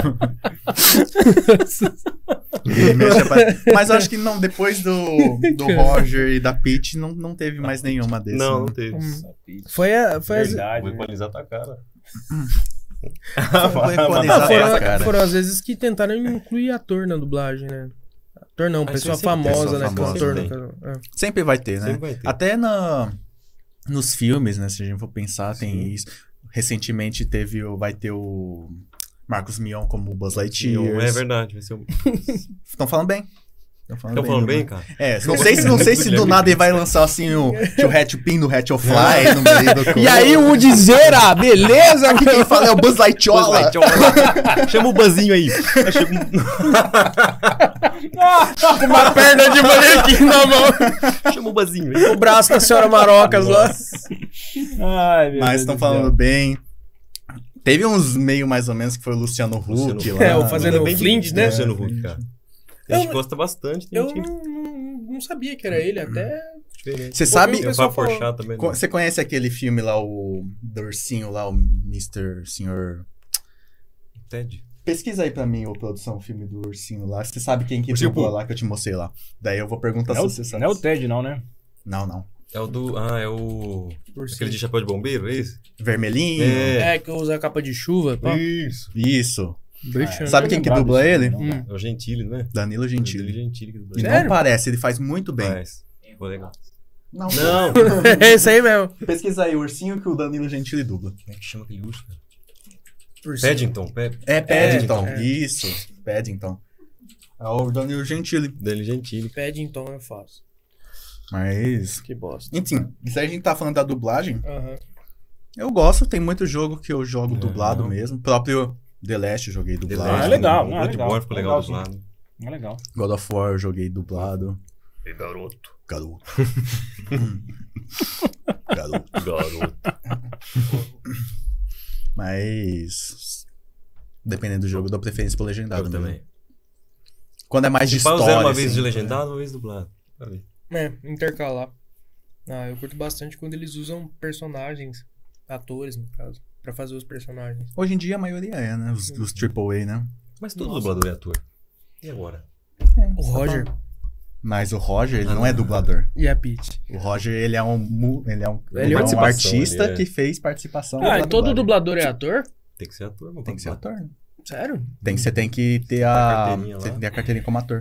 Mexa
[laughs]
pra- Mas eu acho que não, depois do, do Roger e da Peach, não, não teve mais nenhuma dessas.
Não,
né?
não teve.
Foi a. Foi as-
Verdade.
Vou
né?
equalizar tua cara. [laughs]
Vou
Ah,
equalizar né?
foram,
essa cara.
foram às vezes que tentaram incluir ator na dublagem, né? Ator não,
Ah,
pessoa
isso sempre tem,
famosa, né?
pessoa famosa,
Cantor.
sempre
né? É.
Sempre vai ter, né?
Sempre vai ter.
Até na, nos filmes, né? Se a gente for pensar, tem
Sim.
isso. Recentemente teve o, vai ter o Marcos Mion como Buzz Lightyear.
É verdade. vai ser um-
Estão falando bem. Estão
Estão falando bem, cara?
É, não sei se, não sei se do
[laughs]
nada ele vai lançar assim o o Hat Pin do Hat Fly
[laughs]
no meio do
E aí o dizer, ah, beleza?
Sabe quem fala é o Buzz
Buzz
Lightyear.
Lightyear. então, Chama o Buzzinho aí. Aí chega um-
Uma [laughs] perna de manequim na mão.
Chama o Buzzinho aí.
O braço da senhora Marocas lá.
Ai, meu
Mas
Deus
estão
do
falando
céu.
bem. Teve uns meio mais ou menos que foi o Luciano
Luciano
Huck
Huck.
lá.
É, o
né?
fazendo
Bem
Flint, né?
Luciano Huck, cara. A gente
Eu-
gosta bastante. Tem
Eu
gente
não, não- não sabia que era ele, até.
diferente.
Você sabe,
Eu-
Eu
pessoal
vou
falou-
forchar também. né?
co- você conhece aquele filme lá, o do ursinho lá, o Mr. Senhor...
Ted.
Pesquisa aí pra mim, ô produção, o filme do ursinho lá. Você sabe quem que
Ursinho
dublou
Pooh.
lá, que eu te mostrei lá. Daí eu vou perguntar
Não é,
se você
o,
sabe.
não é o Ted, não, né?
Não, não.
É o do. Ah, é o. Aquele de chapéu de bombeiro, é isso?
Vermelhinho.
É.
É, que eu uso a capa de chuva. pá.
Isso.
Isso.
Bicho,
Sabe
né?
quem que
lembrado
dubla
disso,
ele?
não.
Hum.
É o Gentili, né?
Danilo
Ele
Gentili.
Gentili que
E
do
não
Sério?
parece, ele faz muito bem.
Mas,
um
Ficou legal.
Não.
Não!
[laughs] É isso aí mesmo.
Pesquisa aí, o ursinho que o Danilo Gentili dubla.
Como é que chama aquele urso, cara?
Ursinho.
Paddington, Pad.
É Paddington.
É.
Isso, Paddington. É o Danilo Gentili.
Dele é Gentili.
Pede então
é
eu faço.
Mas.
Que bosta.
Enfim, se a gente tá falando da dublagem,
Aham.
eu gosto, tem muito jogo que eu jogo
Não.
dublado mesmo. Próprio The Last eu joguei
The
dublado.
Legend,
é legal,
O
não, é legal.
Bloodborne ficou legal
Legal, sim.
dublado.
É legal.
God of War eu joguei dublado.
Garoto.
Garoto.
[laughs]
Hum. Garoto.
Garoto.
Mas. Dependendo do jogo, eu dou preferência pro legendado
Eu
mesmo.
também.
Quando é mais de
Se pá, Tipo, eu
história.
zero uma
assim,
vez de
né?
legendado, uma vez dublado. Pra ver.
É, intercalar. Ah, eu curto bastante quando eles usam personagens, atores, no caso, pra fazer os personagens.
Hoje em dia a maioria é, né? Os,
Uhum.
os AAA, né?
Mas todo
Nossa.
dublador é ator. E agora?
O Roger
Mas o Roger, ele
Ah,
não é
não.
dublador.
e a Peach.
O Roger, ele é um. mu- Ele é um,
Ele é um-
um artista
ele é.
que fez participação. na
Ah, e
dublagem.
todo dublador é ator?
Tem que ser ator, mano.
Tem que ser ator. né?
Sério?
Tem, você tem que ter
A
a.
carteirinha lá.
Você tem que ter a carteirinha como ator.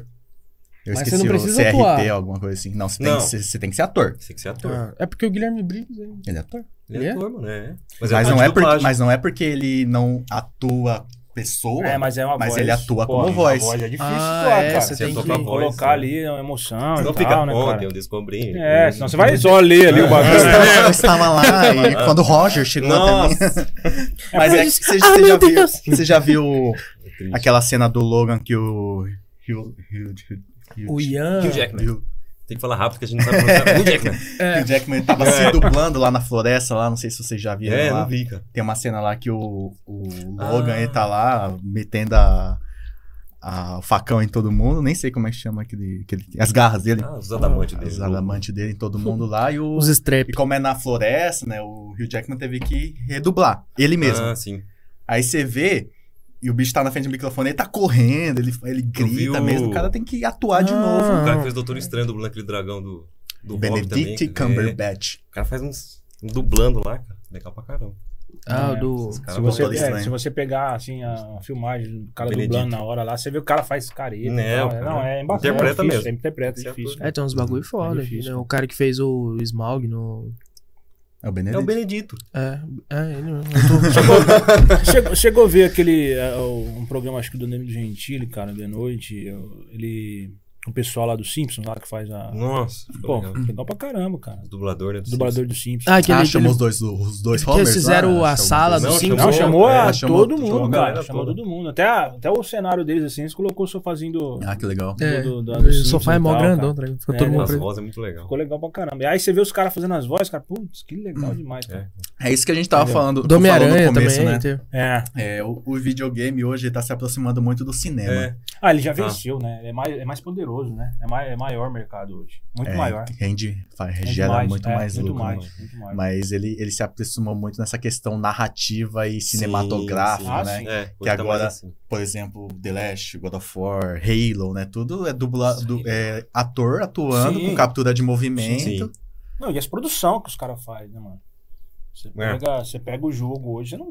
Eu
Mas
esqueci
você não
o
precisa
CRT,
atuar.
alguma coisa assim. Não, você tem,
Não.
que ser- você tem que ser ator.
Tem que ser ator.
é porque o Guilherme Briggs é.
Ele é ator.
Ele é ator, mano. É.
Mas,
parte
não, é
de
porque-
dublagem.
mas não é porque ele não atua pessoa.
É, mas é uma
Mas
voz.
ele atua como
uma
voz.
é difícil
Ah,
atuar,
é,
cara.
você
Você
tem
tem
que-
que colocar ali uma emoção
Senão
e
fica
tal,
bom,
né, cara?
tem um descombrinho.
É, senão você vai só ler ali o bagulho.
Eu estava, eu estava lá e quando o Roger chegou até mim.
[laughs] É. Nossa!
Mas é que você,
Ah,
você já viu, você já viu
É triste.
aquela cena do Logan que o. Hugh- Hugh- Hugh-
O Ian.
Hugh Jackman.
Hugh-
Tem que falar rápido que a gente não
[laughs]
sabe pronunciar. Hugh Jackman.
Hugh Jackman tava se
É.
dublando lá na floresta, lá, não sei se vocês já viram
É,
lá.
não vi, cara.
Tem uma cena lá que o, o Logan
Ah.
ele tá lá metendo a, a- o facão em todo mundo, nem sei como é que chama aquele. aquele as garras dele.
Ah, os adamantes dele.
Os adamantes dele em todo mundo lá e o.
Os
E
strep.
como é na floresta, né? O Hugh Jackman teve que redublar. Ele mesmo.
Ah, sim.
Aí você vê, e o bicho tá na frente do microfone, ele tá correndo, ele, ele
vi
grita
o-
mesmo, o cara tem que atuar de
Ah.
novo.
O cara que
Ah.
fez Doutor Estranho dublando aquele dragão do, do Hobbit também.
Benedict
cara. É,
Cumberbatch.
O cara faz uns um dublando lá, cara. Legal pra caramba.
Ah,
É,
do.
Os caras
Se você,
Doutor
é,
Estranho.
se você pegar assim a filmagem do cara
Benedito.
dublando na hora lá, você vê o cara faz careta.
Né,
e tal,
o
né?
cara
não, é embaçado.
interpreta
é difícil,
mesmo.
é interpreta, é
Esse
difícil.
ator.
É, tem uns bagulho foda.
É difícil,
né?
né?
O cara que fez o Smaug no.
É o
É o
Benedict.
Benedito.
É, é ele mesmo. Eu tô-
Chegou, chegou é, a ver aquele. eh, o- Um programa, acho que do Danilo Gentili, cara, de noite. eu- Ele. O pessoal lá do Simpsons, lá que faz a.
Nossa, ficou
Pô,
legal.
legal pra caramba, cara.
O dublador, né? do
Dublador do Simpsons.
Ah, aquele,
ah,
aquele
chamou os dois, os dois
que
Homers
eles fizeram
lá,
a
chamou
sala
os dois.
do
Não,
Simpsons.
Não, chamou
é,
a
chamou- né?
todo
chamou
mundo,
a
cara.
galera
Chamou
toda.
todo mundo. Até, a- até o cenário deles, assim, eles colocou o sofazinho do.
Ah, que legal.
É,
do- do- do
o
Simpsons
sofá é
e
mó
tal,
grandão,
cara.
tá ligado? Ficou
É,
todo mundo
nossa,
As
preso.
vozes é muito legal.
Ficou legal pra caramba. E aí você vê os caras fazendo as vozes, cara, putz, que legal demais, cara.
É.
É isso que a gente tava
Entendeu?
falando.
Do Homem-Aranha
falando no
também.
começo, né?
teve.
É.
É, o, o videogame hoje tá se aproximando muito do cinema.
É.
Ah, ele já
Tá.
venceu, né? É mais, é mais poderoso, né? É, mai- é maior o mercado hoje. Muito
É,
maior.
Rende, faz,
Muito
gera
mais,
muito
é,
mais
muito
lucro. né?
mais, muito mais.
Mas ele, ele se aproximou muito nessa questão narrativa e cinematográfica,
sim.
né?
Ah, sim.
É,
Que
hoje tá mais
agora-
assim.
Por exemplo, The Last, God of War, Halo, né? Tudo é, dubla, du- é ator atuando
Sim.
com captura de movimento.
Sim.
Não, e as produções que os caras fazem, né, mano? Você pega, você pega o jogo hoje, você não.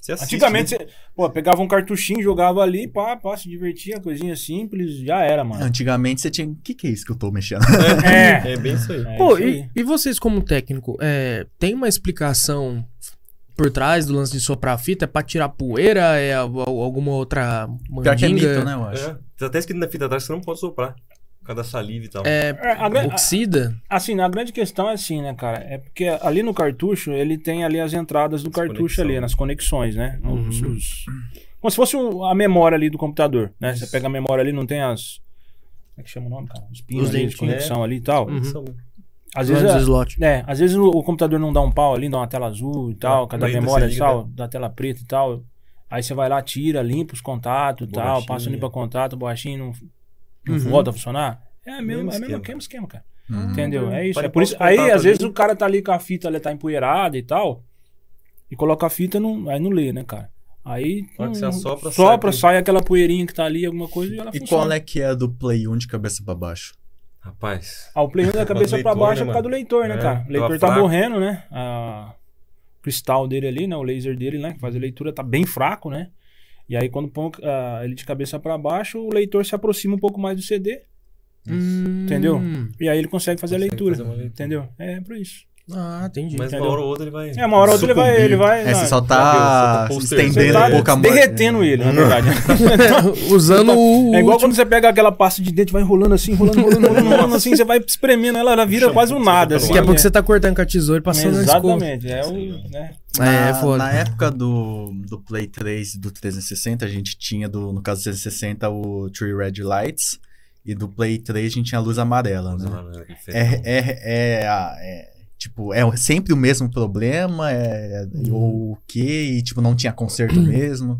Você assiste,
Antigamente,
né?
você pô, pegava um cartuchinho, jogava ali, pá, pá, se divertia, coisinha simples, já era, mano.
Antigamente você tinha. O que, que é isso que eu tô mexendo?
É.
É bem isso aí.
É
Pô,
isso aí.
e, e vocês como técnico, é, tem uma explicação por trás do lance de soprar a fita? É pra tirar poeira? É al- al- alguma outra
Pior que é
mandinga?
mito, né, eu acho.
É. Tá até escrito na fita atrás que você não pode soprar. Por causa da saliva e tal.
É,
É, a gran- a-
oxida?
assim, a grande questão é assim, né, cara? É porque ali no cartucho, ele tem ali as entradas do
As
cartucho
conexão.
ali, nas conexões, né?
Uhum.
Os- os- Como se fosse o- a memória ali do computador, né? Você pega a memória ali, não tem as. Como é que chama o nome, cara? Os pinos
Os
ali, de
dentes, é.
conexão ali e tal.
Uhum.
Conexão.
Às
Lá
vezes,
nos
a-
slot.
É, às vezes o, o computador não dá um pau ali, dá uma tela azul e tal,
Ah,
cada
aí você
memória e
liga,
tal, da tela preta e tal. Aí você vai lá, tira, limpa os contatos e tal,
Borrachinha.
passa limpa contato, borrachinha, não, não
Uhum.
volta a funcionar. É mesmo,
Mesmo
é mesmo
esquema. Uhum.
mesmo esquema, cara.
Hum.
Entendeu? É isso.
Pode
É por isso.
pôr os
Aí,
contatos
às vezes,
ali.
o cara tá ali com a fita, ela tá empoeirada e tal, e coloca a fita, não, aí não lê, né, cara? Aí
Na hora que
não-
você assopra, sai
sopra,
aquele-
sai, aquela poeirinha que tá ali, alguma coisa, e ela
E
funciona.
qual é que é a do Play 1 de cabeça pra baixo?
Rapaz.
Ah, o play da cabeça pra
leitor,
baixo é
né,
por causa do
mano?
leitor, né,
É,
cara? O leitor
tava
tá
fraco.
morrendo, né? Ah, o cristal dele ali, né? O laser dele, né? Que faz a leitura, tá bem fraco, né? E aí, quando põe ah, ele de cabeça pra baixo, o leitor se aproxima um pouco mais do CD. Entendeu?
Hum,
E aí ele consegue fazer a
Consegue
leitura.
fazer uma leitura.
Entendeu? É por isso.
Ah, [laughs] entendi.
Mas
Entendeu?
uma hora ou outra ele vai.
É, uma hora ou outra ele vai. Ele vai
É, você
né?
só tá
Meu Deus, você tá
estendendo
Você
entendendo
tá
um pouco a mão.
derretendo ele, na
[laughs]
verdade.
Usando o
É igual
último-
quando você pega aquela pasta de dente, vai enrolando assim, enrolando, enrolando, enrolando, enrolando assim, você vai espremendo ela, ela vira
Puxa,
quase um
você
nada.
tá
Assim,
Daqui a pouco
né?
você tá cortando com a tesoura e passando na escova.
Exatamente. É o. Né?
Na,
É, é foda. [laughs]
na época do, do Play 3 e do 360, a gente tinha, do, no caso do 360, o Three Red Lights. E do Play 3 a gente tinha a luz amarela,
Uhum.
né? É, é, é, a- é, tipo, é o- sempre o mesmo problema, é, ou o quê, e tipo, não tinha conserto mesmo.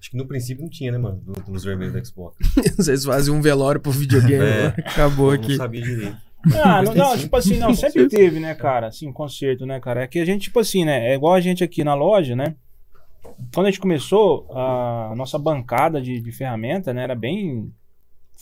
Acho que no princípio não tinha, né, mano? do- Dos vermelhos da Xbox.
Vocês fazem um velório pro
[laughs]
videogame.
É.
né? Acabou
Eu
aqui.
não sabia direito.
Ah, não, não, tipo assim, não, sempre teve, né, cara? Assim, concerto, né, cara? É que a gente, tipo assim, né? É igual a gente aqui na loja, né? Quando a gente começou, a nossa bancada de, de ferramenta, né, era bem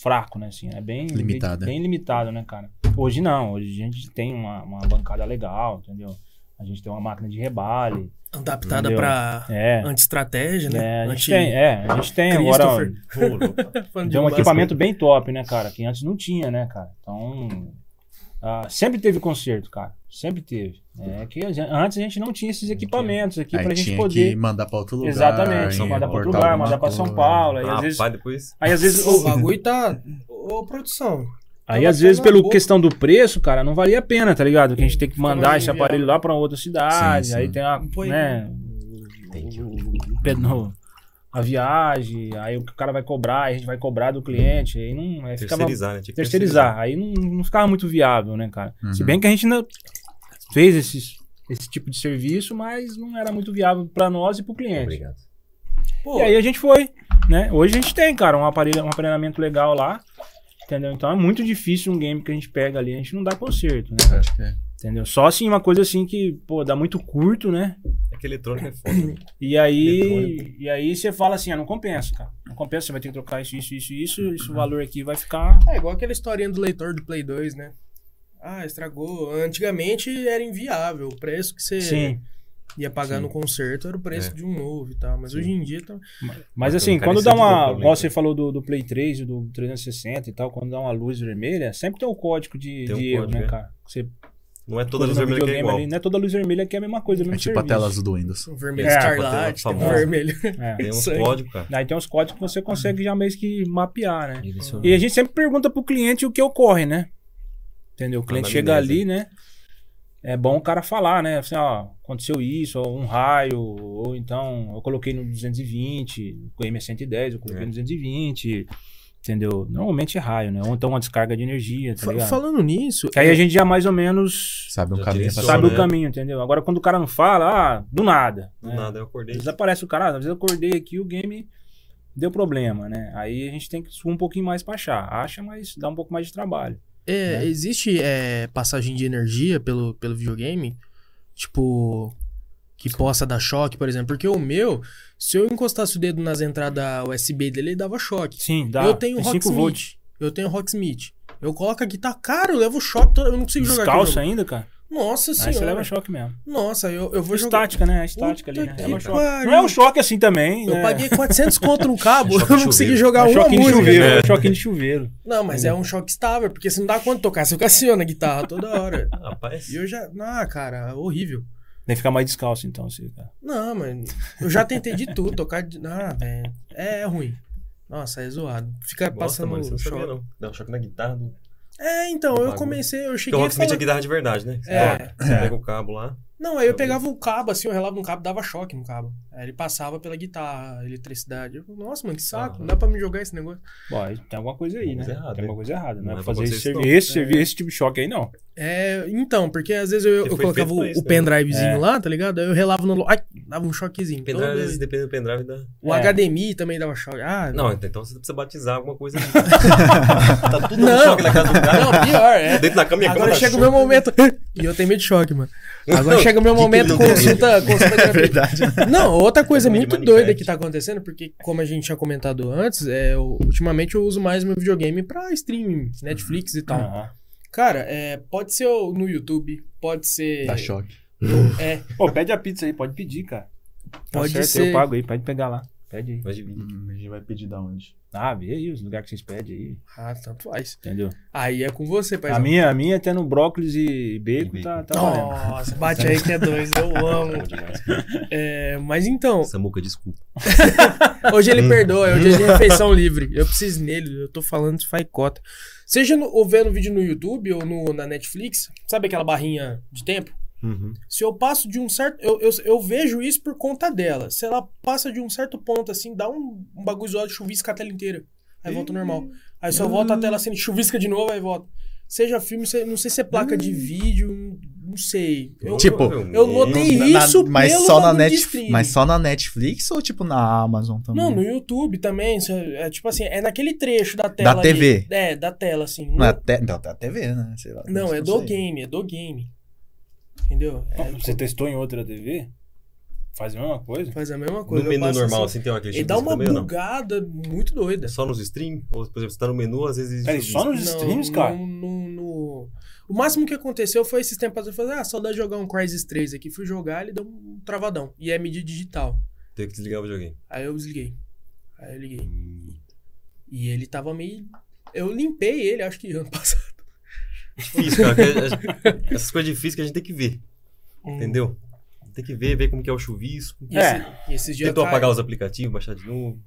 fraco, né, assim, era bem
Limitada.
bem, bem limitado, né, cara? Hoje não, hoje a gente tem uma, uma bancada legal, entendeu? A gente tem uma máquina de rebalho,
Adaptada
Entendeu?
pra
é,
anti-estratégia,
é,
né?
a gente
Anti-
tem, é, a gente tem agora um
Christopher. [laughs] Falando de
Deu um
massa.
equipamento bem top, né, cara? Que antes não tinha, né, cara? Então. ah, sempre teve concerto, cara. Sempre teve. É que a gente- antes a gente não tinha esses equipamentos aqui
Aí
pra gente
tinha
poder.
que mandar pra outro lugar.
Exatamente,
e
mandar pra outro
importar
lugar,
alguma
mandar pra São
coisa.
Paulo. Aí às
Ah,
vezes.
pai, depois.
Aí às vezes.
Ô, O
[laughs]
bagulho tá. Ô, produção.
Aí
tá
às vezes,
batendo
pelo
na boca.
questão do preço, cara, não valia a pena, tá ligado? Que a gente tem que mandar esse
enviando.
aparelho lá pra outra cidade.
Sim, sim.
Aí tem a.
Põe-
Né, o- pe- no- a viagem, aí o cara vai cobrar, aí a gente vai cobrar do cliente, aí não. Aí ficava
Terceirizar, né? Tinha que
terceirizar. Aí não, não ficava muito viável, né, cara?
Uhum.
Se bem que a gente ainda fez esses- esse tipo de serviço, mas não era muito viável pra nós e pro cliente.
Obrigado.
Pô,
E aí a gente foi, né? Hoje a gente tem, cara, um, aparelho, um aparelhamento legal lá, entendeu? Então é muito difícil um game que a gente pega ali, a gente não dá conserto, né?
Acho que é.
Entendeu? Só assim, uma coisa assim que, pô, dá muito curto, né?
É que eletrônico é foda. né?
E aí,
Eletrônico.
e aí você fala assim, ah, não compensa, cara. Não compensa, você vai ter que trocar isso, isso, isso, isso,
Uhum.
isso, o valor aqui vai ficar...
É igual aquela historinha do leitor do Play 2, né? Ah, estragou. Antigamente era inviável. O preço que você
Sim.
ia pagar no concerto era o preço
É.
de um novo e tal. Mas hoje em dia tá.
Mas
Então,
assim,
cara,
quando
isso
dá
é de
uma.
problema,
Igual você
então.
falou do, do Play 3 e do 360 e tal, quando dá uma luz vermelha, sempre tem um código de,
Tem um
de erro,
código,
né,
é.
cara? Você
Não é toda
coisa
luz
no
vermelha que é
videogame
igual.
ali. Não é toda luz vermelha que é a mesma coisa.
É tipo a tela azul do Windows.
O vermelho
É,
escarlate, tem
tem uma
um
famosa.
vermelho.
Tem uns
Sangue.
códigos, cara.
Aí tem uns códigos que você consegue já meio que mapear, né?
Direcionar.
E a gente sempre pergunta pro cliente o que ocorre, né? Entendeu? O cliente chega
Anamnese.
ali, né? É bom o cara falar, né? Assim, ó, aconteceu isso, ou um raio, ou então eu coloquei no 220, o M é 110, eu coloquei
É.
no 220, entendeu? Normalmente é raio, né? Ou então uma descarga de energia, tá
Fa-
ligado?
Falando nisso, é,
Que aí a gente já mais ou menos
Sabe um caminho
Já
pra
direciona,
sabe
saber.
né?
o caminho, entendeu? Agora quando o cara não fala, ah, do nada.
Do
né?
nada, eu
Às
acordei.
vezes aparece o cara, ah, às vezes eu acordei aqui o game deu problema, né? Aí a gente tem que suar um pouquinho mais pra achar. Acha, mas dá um pouco mais de trabalho.
é,
né?
existe é, passagem de energia pelo, pelo videogame? Tipo, que possa dar choque, por exemplo. Porque o meu, se eu encostasse o dedo nas entradas USB dele, ele dava choque.
Sim, dá.
eu tenho um
Tem cinco
Rocksmith. Eu tenho um Rocksmith. Eu coloco aqui, tá caro, eu levo choque, toda- eu não consigo jogar aquele
Descalço ainda, cara?
jogo. Nossa
Aí você leva
senhora.
choque mesmo.
Nossa, eu, eu vou jogar.
estática, né? A estática ali,
Puta
né?
que
Leva choque.
pariu.
Não é um choque assim também,
Eu
né?
paguei 400 conto
[laughs]
no cabo,
É choque
eu não
de
consegui
chuveiro.
jogar né?
é um
uma
choquinho de
música.
chuveiro, é um choquinho de chuveiro.
Não, mas é um choque estável, porque você não dá conta de tocar, você fica assim, ó, na guitarra toda hora.
Rapaz,
E eu já. Ah, cara, horrível.
Tem que ficar mais descalço então, assim, cara.
Não, mas eu já tentei de tudo, tocar de. Ah, velho. É, é ruim. Nossa, é zoado.
tá
Fica
Nossa,
passando
mano, você não sabia,
choque.
não. Não, um choque na guitarra. Do...
É, então, eu
Bagulho.
comecei, eu
Porque
cheguei.
o
a
Rocksmith é
falar-
guitarra de verdade, né? Você
É.
toca, Você pega o cabo lá.
Não, aí eu pegava o cabo, assim, eu relava no cabo, dava choque no cabo. Aí ele passava pela guitarra, eletricidade. Eu, Nossa, mano, que saco, não dá pra me jogar esse negócio.
Bom, aí tem alguma coisa aí,
Tem
né?
coisa errada,
tem alguma
hein?
coisa errada. Não,
Não
é
é
pra
pra
fazer
vocês
esse, servi-
não.
esse, servi- esse tipo de choque aí, não.
É, então, porque às vezes eu,
Você
eu
foi
colocava
feito
o,
pra isso,
o
né?
pendrivezinho
É.
lá, tá ligado? Aí eu relava no. Ai, dava um choquezinho.
Pendrive,
Todo-
às vezes, dependendo do pendrive, dá.
O
É.
HDMI também dava choque. Ah,
Não, então você precisa batizar alguma coisa. ali.
[laughs]
tá tudo dando
Não.
choque na casa do
[laughs]
cara.
Não, pior, é.
Dentro da cama, minha
Agora
cama
chega o
tá
meu momento. [laughs] E eu tenho medo de choque, mano. Agora
Não,
chega o meu
de que
momento
não tem
consulta, consulta
É
gratuita.
verdade.
Não, outra coisa
Medo de
muito
Minecraft.
doida que tá acontecendo, porque como a gente tinha comentado antes, é, eu- ultimamente eu uso mais meu videogame pra streaming, Netflix e tal.
Aham.
Cara, é, pode ser o- no YouTube, pode ser.
Dá tá choque.
É,
Pô, pede a pizza aí, pode pedir, cara. Tá
Pode
certo,
ser.
Eu pago aí, pode pegar lá. Pede aí.
Mas de vídeo.
Hum, a gente vai pedir da onde?
Ah, vê aí os lugares que vocês pedem aí,
ah, tanto faz.
entendeu?
Aí é com você, pai.
A minha, a minha até no brócolis e bacon
E
tá, tá valendo.
Nossa, bate aí que é dois, eu
Bom
amo.
demais.
É, mas então,
Samuca, desculpa.
Hoje ele perdoa, hoje [laughs] ele é refeição livre. Eu preciso nele, eu tô falando de faicota. Seja no, ou vendo vídeo no YouTube ou no, na Netflix, sabe aquela barrinha de tempo?
Uhum.
Se eu passo de um certo. Eu, eu, eu vejo isso por conta dela. Se ela passa de um certo ponto, assim, dá um, um bagulho zoado, chuvisca a tela inteira. Aí volta ao normal. Aí só volta a tela assim, chuvisca de novo, aí volta. Seja filme, se- não sei se é placa de vídeo, não sei. Eu,
Tipo,
eu notei
né?
Na- na-
isso
mas
pelo
só na
bagulho de
Netflix,
streaming.
mas só na Netflix ou tipo na Amazon também?
Não, no YouTube também. cê- É tipo assim, é naquele trecho da tela. ali.
TV.
é, da tela, assim. Não,
Na te... Não, tá TV, né? Sei lá,
não, é
sei.
do game, é do game. Entendeu? É,
Você testou em outra TV? Faz a mesma coisa?
faz a mesma
No
coisa. eu
menu
passo
normal,
Assim,
assim, tem uma
ele
clichê
dá uma
também ou não?
bugada muito doida.
É só nos stream? Ou, por exemplo, você tá no menu, às vezes...
Peraí, só nos
Não,
streams, cara?
não- não- não- O máximo que aconteceu foi esses tempos atrás. Eu falei, ah, só dá jogar um Crysis 3 aqui. Fui jogar, ele deu um travadão. E é mídia digital.
Teve que desligar o videogame. [laughs]
Aí eu desliguei. Aí eu liguei.
Hum.
E ele tava meio. Eu limpei ele, acho que ano [laughs] passado.
Difícil, cara. que- essas coisas difíceis que a gente tem que ver,
Hum.
entendeu? Tem que ver, ver como que é o chuvisco.
E,
Hum. É.
esse- e esses dias.
Tentou
tá-
apagar os aplicativos, baixar de novo.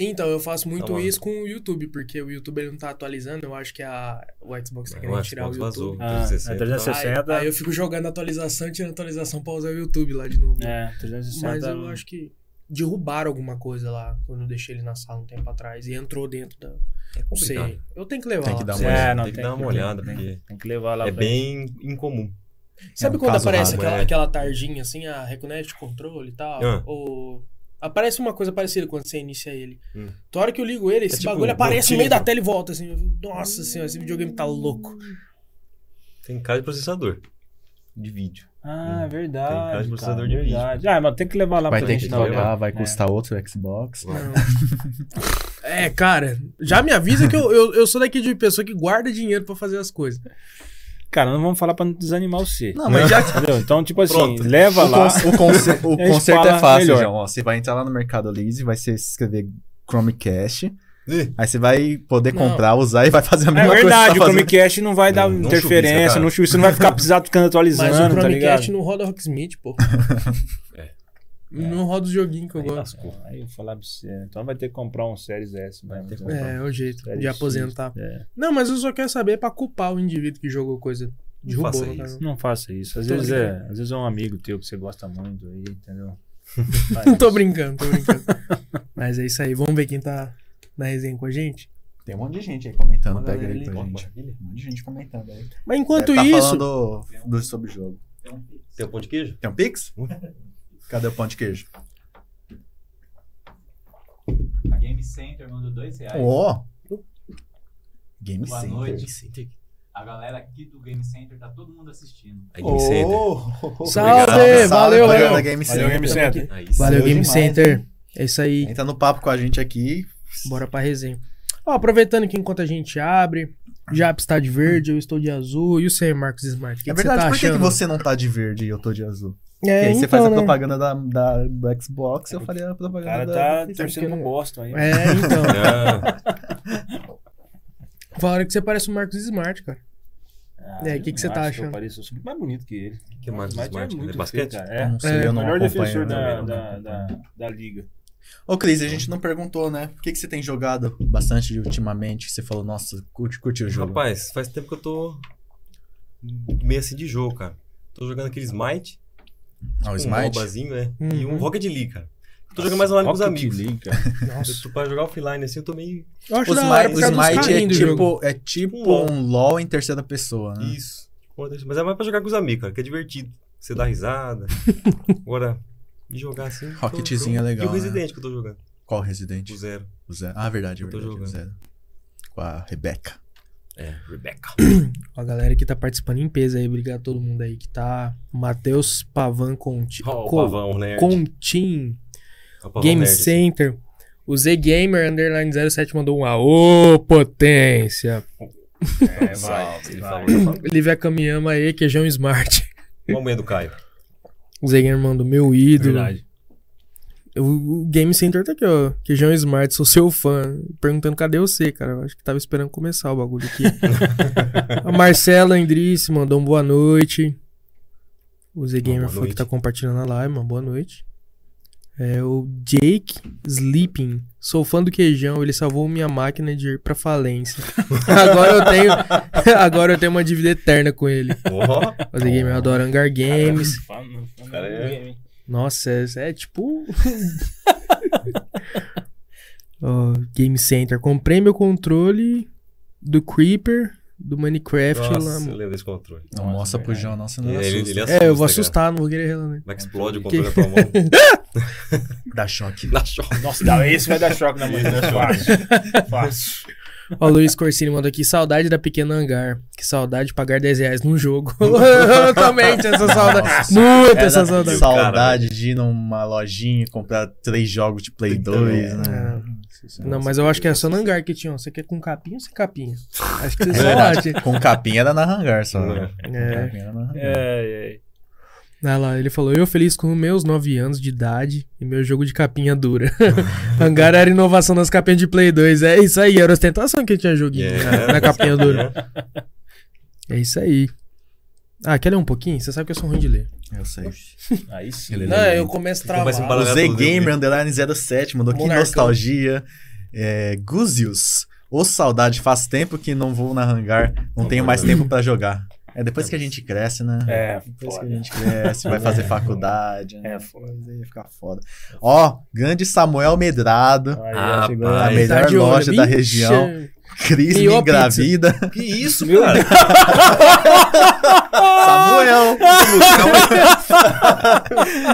Então, eu faço muito
Tá bom.
isso com o YouTube, porque o YouTube ele não tá atualizando. Eu acho que a, o Xbox tá
Ah,
querendo
o
tirar o
Xbox
YouTube.
vazou.
Ah, é
360.
360.
Aí, aí Ah, eu fico jogando atualização, tirando atualização pra usar o YouTube lá de novo.
É, 360.
Mas eu acho que derrubaram alguma coisa lá quando eu deixei ele na sala um tempo atrás e entrou dentro da.
É
Não
complicado.
sei. É, Eu tenho que levar.
Tem que
lá.
dar
Sabe
uma olhada.
É, não,
tem que
tem
dar um
que-
uma olhada,
tem-
porque
Tem que levar lá
é
pra-
bem incomum.
Sabe
É um
quando
caso
aparece
raro,
aquela,
é.
aquela tarjinha assim, a Reconnect Control e tal?
Ah.
Ou. Aparece uma coisa parecida quando você inicia ele.
Hum.
Toda hora que eu ligo ele, esse
tipo
bagulho
um
aparece no meio da
botinho.
tela e volta assim. Eu fico, Nossa senhora, esse videogame tá louco.
Tem cara de processador de vídeo.
Ah, é
Tem cara
verdade.
de
Cara,
processador de vídeo.
verdade. Ah, mas tem que levar lá
Vai
pra
ter
gente
que
dar uma olhada.
jogar, vai
É.
custar outro Xbox.
Vai.
É, cara, já me avisa que eu, eu, eu sou daqui de pessoa que guarda dinheiro pra fazer as coisas.
Cara, não vamos falar pra não desanimar você.
Não, mas já
Entendeu? Então, tipo assim,
Pronto.
leva
o,
lá.
cons- o,
[laughs]
conce- o
A gente
conserto
fala
é fácil,
melhor.
João. Ó, você vai entrar lá no Mercado Livre, vai ser escrever Chromecast,
Ih,
Aí você vai poder
Não.
comprar, usar e vai fazer a
É
mesma coisa.
verdade,
que
o
tá fazendo.
Chromecast não vai dar
Não, não
interferência,
chuvisca,
não chuvisca, você não vai ficar precisado ficando atualizando,
Mas o
tá
Chromecast
ligado?
não roda Rocksmith, pô.
É.
Não roda os joguinhos que eu
Aí
gosto.
lascou. Aí eu vou falar pra você, então vai ter que comprar um Series S, né?
Vai
mano.
ter que comprar.
É, é o jeito
Série
de
X.
aposentar.
É.
Não, mas eu só quero saber pra culpar o indivíduo que jogou coisa. né? Derrubou.
faça
no
isso.
caso.
Não faça isso. Às
Tô
vezes, é,
brincando.
às vezes é um amigo teu que você gosta muito aí, entendeu?
Não [laughs] tô brincando, tô brincando. [laughs] mas é isso aí. Vamos ver quem tá na resenha com a gente.
Tem um monte de gente aí comentando,
Uma
pega
galera
aí pra
ali.
gente. Tem Um monte de gente comentando aí.
Mas enquanto
Deve tá
isso.
falando do, do sobrejogo.
Então,
Tem um pão de queijo?
Tem um Pix? Cadê o pão de queijo?
a Game Center mandou dois reais.
Ó! Game
Boa
Center.
noite.
Center.
A galera aqui do Game Center tá todo mundo assistindo.
Aí, Game Center.
Ô,
Salve,
obrigado,
valeu,
galera
valeu.
da Game
Valeu,
Center.
Game Center.
Aí,
Valeu,
Valeu
Game
demais,
Center. É isso aí.
Entra no papo com a gente aqui.
Bora pra resenha. Ó, aproveitando que enquanto a gente abre, Jap está de verde, eu estou de azul. E o seu, Marcos Smart? O que,
é
que
verdade,
você tá
por que, que
achando?
você não tá de verde e eu tô de azul?
É,
e aí você
então,
faz a
né?
propaganda da, da- do Xbox, eu falei a
O
propaganda
cara
da.
tá torcendo no Boston aí.
É, então. [laughs]
Ah,
Falaram que você parece o Marcos Smart, cara.
Ah,
É, o que que você tá achando?
Eu pareço, eu sou muito mais bonito que ele.
que mais
Mas
smart?
é
Ele é
muito
basquete?
feio, cara.
Eu
É.
Não sei,
É,
eu não
Melhor defensor
acompanho.
da,
também,
da,
não.
da, da liga.
Ô, Cris, a gente não perguntou, né? Por que, que você tem jogado bastante ultimamente? que Você falou, nossa, curte, curte o jogo.
Um Rapaz, faz tempo que eu tô meio assim de jogo, cara. Tô jogando aquele Smite,
Ah, o
um
Smite?
MOBAzinho, é. E
Uhum.
um Rocket League, cara. Eu tô jogando mais online com os
Rocket
amigos.
League, cara.
Nossa.
Eu tô pra jogar offline assim, eu tô meio.
Eu acho
O
da hora
Smite,
por
o
causa dos
Smite é,
carrinhos do jogo.
tipo, é tipo um LOL em terceira pessoa, né?
Isso. Mas é mais pra jogar com os amigos, cara, que é divertido. Você dá risada. Agora, de jogar assim. tô-
Rocketzinho
tô-
é legal,
E o
né?
Resident que eu tô jogando.
Qual Resident?
O zero.
O Zé. Ah, verdade,
Eu tô
verdade. O Zé. Com a Rebeca.
É, Rebecca.
Ó, A galera que tá participando em peso aí, obrigado a todo mundo aí que tá. Matheus Pavan Conti.
Ó, o
Co-
pavão nerd.
Contim.
Ó, o pavão
Game
nerd.
Center. O Z Gamer Underline 07 mandou um Aô, potência.
É,
Salve, ele
vai.
falou, já falou.
Lívia Kamiyama aí, queijão Smart.
Uma mulher do Caio.
O Z Gamer mandou meu ídolo.
Verdade.
O o Game Center tá aqui, ó. Queijão Smart, sou seu fã. Perguntando cadê você, cara. Eu acho que tava esperando começar o bagulho
[laughs]
aqui. a Marcela Andrice mandou um boa noite. O Z Gamer
boa
foi que
noite.
tá compartilhando a live, mano. Boa noite. É o Jake Sleeping. Sou fã do queijão, ele salvou minha máquina de ir pra falência.
[laughs]
agora eu tenho. [laughs] agora eu tenho uma dívida eterna com ele.
Ó,
O Z Gamer adora Hangar Games.
Cara, é-
Nossa, é, é tipo. [laughs] Ó, Game Center. Comprei meu controle do Creeper, do Minecraft lá.
Nossa, eu
mano.
lembro desse controle.
Não
Nossa,
mostra pro
verdade.
João, não, senão ele,
Ele,
assusta.
ele assusta,
É, eu vou
cara.
assustar, não vou querer relar, né?
Vai que explode o controle na tua mão.
Dá choque.
Dá choque.
Nossa, dá- esse vai dar choque na mão.
Esse dá
Fácil. Fácil.
Ó, o Luiz Corsini mandou aqui: saudade da pequena hangar. Que saudade de pagar 10 reais num [laughs] jogo. eu também tinha essa é saudade.
Nossa.
Muito
Era
essa saudade.
É, saudade de ir numa lojinha e comprar três jogos de Play 2, né?
É. Não, mas eu acho que é só no hangar que tinha. ó. Você quer com capinha ou sem capinha? Acho que você só lá tinha.
Com capinha era na hangar só. né?
É.
Com
É.
capinha era na hangar.
É, é.
Ah lá, ele falou, eu feliz com meus 9 anos de idade e meu jogo de capinha
[laughs]
dura. Hangar era inovação nas capinhas de Play 2. É isso aí, era ostentação que tinha joguinho
É,
na, na é capinha dura. É isso aí. Ah, quer ler um pouquinho? Você sabe que eu sou ruim de ler.
Eu sei.
Aí sim.
Ele-
Não, eu começo
Começa
travado.
a
O
embaralhar
Z
tudo,
Gamer
né?
Underline 07 mandou que
Monarcão.
nostalgia. É, Guzius. Ô saudade, faz tempo que não vou na hangar. Não
Não
tenho
vou
mais
mesmo.
tempo pra jogar. É depois que a gente cresce, né?
É,
Depois que a
foda.
gente cresce, vai fazer faculdade. né?
É, foda.
Vai ficar foda. Ó, grande Samuel Medrado.
Aí,
Ah,
chegou
a
rapaz.
melhor
de olho.
loja
tá
da
Vixe.
região.
é,
Cris me
Criou a pizza.
engravida.
Que isso,
Meu
cara?
Samuel! [laughs]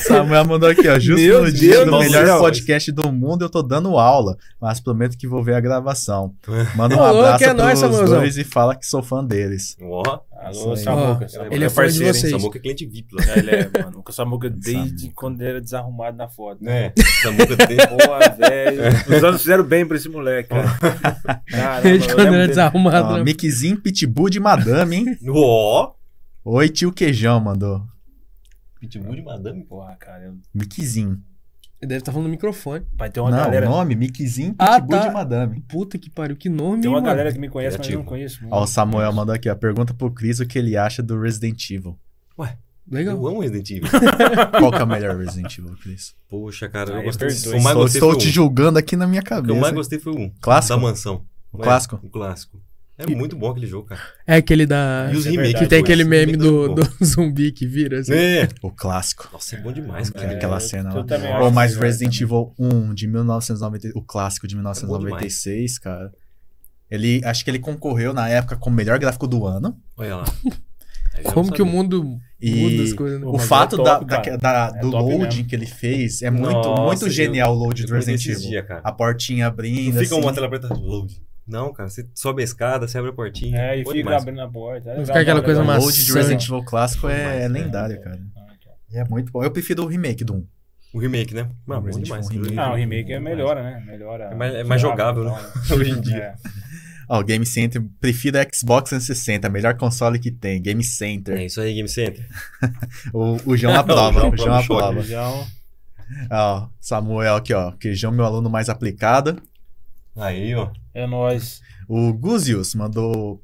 Samuel mandou aqui, ó. Justo
Meu
no dia
Deus
do
do
melhor
céu.
podcast do mundo, eu tô dando aula, mas prometo que vou ver a gravação. Manda um
Ô, louco,
abraço
é nóis,
pros
Samuelzão.
dois e fala que sou fã deles.
Ó,
Alô,
Isso aí.
Samuca.
Ó,
Samuca.
Ele é fã de
parceiro, hein?
vocês.
Samuca é cliente VIP lá.
É, Ele é, mano. O Samuca desde
Samuca.
quando ele era desarrumado na foto.
Né? Samuca tem.
Porra, velho. Os anos fizeram bem pra esse moleque, cara. Caramba, eu
Desde
é um
quando
lembro
era
dele.
desarrumado.
Ah,
Ó,
né?
Mickeyzinho Pitbull de Madame, hein?
Ó,
Oi, tio Queijão mandou.
Pitbull de madame.
Porra, cara. eu-
Mickeyzinho.
Ele deve estar falando no microfone.
Vai ter
Não,
uma galera.
o nome, Mickeyzinho
Ah,
Pitbull
tá.
de Madame.
Puta que pariu, que nome,
Tem uma
mano.
galera que me conhece, mas eu não
Criativo.
conheço.
Ó, o Samuel é mandou aqui, ó. Pergunta pro Cris o que ele acha do Resident Evil.
Legal.
Eu amo Resident Evil.
Qual que é o melhor Resident Evil, Cris?
Poxa, cara,
Ah,
eu
eu
gostei.
perdoe.
O mais
Estou,
gostei
estou
foi
te
um.
julgando aqui na minha
O
cabeça.
que eu
né?
mais
hein?
gostei foi um.
Clássico?
Da mansão.
O
Mas-
clássico?
O clássico. É muito bom aquele jogo, cara.
É aquele da.
E os
isso é
remakes.
verdade.
Que tem
depois.
aquele
Os
meme
remakes
do,
são é muito
do [laughs] zumbi que vira
bons.
assim.
É.
O clássico.
Nossa, é bom demais,
Aquela-
cara.
Aquela cena
eu
lá.
também
Ou
acho
mais
que- é.
Resident Evil 1 de 1990, o clássico de 1996, cara. Ele, acho que ele concorreu na época com o melhor gráfico do ano.
Olha lá. Aí eu
Como
não
que o
sabia.
mundo muda as
E
coisas. né?
Pô,
o
mas é
fato
top,
da,
cara.
daque- da- do
É top
loading
mesmo.
que ele fez é muito,
Nossa,
muito
eu-
genial o load
Eu
do
fui
Resident
desses
Evil.
dias, cara.
A portinha abrindo.
Não fica
assim.
uma tela preta. Load. Não, cara. Você sobe a escada, você abre a portinha.
É, e
Bom
fica
demais.
abrindo a porta. É
Não
legal,
fica aquela
né?
coisa
O
Legal.
maçã.
load de Resident Evil clássico é, é
Demais, né?
lendário, cara. E é muito bom. Eu prefiro o remake do 1.
O remake, né? Mano, bom
Resident
demais.
Evil remake.
Ah, o remake é melhor, né? Melhora.
É mais- é mais jogável, né? Hoje em dia.
É.
Ó, o Game Center, prefiro a Xbox 360, melhor console que tem, Game Center.
É isso aí, Game Center.
O, o
[laughs]
João
O
aprova,
João
o João
prova o choque.
aprova.
Feijão.
Ó, Samuel aqui, ó. Queijão, meu aluno mais aplicado.
Aí, ó.
É nóis.
O Guzius mandou.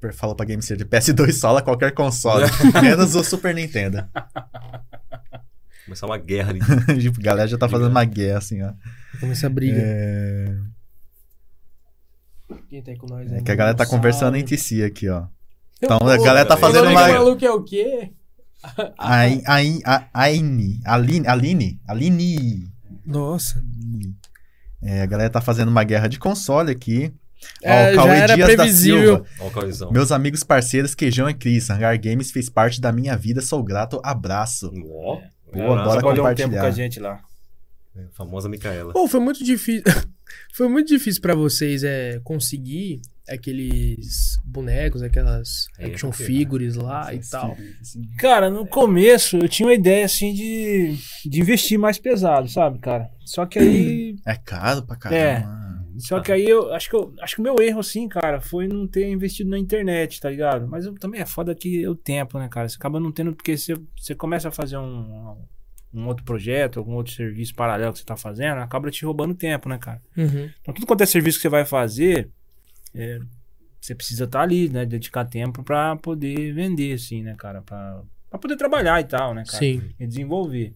per- Falou pra Game Center, PS2 sola qualquer
[laughs]
console, menos o Super Nintendo. [laughs]
Começar uma guerra ali.
Tipo, a galera já tá fazendo uma guerra assim, ó.
Começa a briga.
É,
Quem tá aí com nós?
é
aí?
que a galera tá
Salve.
conversando entre si aqui, ó. Então
Ô,
a galera tá
cara,
fazendo
falando
isso é
que
uma.
legal.
maluco é o quê?
Ai- ai- a- Aine. Aline. Aline. Aline.
Nossa.
É, a galera tá fazendo uma guerra de console aqui. Ó,
É,
o Cauê
já era
Dias da
previsível.
Silva.
Ó, o Cauzão.
Meus amigos parceiros Queijão e Cris, Hangar Games fez parte da minha vida, sou grato, abraço.
Ó.
Boa,
abraço.
bora
Trabalhou um
compartilhar.
tempo com a gente lá.
É, Famosa Micaela.
Pô, foi muito difícil. [laughs] foi muito difícil pra vocês é, conseguir aqueles bonecos, aquelas
É,
action
porque,
figures lá Ah, e tal.
Cara, no começo eu tinha uma ideia assim de, de investir mais pesado, sabe, cara? Só
[clears throat]
que aí.
É caro pra
É.
caramba.
só que aí eu acho que eu acho que o meu erro, assim, cara, foi não ter investido na internet, tá ligado? Mas eu- também é foda que o tempo, né, cara? Você acaba não tendo, porque você, você começa a fazer um, um outro projeto, algum outro serviço paralelo que você tá fazendo, acaba te roubando tempo, né, cara?
Uhum.
Então, tudo quanto é serviço que você vai fazer, é, você precisa estar ali, né? Dedicar tempo pra poder vender, assim, né, cara? Pra, pra poder trabalhar e tal, né, cara?
Sim.
E desenvolver.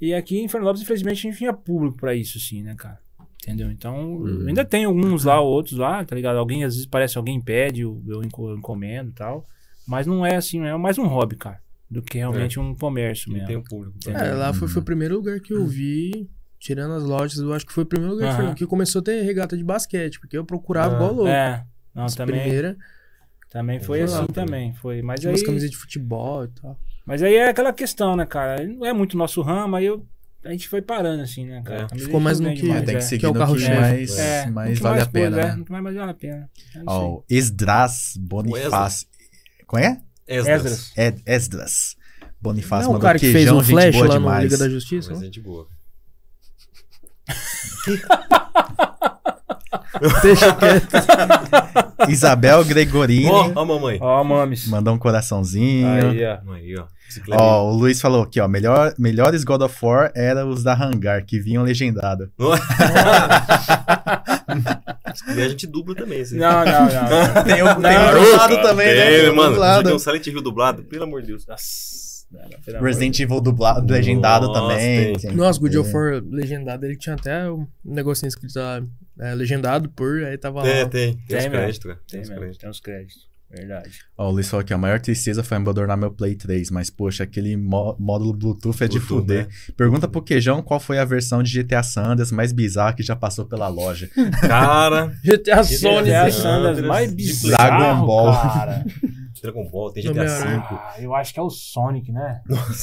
E aqui em Fernandes, infelizmente, a gente tinha público pra isso, assim, né, cara? Entendeu? Então, eu ainda tem alguns lá, outros lá, tá ligado? Alguém, às vezes, parece que alguém pede, eu, eu enco- eu encomendo e tal. Mas não é assim, é mais um hobby, cara. Do que realmente um comércio
Ele
mesmo.
tem um público. pra-
É, lá foi, foi o primeiro lugar que eu vi. Tirando as lojas, eu acho que foi o primeiro lugar que, foi-
Uhum. Aham.
que começou a ter regata de basquete, porque eu procurava
Ah,
igual louco.
É. Não,
As
também,
primeira,
também foi
Foi
assim
lá
também. Foi. Mas
tinha
aí.
umas camisetas de futebol e tal.
Mas aí é aquela questão, né, cara? Não é muito nosso ramo, aí eu- a gente foi parando, assim, né,
É.
cara? Também
Ficou mais no
vende
que-
É,
mais,
tem
é.
que
Que
seguir
é o
no
carro
que
cheio.
mais,
É, no
mais
que
vale
mais
a pena.
pôs, é,
né?
no que mais vale a pena. É isso
Ó, o Esdras Bonifácio. Qual é?
aí. Esdras.
É, Esdras Bonifácio
Não, o
mandou
cara que fez
queijão,
um
gente
flash
boa
lá no
demais.
Liga da Justiça.
Mas
né?
é de boa.
Deixa quieto.
Isabel
[laughs]
Gregorini
Ó, ó a mamãe.
Ó, mames.
mandou um coraçãozinho.
Aí, ó.
Aí, ó. Bicicleta.
Ó, o Luiz falou aqui, ó, melhor, melhores God of War eram os da Hangar, que vinham legendado.
E a gente dubla também. Assim.
Não, não, não. não.
Tem o, tem
Não,
o dublado também, né?
É,
Tem o
mano.
dublado.
Tem um Silent Hill dublado. Pelo amor de Deus.
Nossa. não, não, pelo amor de
Resident Evil dublado, legendado
Nossa,
também.
tem.
tem.
Nossa, God
é.
of War legendado, ele tinha até um negocinho escrito lá, é, legendado por, aí tava lá.
É, tem. Tem, os
mesmo.
créditos, cara. Tem,
Deus.
os
Tem mesmo,
créditos.
tem os créditos. Verdade.
Ó, o Luiz falou aqui, a maior tristeza foi abandonar meu Play 3, mas poxa, aquele mó- módulo Bluetooth é de
Bluetooth,
fuder.
né?
Pergunta pro Queijão qual foi a versão de GTA Sanders mais bizarra que já passou pela [laughs] loja.
Cara,
GTA
Sony,
Sony
Sony.
é
né?
a Sanders
Sanders,
mais
de
bizarro,
Dragon Ball. [laughs]
cara.
Dragon Ball, tem GTA
Homem-Aranha.
V.
Ah, eu acho que é o Sonic, né?
Nossa,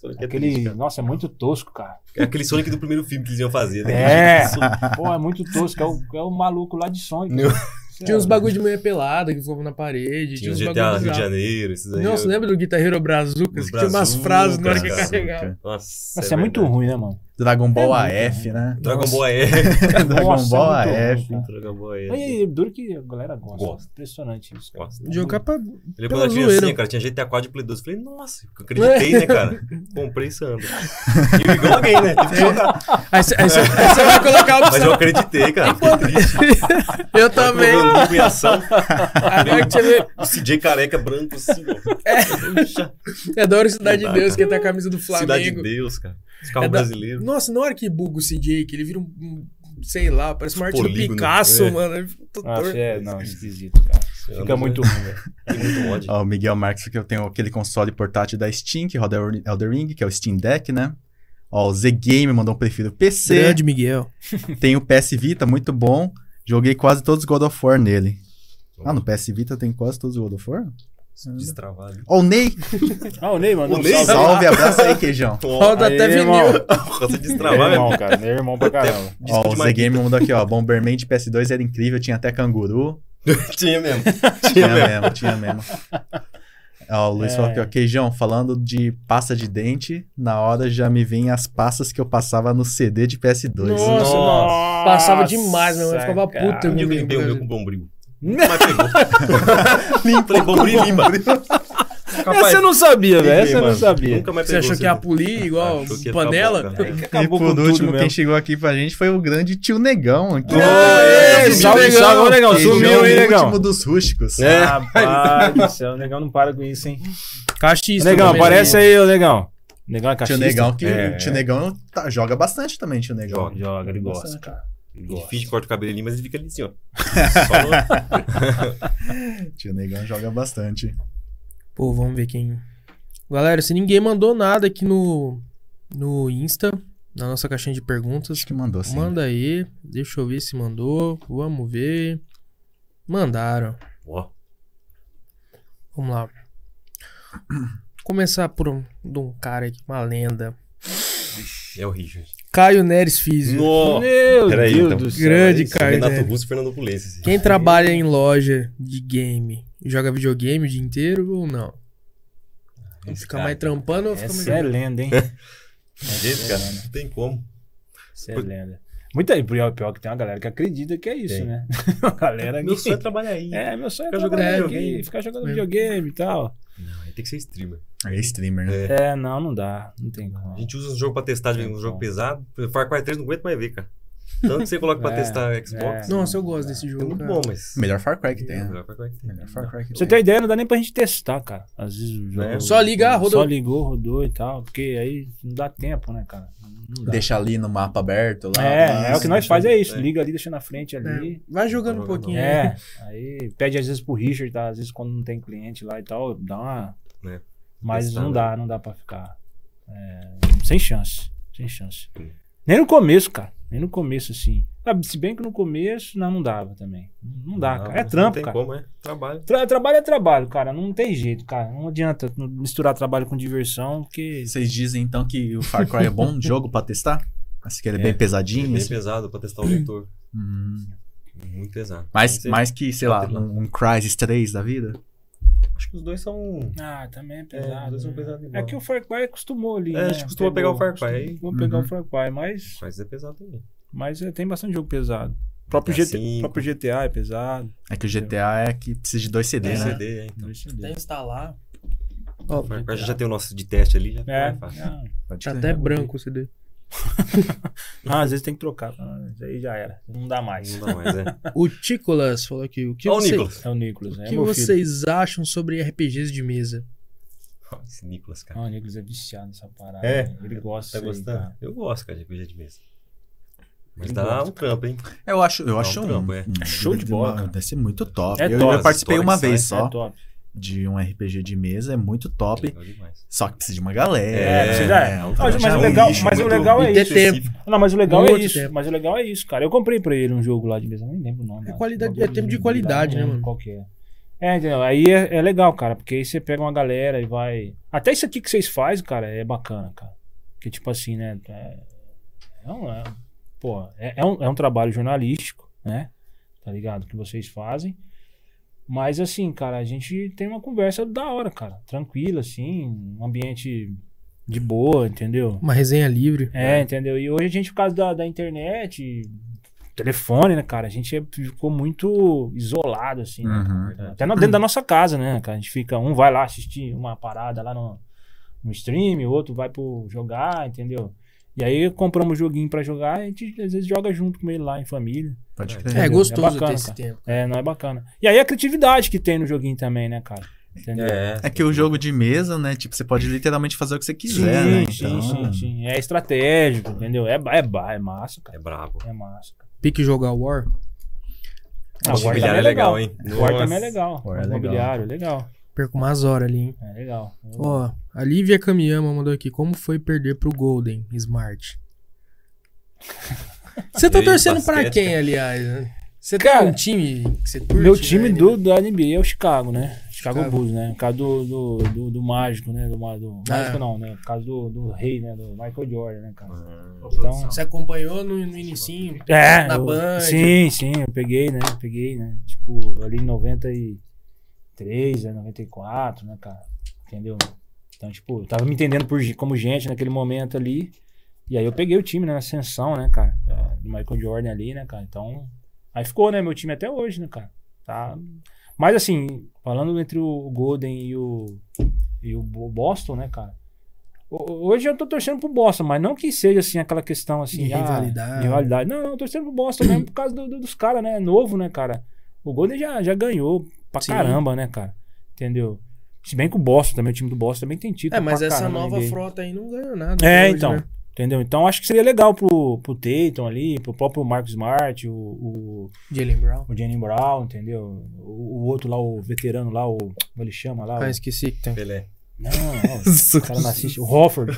Sonic é
Aquele,
triste, cara.
nossa, é muito tosco, cara.
É aquele Sonic do primeiro filme que eles iam fazer.
É.
Aquele [laughs] Sonic.
Pô, é muito tosco. É o, é o maluco lá de Sonic. é
Meu.
Sei
Tinha uns
lá.
bagulho de mulher pelada que ficava na parede, tinha
Tinha o
uns
GTA
bagulho
Rio de
bizarro.
Janeiro, esses aí.
Nossa, né?
eu-
lembra do Guitar Hero Brazucas?
Os
Que tinha umas
Brazucas,
frases na hora que
cara.
carregava.
Nossa,
Nossa, é, muito
verdade.
ruim, né, mano?
Dragon Ball
É
AF,
muito,
né?
Dragon
Nossa.
Ball é.
[laughs] Dragon
Nossa,
Ball
é muito
AF.
bom, cara.
Dragon Ball é.
E e duro que a galera gosta.
Gosta.
Impressionante isso. cara.
Gosta.
Jogar pra.
Eu lembro
pela
quando eu tinha assim,
zoeira.
cara, tinha GTA 4 de Play 2. Eu falei, nossa, eu acreditei, né, cara? Comprei isso ano. E eu igual alguém, né? Teve que jogar.
Aí você vai colocar a
Mas eu
opção.
acreditei, cara. Fiquei triste.
Eu também.
Meu amigo em ação,
[laughs] Agora que você vê.
esse DJ careca branco assim, ó. Puxa,
Eu adoro Cidade
Não
de
dá,
Deus,
cara.
que tá a camisa do
Cidade de
Flamengo.
Deus, cara. Esse carro
É da-
brasileiro.
Nossa, na hora que buga o CJ, que ele vira um- um. Sei lá, parece uma arte do
Polígono,
Picasso,
é.
mano. Ele fica todo
Nossa,
torto.
é, não, esquisito, cara. Fica muito ruim, velho.
né? Tem muito
[laughs]
ódio.
Ó, o Miguel Marques que eu tenho aquele console portátil da Steam, que roda Elder Ring, que é o Steam Deck, né? Ó, o Z Game mandou um prefiro PC.
Grande Miguel.
Tem o PS Vita, muito bom. Joguei quase todos os God of War nele. Ah, no PS Vita tem quase todos os God of War?
Destravado.
Ó, o Ney!
Ah, o tá Ney, mano.
O Ney?
Salve, abraço aí, [laughs] queijão.
Roda até vinil.
Nossa,
Meu
destravar, velho.
irmão, cara. Meu irmão pra caramba.
Ó,
é um Disco
o
de
Z
Maguito.
Game mandou aqui, ó. Bomberman de PS2 era incrível, tinha até canguru.
Tinha é mesmo.
Tinha
Tinha mesmo.
mesmo, tinha mesmo. Ó, o Luiz
É.
falou aqui, ó. Queijão, falando de pasta de dente, na hora já me vem as pastas que eu passava no CD de PS2.
[laughs] Nossa,
Nossa,
Passava demais, minha mãe ficava puta
cara.
Um dia eu
comigo.
limpei o meu
cara.
com bombril. Mas pegou. Falei, bombril limpa. Capaz,
Essa eu não sabia, velho.
liguei,
Essa eu não
mano.
sabia.
Nunca mais
Você
pegou
achou que
CD.
ia polir igual
Achou que ia ficar
panela?
bom, cara.
E
Acabou
por
com tudo
último,
mesmo.
quem chegou aqui pra gente foi o grande tio Negão. Aqui.
Aê,
Sumiu,
salve,
negão.
salve, ô, negão.
Queijão,
Sumiu, hein,
é o
negão.
último dos rústicos.
É.
Rapaz do céu, o negão não para com isso, hein?
Cachista.
negão,
também,
aparece
né?
aí, ô negão. O negão é
Tio
cachista.
um Negão, que
É,
tio Negão tá- joga bastante também, tio Negão.
Joga.
Joga, ele gosta,
Bastante.
cara. Ele
Ele
É,
gosta.
finge que corta o cabelo ali, mas ele fica ali assim, ó. Só
Tio Negão joga bastante.
Pô, vamos ver quem. Galera, se ninguém mandou nada aqui no, no Insta, na nossa caixinha de perguntas,
Acho que mandou
Assim.
sim.
manda aí. Deixa eu ver se mandou. Vamos ver. Mandaram.
no- Ó,
Vamos lá. Começar por um, de um cara aqui, uma lenda.
é o Richard.
Caio Neres Físio.
Nossa.
Meu
Peraí,
Deus
então.
do céu.
Grande
é isso?
cara.
Renato
velho.
Russo e Fernando Pulense. assim.
Quem trabalha em loja de game joga videogame o dia inteiro ou não?
Esse
Fica
cara,
mais trampando ou fica mais.
Essa é lenda, hein?
Esse É cara, não tem como.
Essa é lenda. Muita, pior, pior que tem uma galera que acredita que é isso,
Tem.
né? [laughs] uma galera que...
Meu sonho é trabalhar aí.
É, meu sonho é
Ficar
jogando
jogando
videogame,
videogame.
ficar jogando
É.
videogame e tal.
Não, aí tem que ser streamer.
É streamer, né?
É.
É, não, não dá. Não tem como.
A gente usa um jogo pra testar, de vez em quando, um jogo
Então.
pesado. Por exemplo, Far Cry 3 não aguento mais ver, cara. Tanto que você coloca pra
É,
testar Xbox. É,
Nossa, eu gosto desse jogo.
muito
cara.
bom, mas.
Melhor Far Cry que tem.
É,
né?
melhor Far Cry que tem.
Melhor Far Cry que
Pra Você
tem.
tem ideia, não dá nem pra gente testar, cara. Às vezes o jogo-
Né?
É, Só ligar, rodou.
Só ligou, rodou e tal. Porque aí não dá tempo, né, cara? Não dá.
Deixa ali no mapa aberto lá.
É, é o que nós
deixa-
faz é isso.
é.
Liga ali, deixa na frente ali.
É, Vai jogando um
Jogando.
pouquinho. aí.
É. Aí pede às vezes pro Richard, tá? Às vezes quando não tem cliente lá e tal, dá uma.
É.
Mas
Testar,
não
né?
dá, não dá pra ficar. é, sem chance. Sem chance. Nem no começo, cara. Nem no começo, assim. Ah, Se bem que no começo, não, não dava também. Não dá, cara. É
Não
trampo,
tem
cara.
como, é. Trabalho.
Tra- trabalho é trabalho, cara. Não tem jeito, cara. Não adianta n- misturar trabalho com diversão, porque.
Vocês dizem então que o Far Cry é
[laughs]
bom jogo pra testar? Assim que ele é,
É,
bem
É
pesadinho.
bem
assim?
pesado pra testar o leitor.
Hum.
Muito pesado.
Mais,
Você-
mais que, sei lá,
Sei lá.
um, um Crysis 3 da vida?
Acho que os dois são.
Ah, também é
É, os
pesado.
dois são
né?
pesados
É
igual.
que o Far Cry acostumou ali.
É, a gente
né?
costuma pegar o Far Cry, aí-
Vou pegar
Uhum.
o Far Cry, mas,
Mas é pesado também.
mas é, tem bastante jogo pesado. O próprio,
Tá,
GTA
GTA,
V.
próprio GTA é pesado.
É que o GTA é que precisa de dois
Tem
CDs, né?
CD, é, então.
Até instalar.
O Far Cry já tem o nosso de teste ali, já
É.
vai fácil.
Ah,
Pode
Tá
ter.
até branco o CD.
ah, às vezes tem que trocar. Ah, isso aí já era. Não dá mais.
Não dá mais, é.
O Ticolas falou aqui. O que,
Olha o
você-
Nicolas.
É o Nicolas,
o
né?
que
É meu filho.
vocês acham sobre RPGs de mesa?
Olha Esse Nicolas,
Ah,
cara.
o Nicolas é viciado nessa parada.
tá É?
né? Ele gosta
Tá
disso aí,
gostando?
cara.
Eu gosto, cara, de RPG de mesa. Mas
Eu
dá
gosto,
um trampo, hein?
Eu acho, eu acho um,
trampo, é.
um-
Show de bola,
uma-
cara.
Deve ser muito top.
É
eu,
top,
eu participei
história
uma
que sai,
vez só
É top.
de um RPG de mesa, é muito top.
Legal demais.
Só que precisa de uma galera.
É,
precisa- é.
um
Mas-
trabalho
mas o
um
legal-
nicho
mas o
muito-
legal é
E ter
isso.
tempo.
Não, mas o legal é
Muito
isso.
tempo.
Mas o legal é isso, cara. Eu comprei pra ele um jogo lá de mesa, nem lembro o nome.
É
cara.
qualidade-
Bagulho
é tempo de qualidade,
não
né,
lembro
mano?
Qual que é. É, entendeu? Aí é, é legal, cara, porque aí você pega uma galera e vai. Até isso aqui que vocês fazem, cara, é bacana, cara. Que tipo assim, né? É, é um, é, pô, é, é um, é um trabalho jornalístico, né? Tá ligado? Que vocês fazem. Mas assim, cara, a gente tem uma conversa da hora, cara. Tranquila, assim. Um ambiente de boa, entendeu?
Uma resenha livre.
É, entendeu? E hoje a gente, por causa da, da internet, telefone, né, cara? A gente é- ficou muito isolado, assim. né,
Uhum.
cara? Até na- dentro da nossa casa, né, cara? A gente fica, um vai lá assistir uma parada lá no, no stream, o outro vai pro jogar, entendeu? E aí compramos um joguinho pra jogar, a gente às vezes joga junto com ele lá em família.
Pode
É.
crer.
É,
É
gostoso
bacana,
ter esse
cara.
tempo.
É, não é bacana. E aí a criatividade que tem no joguinho também, né, cara? Entendeu?
É que o jogo de mesa, né? Tipo, você pode literalmente fazer o que você quiser,
sim,
né?
sim,
Então,
sim, sim. É estratégico, entendeu? É, ba- é, ba- é massa, cara.
É brabo.
É massa. cara.
Pique jogar War.
Ah,
Nossa,
War
mobiliário
também
é legal, hein?
O War também
Nossa.
é legal.
War é
O
legal.
mobiliário, legal.
Perco umas horas ali, hein?
É legal.
Ó, a Lívia Kamiyama mandou aqui. Como foi perder pro Golden
[laughs]
Smart? Você tá
E aí,
torcendo pra
basquete,
quem,
cara?
aliás? né? Você tem
Cara,
um time que você curte?
Meu time
né?
do, da NBA é o Chicago, né? Chicago,
Chicago.
Bulls, né? Por causa do, do, do, do Mágico, né? Do, ma- do-
Ah,
Mágico
é.
não, né? Por causa do, do rei, né? Do Michael Jordan, né, cara?
Então,
Você acompanhou no, no inicinho?
É,
Na
eu-
Band.
Sim, sim, eu peguei, né? Peguei, né? Tipo, ali em 93, né? 94, né, cara? Entendeu? Então, tipo, eu tava me entendendo por, ge- como gente naquele momento ali. E aí eu peguei o time, né? Na ascensão, né, cara? da- Do Michael Jordan ali, né, cara? Então. Aí ficou, né? Meu time até hoje, né, cara? Tá. Mas assim, falando entre o Golden e o, e o Bo- Boston, né, cara? Ho- Hoje eu tô torcendo pro Boston, mas não que seja assim aquela questão assim.
De
ah,
rivalidade.
de rivalidade. Não, não, eu tô torcendo pro Boston mesmo por causa do- do- dos caras, né? É Novo, né, cara? O Golden já, já ganhou pra
Sim.
caramba, né, cara? Entendeu? Se bem que o Boston também, o time do Boston também tem título.
É, mas
pra
essa
caramba, né,
nova
NBA.
frota aí não ganhou nada.
É,
até hoje,
então.
né?
Entendeu? Então acho que seria legal pro, pro Tatum ali, pro próprio Marcos Smart, o, o,
Jalen Brown.
o Jalen Brown, entendeu? O, o outro lá, o veterano lá, o. Como ele chama lá? O,
Ah, esqueci que tem.
Pelé.
[laughs]
não, não, o cara não assiste. O Hofford,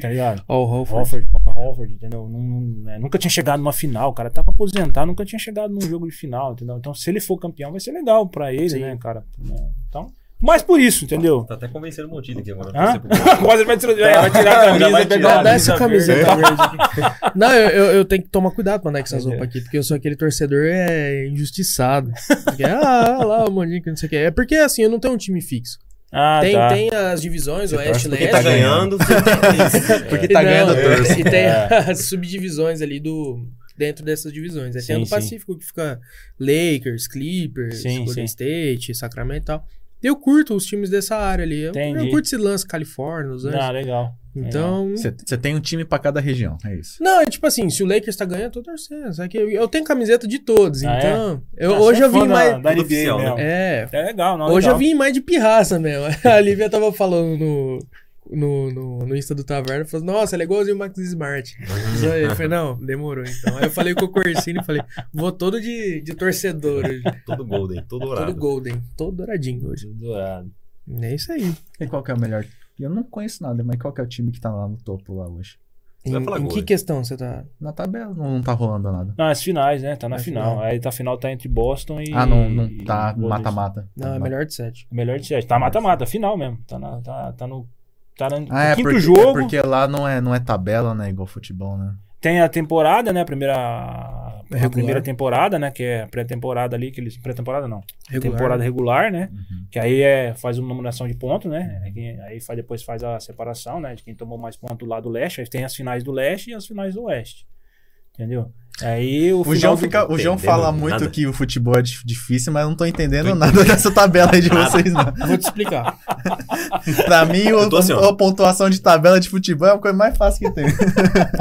tá ligado?
Ó, o Hofford.
Hofford, Hofford, entendeu? Não- não- é, nunca tinha chegado numa final, o cara tá pra aposentar, nunca tinha chegado num jogo de final, entendeu? Então, se ele for campeão, vai ser legal pra ele,
Sim.
né, cara? É, Então, mas por isso, entendeu? [laughs]
Tá até convencendo o Montini aqui agora.
Hã?
Você-
Quase vai tirar, é, vai tirar a camisa,
vai
vai pegar
tirar.
a
Dá essa
camisa verde.
camiseta verde. aqui. [laughs] Não, eu, eu- eu tenho que tomar cuidado pra andar com essas roupas aqui, porque eu sou aquele torcedor é, injustiçado. Porque, ah, lá o Maninho, que não sei o que. É porque assim, eu não tenho um time fixo.
Ah,
tem,
tá.
tem as divisões, oeste,
Porque
leste.
tá ganhando, você tem
Porque
E
tá
não,
ganhando a torcida.
E tem
É.
as subdivisões ali do. Dentro dessas divisões. Aí tem
Sim,
no
sim.
Pacífico que fica Lakers, Clippers,
Sim,
Golden
sim.
State, Sacramento e tal. Eu curto os times dessa área ali. Eu, eu
Entendi. É.
curto esse lance Califórnia, Los Angeles.
Ah, legal.
então.
Você você tem um time pra cada região, é isso.
Não, é tipo assim, se o Lakers tá ganhando, eu tô torcendo. Só que eu, eu tenho camiseta de todos,
Ah, é?
então. Eu,
Ah,
hoje
você é
eu vim
fã da-
mais.
Da, NBA,
Oficial,
mesmo.
É.
É legal, não,
hoje
legal.
eu vim mais de pirraça mesmo. [laughs] A Lívia tava falando no. No, no, no Insta do Taverna, falou, nossa, ele é igualzinho o Max Smart. Só ele. Eu falei, não, demorou então. Aí eu falei com o Corsini, falei, vou todo de, de torcedor hoje.
É, todo golden, todo
Todo
dourado.
golden, todo douradinho hoje.
Dourado.
É isso aí.
E qual que é o melhor? Eu não conheço nada, mas qual que é o time que tá lá no topo lá hoje?
Em,
vai falar
em que
Golden.
questão você tá?
Na tabela não, não tá rolando nada.
Não, as finais, né? Tá na
Na
final.
final.
Aí tá a final, tá entre Boston e.
Ah, não, não
e
tá
Golden
mata-mata.
Não, é melhor de sete.
Melhor de sete. Tá mata-mata, final mesmo. Tá, na, tá, tá no. Tá no
Ah, é
quinto
porque,
jogo.
é porque lá não é, não é tabela, né? Igual futebol, né?
Tem a temporada, né? A primeira. A
Regular.
primeira temporada, né? Que é a pré-temporada ali, que eles. Pré-temporada não.
Regular.
Temporada regular, né?
Uhum.
Que aí é, faz uma numeração de ponto, né? Aí quem- Aí faz, depois faz a separação, né? De quem tomou mais ponto lá do leste. Aí tem as finais do leste e as finais do oeste. Entendeu? Aí o,
O
final
João,
do-
fica, o João
entendendo
fala muito
nada.
que o futebol é dif- difícil, mas eu não tô entendendo
Tô
nada dessa tabela aí de vocês, não.
Ah, Vou te explicar.
Pra mim, o-
Eu tô assim, ó.
a pontuação de tabela de futebol é a coisa mais fácil que tem.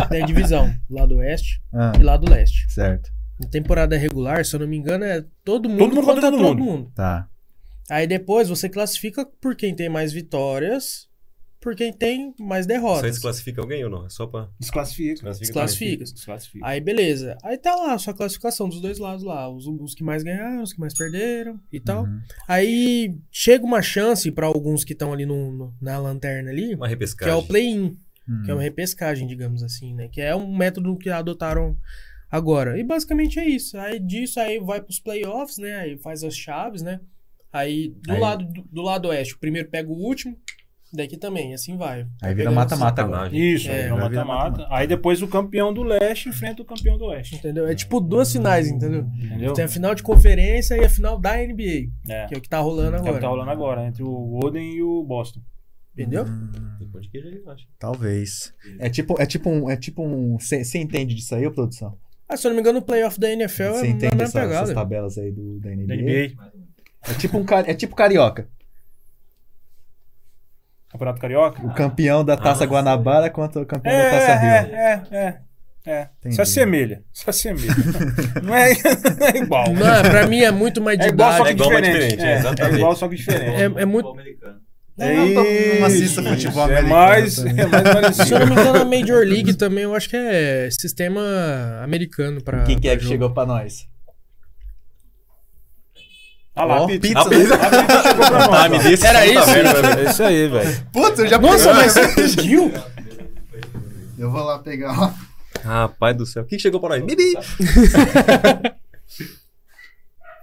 Tem a divisão, lado oeste
Ah,
e lado leste.
certo,
Em temporada regular, se eu não me engano, é todo mundo,
Todo mundo contra todo mundo.
tá.
Aí depois você classifica por quem tem mais vitórias, por quem tem mais
Só
derrotas.
desclassifica alguém ou não? É só pra.
Desclassifica.
Desclassifica.
Desclassifica.
Desclassifica.
Aí beleza. Aí tá lá a sua classificação dos dois lados lá. Os, os que mais ganharam, os que mais perderam e tal.
Uhum.
Aí chega uma chance pra alguns que estão ali no, no- na lanterna ali,
também.
que
Uma
é
repescagem.
o play-in,
Hum.
que é uma repescagem, digamos assim, né? Que é um método que adotaram agora. E basicamente é isso. Aí disso aí vai pros playoffs, né? Aí faz as chaves, né? Aí do
Aí-
lado do, do lado oeste, o primeiro pega o último, daqui também, assim vai.
Aí
Vai
vira
pegando
mata-mata agora.
Sacanagem.
Isso,
É,
é, um
vai virar
mata-mata. Aí depois o campeão do leste enfrenta o campeão do
assim,
oeste.
Entendeu? É tipo duas finais, entendeu?
Entendeu?
Tem a final de conferência e a final da NBA,
É.
Então é que é o que tá rolando
É o que
agora.
tá rolando agora, entre o Golden e o Boston.
Entendeu?
Hum,
Tem pão de queijo aí, eu acho.
talvez. É tipo, é tipo um. É tipo um. Você entende disso aí, ô, produção?
Ah, se eu não me engano, o playoff da NFL
Você
é na
entende
mesma
essa- essas
pegada.
tabelas aí do, da NBA?
Da NBA.
É tipo um cari- é tipo carioca.
Campeonato Carioca?
O campeão da Taça
Ah,
Guanabara contra o campeão da Taça Rio.
É, é, é, é, é.
tá Entendi.
Se assemelha. Se assemelha. não, é, não é igual.
Não, pra mim é muito mais de
É igual, só
idade.
que
É igual, mas
diferente.
diferente, é,
É,
exatamente.
é igual, só que diferente.
É- é muito-
Americano.
Eu não tô- não assisto
Isso,
futebol
é
americano
mais,
também.
é mais
Se eu não
parecido.
me engano, a Major League também, eu acho que é sistema americano pra.
Quem que é que
pra jogo.
chegou pra nós?
Olha lá,
Ó,
Pete.
pizza.
A pizza.
A Pete chegou pra nós, ó.
desse,
Era
você não tá
isso?
vendo, velho.
É isso aí, velho.
Putz, eu já
Nossa, mas você pediu?
Eu vou lá pegar uma.
Rapaz do céu. O que que chegou pra nós? Bibi!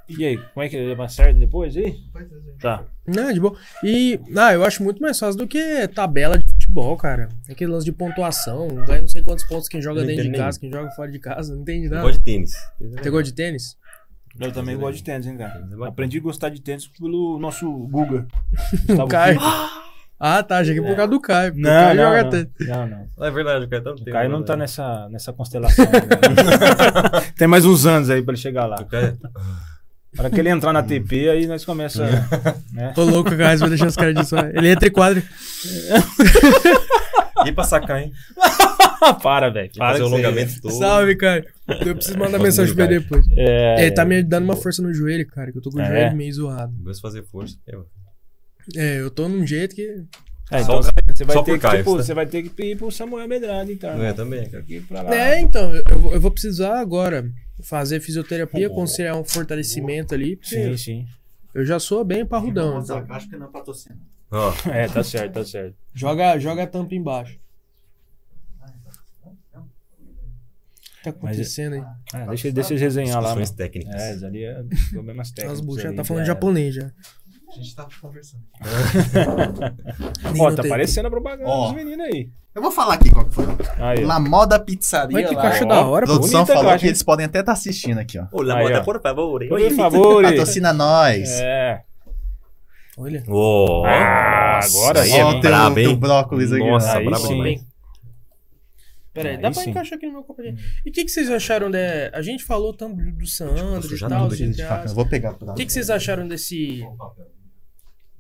E aí, como é que é mais certo depois aí? Tá.
Não, de boa. E, ah, eu acho muito mais fácil do que tabela de futebol, cara. É Aquele lance de pontuação, ganha não sei quantos pontos quem joga
Não
dentro de
entendi
casa, quem joga fora de casa, não entende nada.
Igual de tênis.
Você gosta de tênis?
Eu também gosto de tênis, hein, cara.
Tênis é bacana.
Aprendi a gostar de tênis pelo nosso [laughs] Guga. Tá
O Caio. Ah, tá, achei que é por causa do Caio. porque o
Não,
Caio
não,
joga
não.
tênis.
não, não.
Ah, É verdade, o cara tá no
O
tênis,
Caio não
né,
tá
velho?
nessa, nessa constelação. né? [laughs] Tem mais uns anos aí pra ele chegar lá.
O Caio- é-
Na hora que ele entrar na TP, aí nós [laughs] começa. né?
Ô, louco, Caio, você vai deixar os caras de só. Ele entra e quadra.
E pra sacar, hein?
Ah, para, velho. Para.
Fazer o
que você-
alongamento todo.
Salve, Caio. Eu preciso mandar
Gosto
mensagem
muito,
pra ele
Caio.
depois.
É,
Ele tá me dando uma força no joelho, cara, que eu tô com o
É?
joelho meio zoado.
Começa a fazer força. É, mano.
É, eu tô num jeito que.
É,
Só
então
o
você vai
só
ter
por
que,
Caio,
tipo,
né?
você vai ter que ir pro Samuel Medrado, então.
Não é também, cara.
Aqui pra lá.
É, então, eu- eu, vou- eu vou precisar agora fazer fisioterapia,
Boa.
conciliar um fortalecimento ali. porque
Sim, sim. [laughs]
Eu já sou bem parrudão. então.
Acho que não patrocina.
Ó,
É, tá certo, tá certo.
Joga, joga a tampa embaixo. O que tá acontecendo aí?
Ah, deixa, deixa eles resenhar lá,
discussões
mano.
técnicas.
É, isso ali é problemas técnicos. né?
As buchas
ali,
tá falando
já era.
japonês já.
A gente tava conversando.
Nem
Ó, tá
notei.
aparecendo a propaganda
Ó.
dos meninos aí.
Eu vou falar aqui qual que foi.
Aí, ó.
La Moda Pizzaria.
Olha que
lá,
caixa
ó.
da hora,
A produção
bonita
falou
caixa,
que
hein?
eles podem até estar assistindo aqui, ó.
Ô, la
Aí, ó.
moda, por favor. hein?
Por favor.
Patrocina nós.
É.
Olha.
Ô,
Ah, agora
nossa,
sim,
é
Ó, tem o-
brabo,
tem o
hein?
brócolis aqui.
Nossa,
ó.
Aí
brabo
sim.
demais.
Pera aí, Hum.
Aí
dá pra
sim.
encaixar aqui no meu copo aqui. E o que, que vocês acharam de... A gente falou tanto do-
Tipo,
do
Vou
Sandro e
sujar
tal,
tudo aqui
de faca. Eu
GTA.
Vou pegar pra
O que, que vocês acharam desse...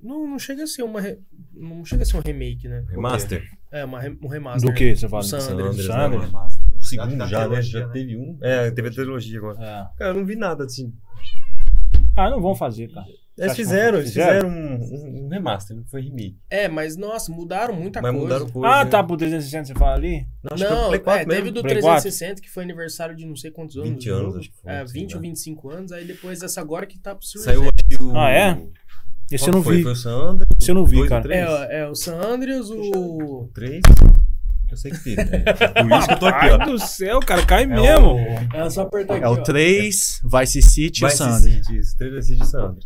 Não, não chega a ser uma... re- Não chega a ser um remake, né?
Remaster.
É, uma re- um remaster.
Do que você fala?
Do San
Andreas,
Do San
né,
Andreas?
mano? O segundo já, né? Já teve um. É, teve a trilogia agora.
É.
Cara, eu não vi nada assim.
Ah, não vão fazer, cara.
Eles
acha que
fizeram, eles fizeram
fizeram?
um, um- um remaster, não foi remake.
É, mas nossa, mudaram muita
mas
coisa.
mudaram coisa.
Ah,
né?
tá, pro 360 você fala ali?
Não, acho que foi o
Não,
Play 4
é,
mesmo.
teve do
Play
360, que foi aniversário de não sei quantos anos.
20
do
anos,
jogo.
acho que foi,
É,
sei
20 ou
lá.
25 anos, aí depois essa agora que tá pro Series
Saiu
X.
acho que o.
Ah, é? Esse eu
Qual
não
foi?
vi.
Foi o Sandra.
Esse eu não vi, cara.
É, ó, é, o San Andreas, o...
3? Eu sei que teve. É, por isso que eu tô aqui,
Ai
ó.
do céu, cara, cai mesmo.
É só apertar aqui,
É o
ó.
3, Vice City e o
Vice
Sandro.
City, isso. 3 City e Sandra.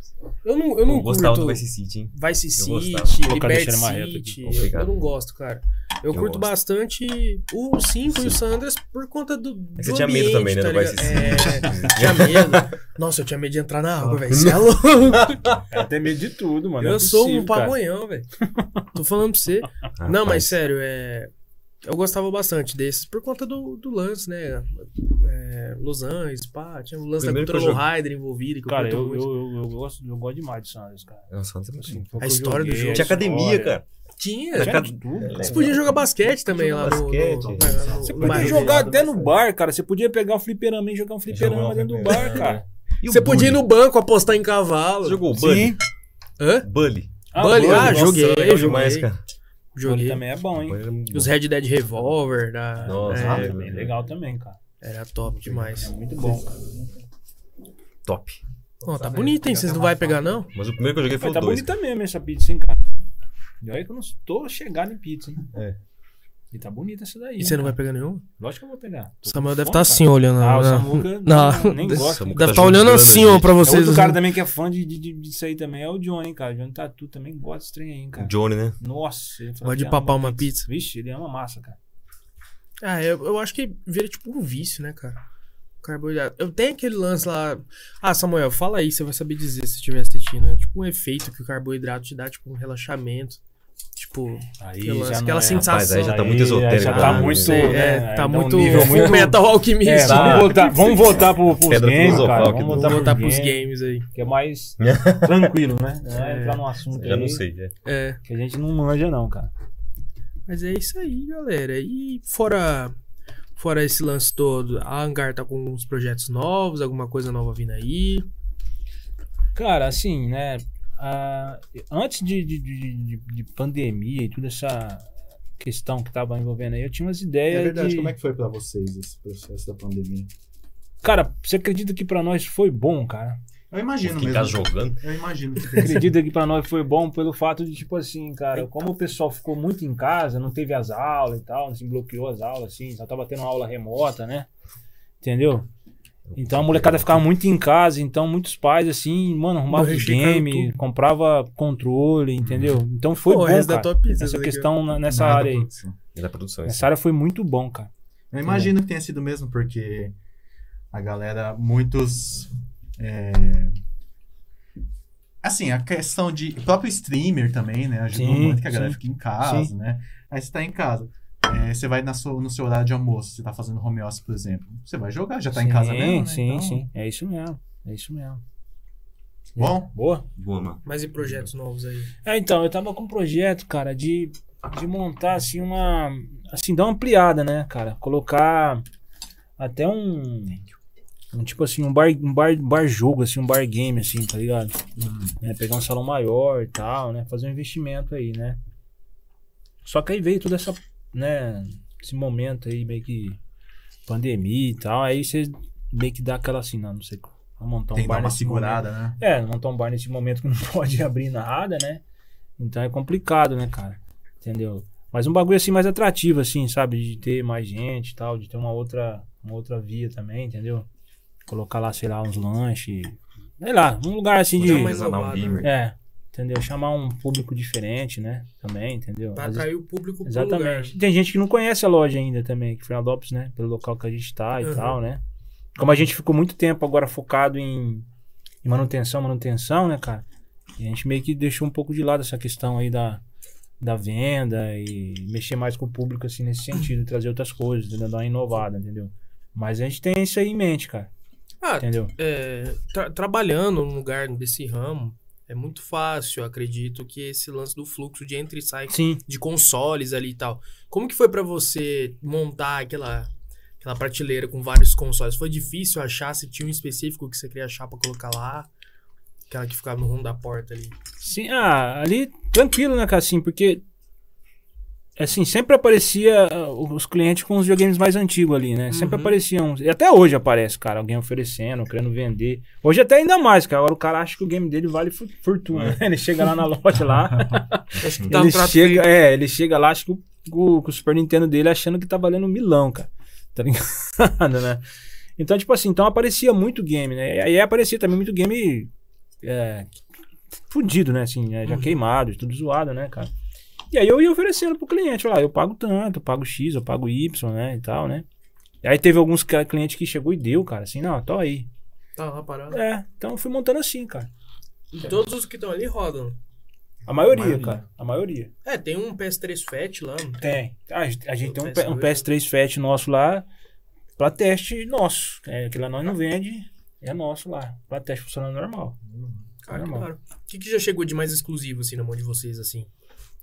Eu não, eu não
Eu gostava do
curto-
Vice City, hein?
Vice
Eu
City,
gostava.
Vou colocar,
Liberty
deixar ele marreta aqui.
City.
Obrigado.
Eu não gosto, cara. Eu,
Eu
curto
gosto.
bastante o 5 e o Sandras por conta do.
É
do
que você tinha medo também,
ambiente,
né?
tá
do Vice
ligado?
City. Ah.
É, tinha
[laughs]
medo. Nossa, eu tinha medo de entrar na água, velho. Você é louco.
Cara, tem medo de tudo, mano.
eu
Não é
sou um
possível, cara.
pamonhão, velho. Tô falando pra
[laughs]
você. Não, mas sério, é. Eu gostava bastante desses por conta do, do lance, né? É, Los Angeles, pá, tinha o lance
Primeiro
da
que eu
Control Rider envolvido, que
Cara,
eu curto
eu,
muito.
eu, eu, eu gosto, eu gosto demais de Sanders, cara.
Nossa, não sei.
foi o que
A
eu
história do
joguei,
jogo.
a
Tinha é academia,
história. É,
cara.
Tinha,
Era
Tinha de tudo.
Você podia jogar basquete também lá no- no.
Basquete.
no- no-
Você
no
podia
bairro.
jogar até no bar, cara. Você podia pegar um fliperama e jogar um fliperama
Jogar um
dentro do
fliperama.
bar, cara.
E o
Você podia ir
Bully?
no banco apostar em cavalo.
Você jogou o Bully?
Hã?
Bully.
Bully,
Bully,
ah,
nossa,
joguei,
era legal
joguei.
demais, cara.
Bully
Joguei.
também é bom, hein?
Bully era muito
Os
bom.
Red Dead Revolver. Da,
Nossa,
é,
ah,
É bem legal também, cara.
era top
É
demais.
muito bom, cara.
Top.
Ó, tá bonito, hein? Vocês não vai pegar, não?
Mas o primeiro que eu joguei foi
Pô,
o
tá
2.
bonita mesmo essa pizza, hein, cara. E olha que eu não tô chegado em pizza, hein?
É.
E tá bonita essa daí.
E você
hein,
não vai
cara.
pegar nenhum?
Lógico que eu vou pegar.
O
Tô
Samuel deve
com fome,
estar
cara.
assim olhando.
Ah, o
né?
Samuca
Não,
não, nem
deve-
gosta.
Deve estar olhando assim, ó, pra
É
[laughs] vocês.
outro cara também que é fã de, de, de- disso aí também é o Johnny, cara. O Johnny Tatu também gosta desse trem aí, cara.
Johnny, né?
Nossa, ele fala
Gosta
que
de
ama
papar uma pizza.
Vixe, ele ama massa, cara.
Ah, eu, eu acho que vira tipo um vício, né, cara? Carboidrato. Eu tenho aquele lance lá. Ah, Samuel, né? fala aí, você vai saber dizer se estiver assistindo. É tipo um efeito que o carboidrato te dá, tipo um relaxamento. Tipo,
Aí
aquele lance,
já não
aquela
é.
sensação.
Rapaz, aí já tá muito
Aí- aí
esotérico.
Já
né?
tá muito.
É,
né,
tá
aí um
muito,
nível
muito [laughs] metal alquimista.
É, vamos voltar, vamos voltar pro, pros
Pedra
games,
filosofal
cara.
aqui
Vamos
do-
[laughs]
voltar,
Vamos voltar
pros
pros
games,
games aí.
que é mais
[laughs]
tranquilo, né? Não é entrar num assunto
Já
aí
não sei. é.
É,
que a gente não manja não, cara.
mas é isso aí, galera. E fora fora esse lance todo, a Hangar tá com uns projetos novos, alguma coisa nova vindo aí.
Cara, assim, né? ah, antes de, de, de- de- de pandemia e toda essa questão que tava envolvendo aí, eu tinha umas ideias.
É verdade,
de-
como é que foi pra vocês esse processo da pandemia?
Cara, você acredita que pra nós foi bom, cara?
Eu imagino
Fiquei em
mesmo.
casa tá jogando.
Eu imagino.
Acredita que pra nós foi bom pelo fato de, tipo assim, cara, como o pessoal ficou muito em casa, não teve as aulas e tal, assim, bloqueou as aulas, assim, só tava tendo aula remota, né? Entendeu? Então a molecada ficava muito em casa, então muitos pais, assim, mano, arrumava
Morre, fica
game,
tudo.
comprava controle, entendeu? Então foi
Pô, o
bom,
resto
cara.
da tua tá pizza.
Essa
daqui, ó.
questão na- nessa área aí.
E Da produção. é isso.
Nessa área foi muito bom, cara.
Eu imagino que tenha sido mesmo, porque a galera, muitos. É... Assim, a questão de. O próprio streamer também, né? Ajudou
Sim,
muito que a galera
sim.
fica em casa,
Sim.
né? Aí você tá em casa. é, você vai na sua, no seu horário de almoço, você tá fazendo home office, por exemplo. Você vai jogar, já tá em casa
Sim,
mesmo. Né?
Sim,
Então,
sim. É isso mesmo. É isso mesmo.
Bom,
Boa.
Boa, mano.
Mas e projetos novos aí?
É, então, eu tava com um projeto, cara, de, de montar, assim, uma. Assim, dar uma ampliada, né, cara? Colocar até um. um tipo assim, um bar, um bar, bar jogo, assim, um bar game, assim, tá ligado? Né, pegar um salão maior e tal, né? Fazer um investimento aí, né? Só que aí veio toda essa. né? Esse momento aí, meio que. pandemia e tal. Aí você meio que dá aquela assim, não, não sei. Vou montar um
tem que
bar
dar uma
nesse momento.
segurada, né?
É, montar um bar nesse momento que não [laughs] pode abrir nada, né? Então é complicado, né, cara? Entendeu? Mas um bagulho assim mais atrativo, assim, sabe? De ter mais gente e tal, de ter uma outra, uma outra via também, entendeu? Colocar lá, sei lá, uns lanches. Sei lá, um lugar assim de.
Dá uma
Artesanal
inovada,
gamer.
É, entendeu? Chamar um público diferente, né? Também, entendeu?
Pra
Às vezes-
atrair o público pro lugar.
Exatamente. Tem gente que não conhece a loja ainda também, que Fernandópolis, né? Pelo local que a gente tá e
Uhum.
tal, né? Como a gente ficou muito tempo agora focado em, em manutenção, manutenção, né, cara? E a gente meio que deixou um pouco de lado essa questão aí da, da venda e mexer mais com o público, assim, nesse sentido, trazer outras coisas, entendeu? dar uma inovada, entendeu? Mas a gente tem isso aí em mente, cara,
Ah,
entendeu?
é, tra- trabalhando num lugar desse ramo, é muito fácil, eu acredito, que esse lance do fluxo de entra e sai
Sim.
de consoles ali e tal. Como que foi pra você montar aquela aquela prateleira com vários consoles? Foi difícil achar se tinha um específico que você queria achar pra colocar lá? Aquela que ficava no rumo da porta ali.
Sim, ah, ali tranquilo, né, cara? Assim, porque assim, sempre aparecia ah, os clientes com os videogames mais antigos ali, né? Sempre
Uhum.
apareciam. E até hoje aparece, cara, alguém oferecendo, querendo vender. Hoje até ainda mais, cara. Agora o cara acha que o game dele vale fu- fortuna. né? [laughs] Ele chega lá na loja lá.
Acho que tá
ele,
um trato
chega, é, ele chega lá, acho que o, o- que o Super Nintendo dele achando que tá valendo um milão, cara. Tá ligado, [laughs] né? Então, tipo assim, então aparecia muito game, né? E aí aparecia também muito game é, fudido, né? Assim, né? já
Uhum.
queimado, tudo zoado, né, cara? E aí eu ia oferecendo pro cliente, lá, eu pago tanto, eu pago X, eu pago Y, né? E tal, né? E aí teve alguns ca- clientes que chegou e deu, cara, assim, não, tô aí.
tá lá parado.
É, então eu fui montando assim, cara.
E todos os que estão ali rodam.
A maioria,
Maioria.
cara. A maioria.
É, tem um PS3 Fat lá.
Tem. A, gente- a gente tem um,
PS2,
P- um PS3 Fat nosso lá pra teste nosso. É, que lá nós não vende, é nosso lá. Pra teste funcionando normal.
Cara,
Normal.
claro. O que, que já chegou de mais exclusivo, assim, na mão de vocês, assim?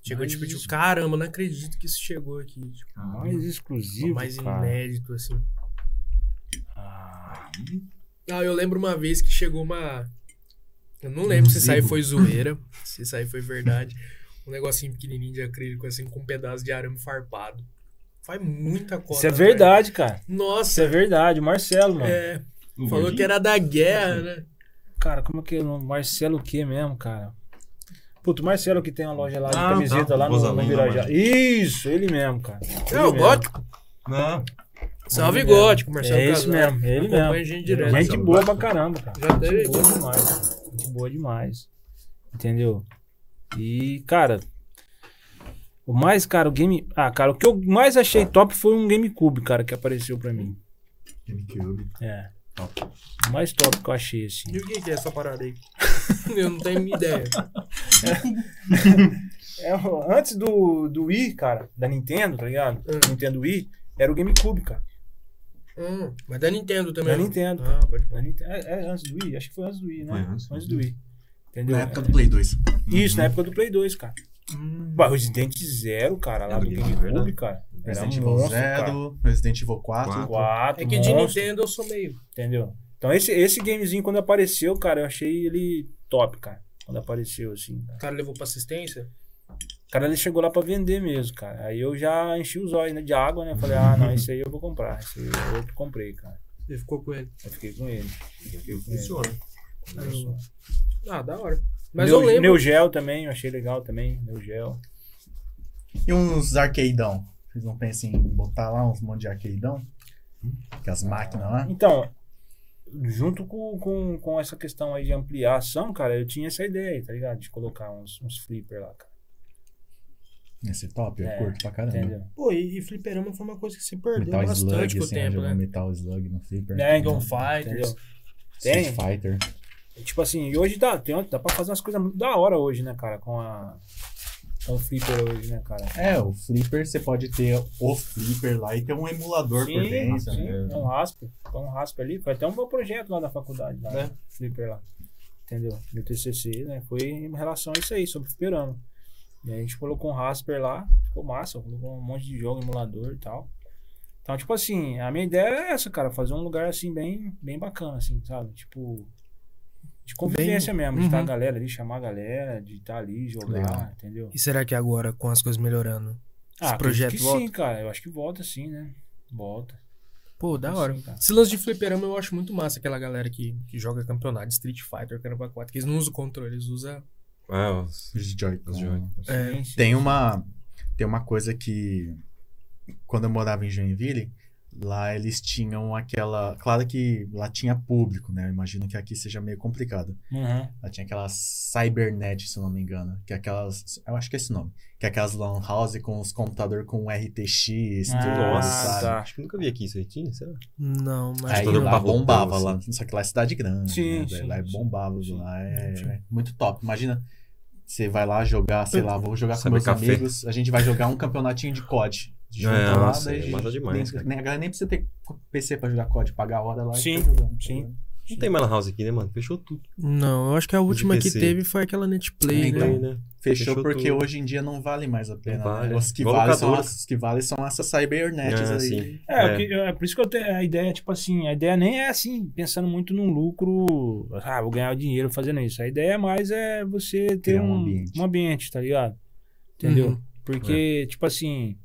Chegou,
Mais
tipo, tipo, caramba, não acredito que isso chegou aqui. Tipo,
Mais exclusivo,
mais
cara.
inédito, assim.
Ah,
Ah, eu lembro uma vez que chegou uma. Eu não lembro se isso aí
Zibo.
foi zoeira, se isso aí foi verdade. Um negocinho pequenininho de acrílico, assim, com um pedaço de arame farpado. Faz muita cota.
isso é
velho.
verdade, cara. Isso
Nossa,
é verdade. O Marcelo, mano.
é. Falou que era da guerra, né?
Cara, como é que é? o nome? Marcelo o quê mesmo, cara? Puto, o Marcelo que tem uma loja lá de
Ah,
camiseta
tá.
lá no, no
Rosalina,
Virajá.
mano.
Isso, ele mesmo, cara.
É o
mesmo.
gótico.
Não.
Salve
Ele mesmo.
gótico, Marcelo
É isso
Casal.
mesmo, ele
Acompanha
mesmo.
a gente direto.
Gente boa pra caramba, cara.
Já teve.
Gente boa demais, cara. Gente boa demais. Entendeu? E, cara. O mais, cara, o game. Ah, cara, o que eu mais achei top foi um GameCube, cara, que apareceu pra mim.
GameCube.
É.
Top.
O mais top que eu achei, assim.
[laughs] E o que que é essa parada aí? eu não tenho ideia.
É, o- antes do, do Wii, cara, da Nintendo, tá ligado?
Hum.
Nintendo Wii, era o GameCube, cara.
Hum, mas da Nintendo também.
Da Nintendo.
Ah, pode
Da Ninte- É, é antes do Wii? Acho que foi antes do Wii, né?
Foi antes do
do Wii. Entendeu? É.
Na época do Play 2.
Isso, na época do Play 2, cara.
Hum.
Bah, Resident Zero, cara, lá
Era
do
do Game
GameCube,
Boy,
cara. É Era
Resident
um
Evil
monstro, cara.
0, Resident Evil 4.
Quatro.
Quatro,
É que de
monstro,
Nintendo eu sou meio.
Entendeu? Então esse, esse gamezinho, quando apareceu, cara, eu achei ele top, cara. Quando apareceu, assim.
O cara levou pra assistência.
O cara ele chegou lá pra vender mesmo, cara. Aí eu já enchi os olhos né, de água, né? Falei, ah, não, esse aí eu vou comprar. Esse aí eu comprei, cara.
Ele ficou com ele.
Eu fiquei com ele.
Porque Funciona.
Meu-
Ah, da hora. Mas eu lembro.
Neo Geo também, eu achei legal também. Neo Geo.
E uns arcadeão. Vocês não pensam em botar lá uns monte de arcadeão? Que as máquinas lá.
Então, junto com, com, com essa questão aí de ampliar a ação, cara, eu tinha essa ideia, tá ligado? De colocar uns, uns flipper lá, cara.
Esse top, eu
É,
curto pra caramba.
Entendeu?
Pô, e, e fliperama foi uma coisa que se perdeu
Metal
bastante
Slug,
com o
assim,
tempo,
jogando
né?
Metal Slug no Flipper.
É,
Dragon
Entendeu?
Fighters.
Street
tem.
Fighter.
Tipo assim, e hoje dá, tem, dá pra fazer umas coisas muito da hora hoje, né, cara? Com a. Com o Flipper hoje, né, cara?
É, o Flipper, você pode ter o Flipper lá e ter um emulador por
Sim,
dentro.
sim,
né?
é um raspa. Foi um raspa ali. Foi até um bom projeto lá da faculdade, lá,
É.
né? Flipper lá. Entendeu? Meu TCC, né? Foi em relação a isso aí, sobre fliperama. E aí a gente colocou um Rasper lá, ficou massa, colocou um monte de jogo, emulador e tal. Então, tipo assim, a minha ideia era essa, cara, fazer um lugar assim, bem, bem bacana, assim, sabe? Tipo, de convivência mesmo, de estar
uhum.
a galera ali, chamar a galera, de estar ali, jogar,
Legal.
entendeu?
E será que agora, com as coisas melhorando,
Ah, acredito
projeto
que
volta?
sim, cara, eu acho que volta sim, né? Volta.
Pô, da
Sim,
hora.
cara.
Esse lance de fliperama eu acho muito massa aquela galera que, que joga campeonato de Street Fighter, Caramba 4, que eles não usam controle, eles usam.
É, os...
Os Joy-Con.
Os Joy-Cons.
É.
Sim, sim.
Tem uma, tem uma coisa que quando eu morava em Joinville, lá eles tinham aquela, claro que lá tinha público, né? Eu imagino que aqui seja meio complicado.
Uhum.
Lá tinha aquela Cybernet, se eu não me engano, que é aquelas, eu acho que é esse nome, que é aquelas lan house com os computador com RTX, tudo,
Ah,
sabe?
tá.
Acho que nunca vi aqui isso aí. Tinha, será?
Não, mas.
Aí
Tudo
lá
barrotão,
bombava
assim.
lá, só que lá é cidade grande,
Sim,
né?
sim,
lá é
sim,
bombava,
sim.
lá
Sim.
é muito top. Imagina, você vai lá jogar, sei lá, vou jogar com
Sabe
meus
café.
amigos, a gente vai jogar um campeonatinho de COD. Junta
É,
lá,
nossa,
daí
é
a gente-
massa demais,
Nem,
cara.
nem, a galera nem precisa ter PC pra jogar COD, pagar a hora lá. e
Sim,
fica jogando,
sim.
tá ligado?
Não tem mais lan house aqui, né, mano? Fechou tudo.
Não, eu acho que a última que
PC.
teve foi aquela Netplay,
Então,
né?
Aí, né?
Fechou,
Fechou
porque
tudo.
hoje em dia não vale mais a pena.
Não vale.
né? Os, que
Igual
valem são
locadora.
as, os que valem são essas cybernets
É,
aí.
sim.
É, o
É.
que- é, por isso que eu tenho a ideia, tipo assim, a ideia nem é assim, pensando muito num lucro, ah, vou ganhar dinheiro fazendo isso. A ideia mais é você ter
Criar um
um, um, ambiente.
ambiente. É.
tá ligado? Entendeu?
Uhum.
Porque, tipo assim,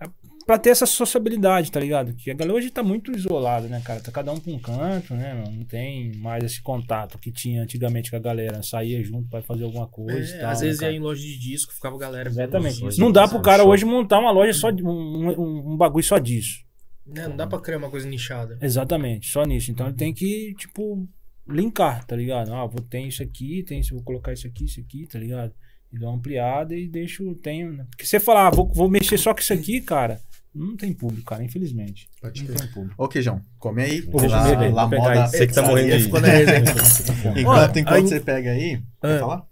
a- pra ter essa sociabilidade, tá ligado? Que a galera hoje tá muito isolada, né, cara? Tá cada um pra um canto, né? meu? Não tem mais esse contato que tinha antigamente com a galera, saía junto pra fazer alguma coisa
É,
e tal.
às
né,
vezes
cara?
ia em loja de disco, ficava a galera.
Exatamente.
Nossa,
não dá
hoje
pro
é
cara
show.
hoje montar uma loja só de um, um, um bagulho só disso.
Né, não dá pra criar uma coisa nichada.
Exatamente, só nisso. Então ele tem que, tipo, linkar, tá ligado? Ah, vou ter isso aqui, tem isso, vou colocar isso aqui, isso aqui, tá ligado? E dou uma ampliada e deixo, tenho. né? Porque você falar, ah, vou, vou mexer só com isso aqui, cara, não tem público, cara, infelizmente.
Pode
Não tem público.
Ô, Queijão, come aí.
Ô,
que lá,
Queijão, vem,
lá
vem pegar
moda.
aí.
Você que tá morrendo de-
Ficou na resenha.
[laughs]
Enquanto,
Ó,
enquanto
aí-
você pega aí,
Ah.
quer falar?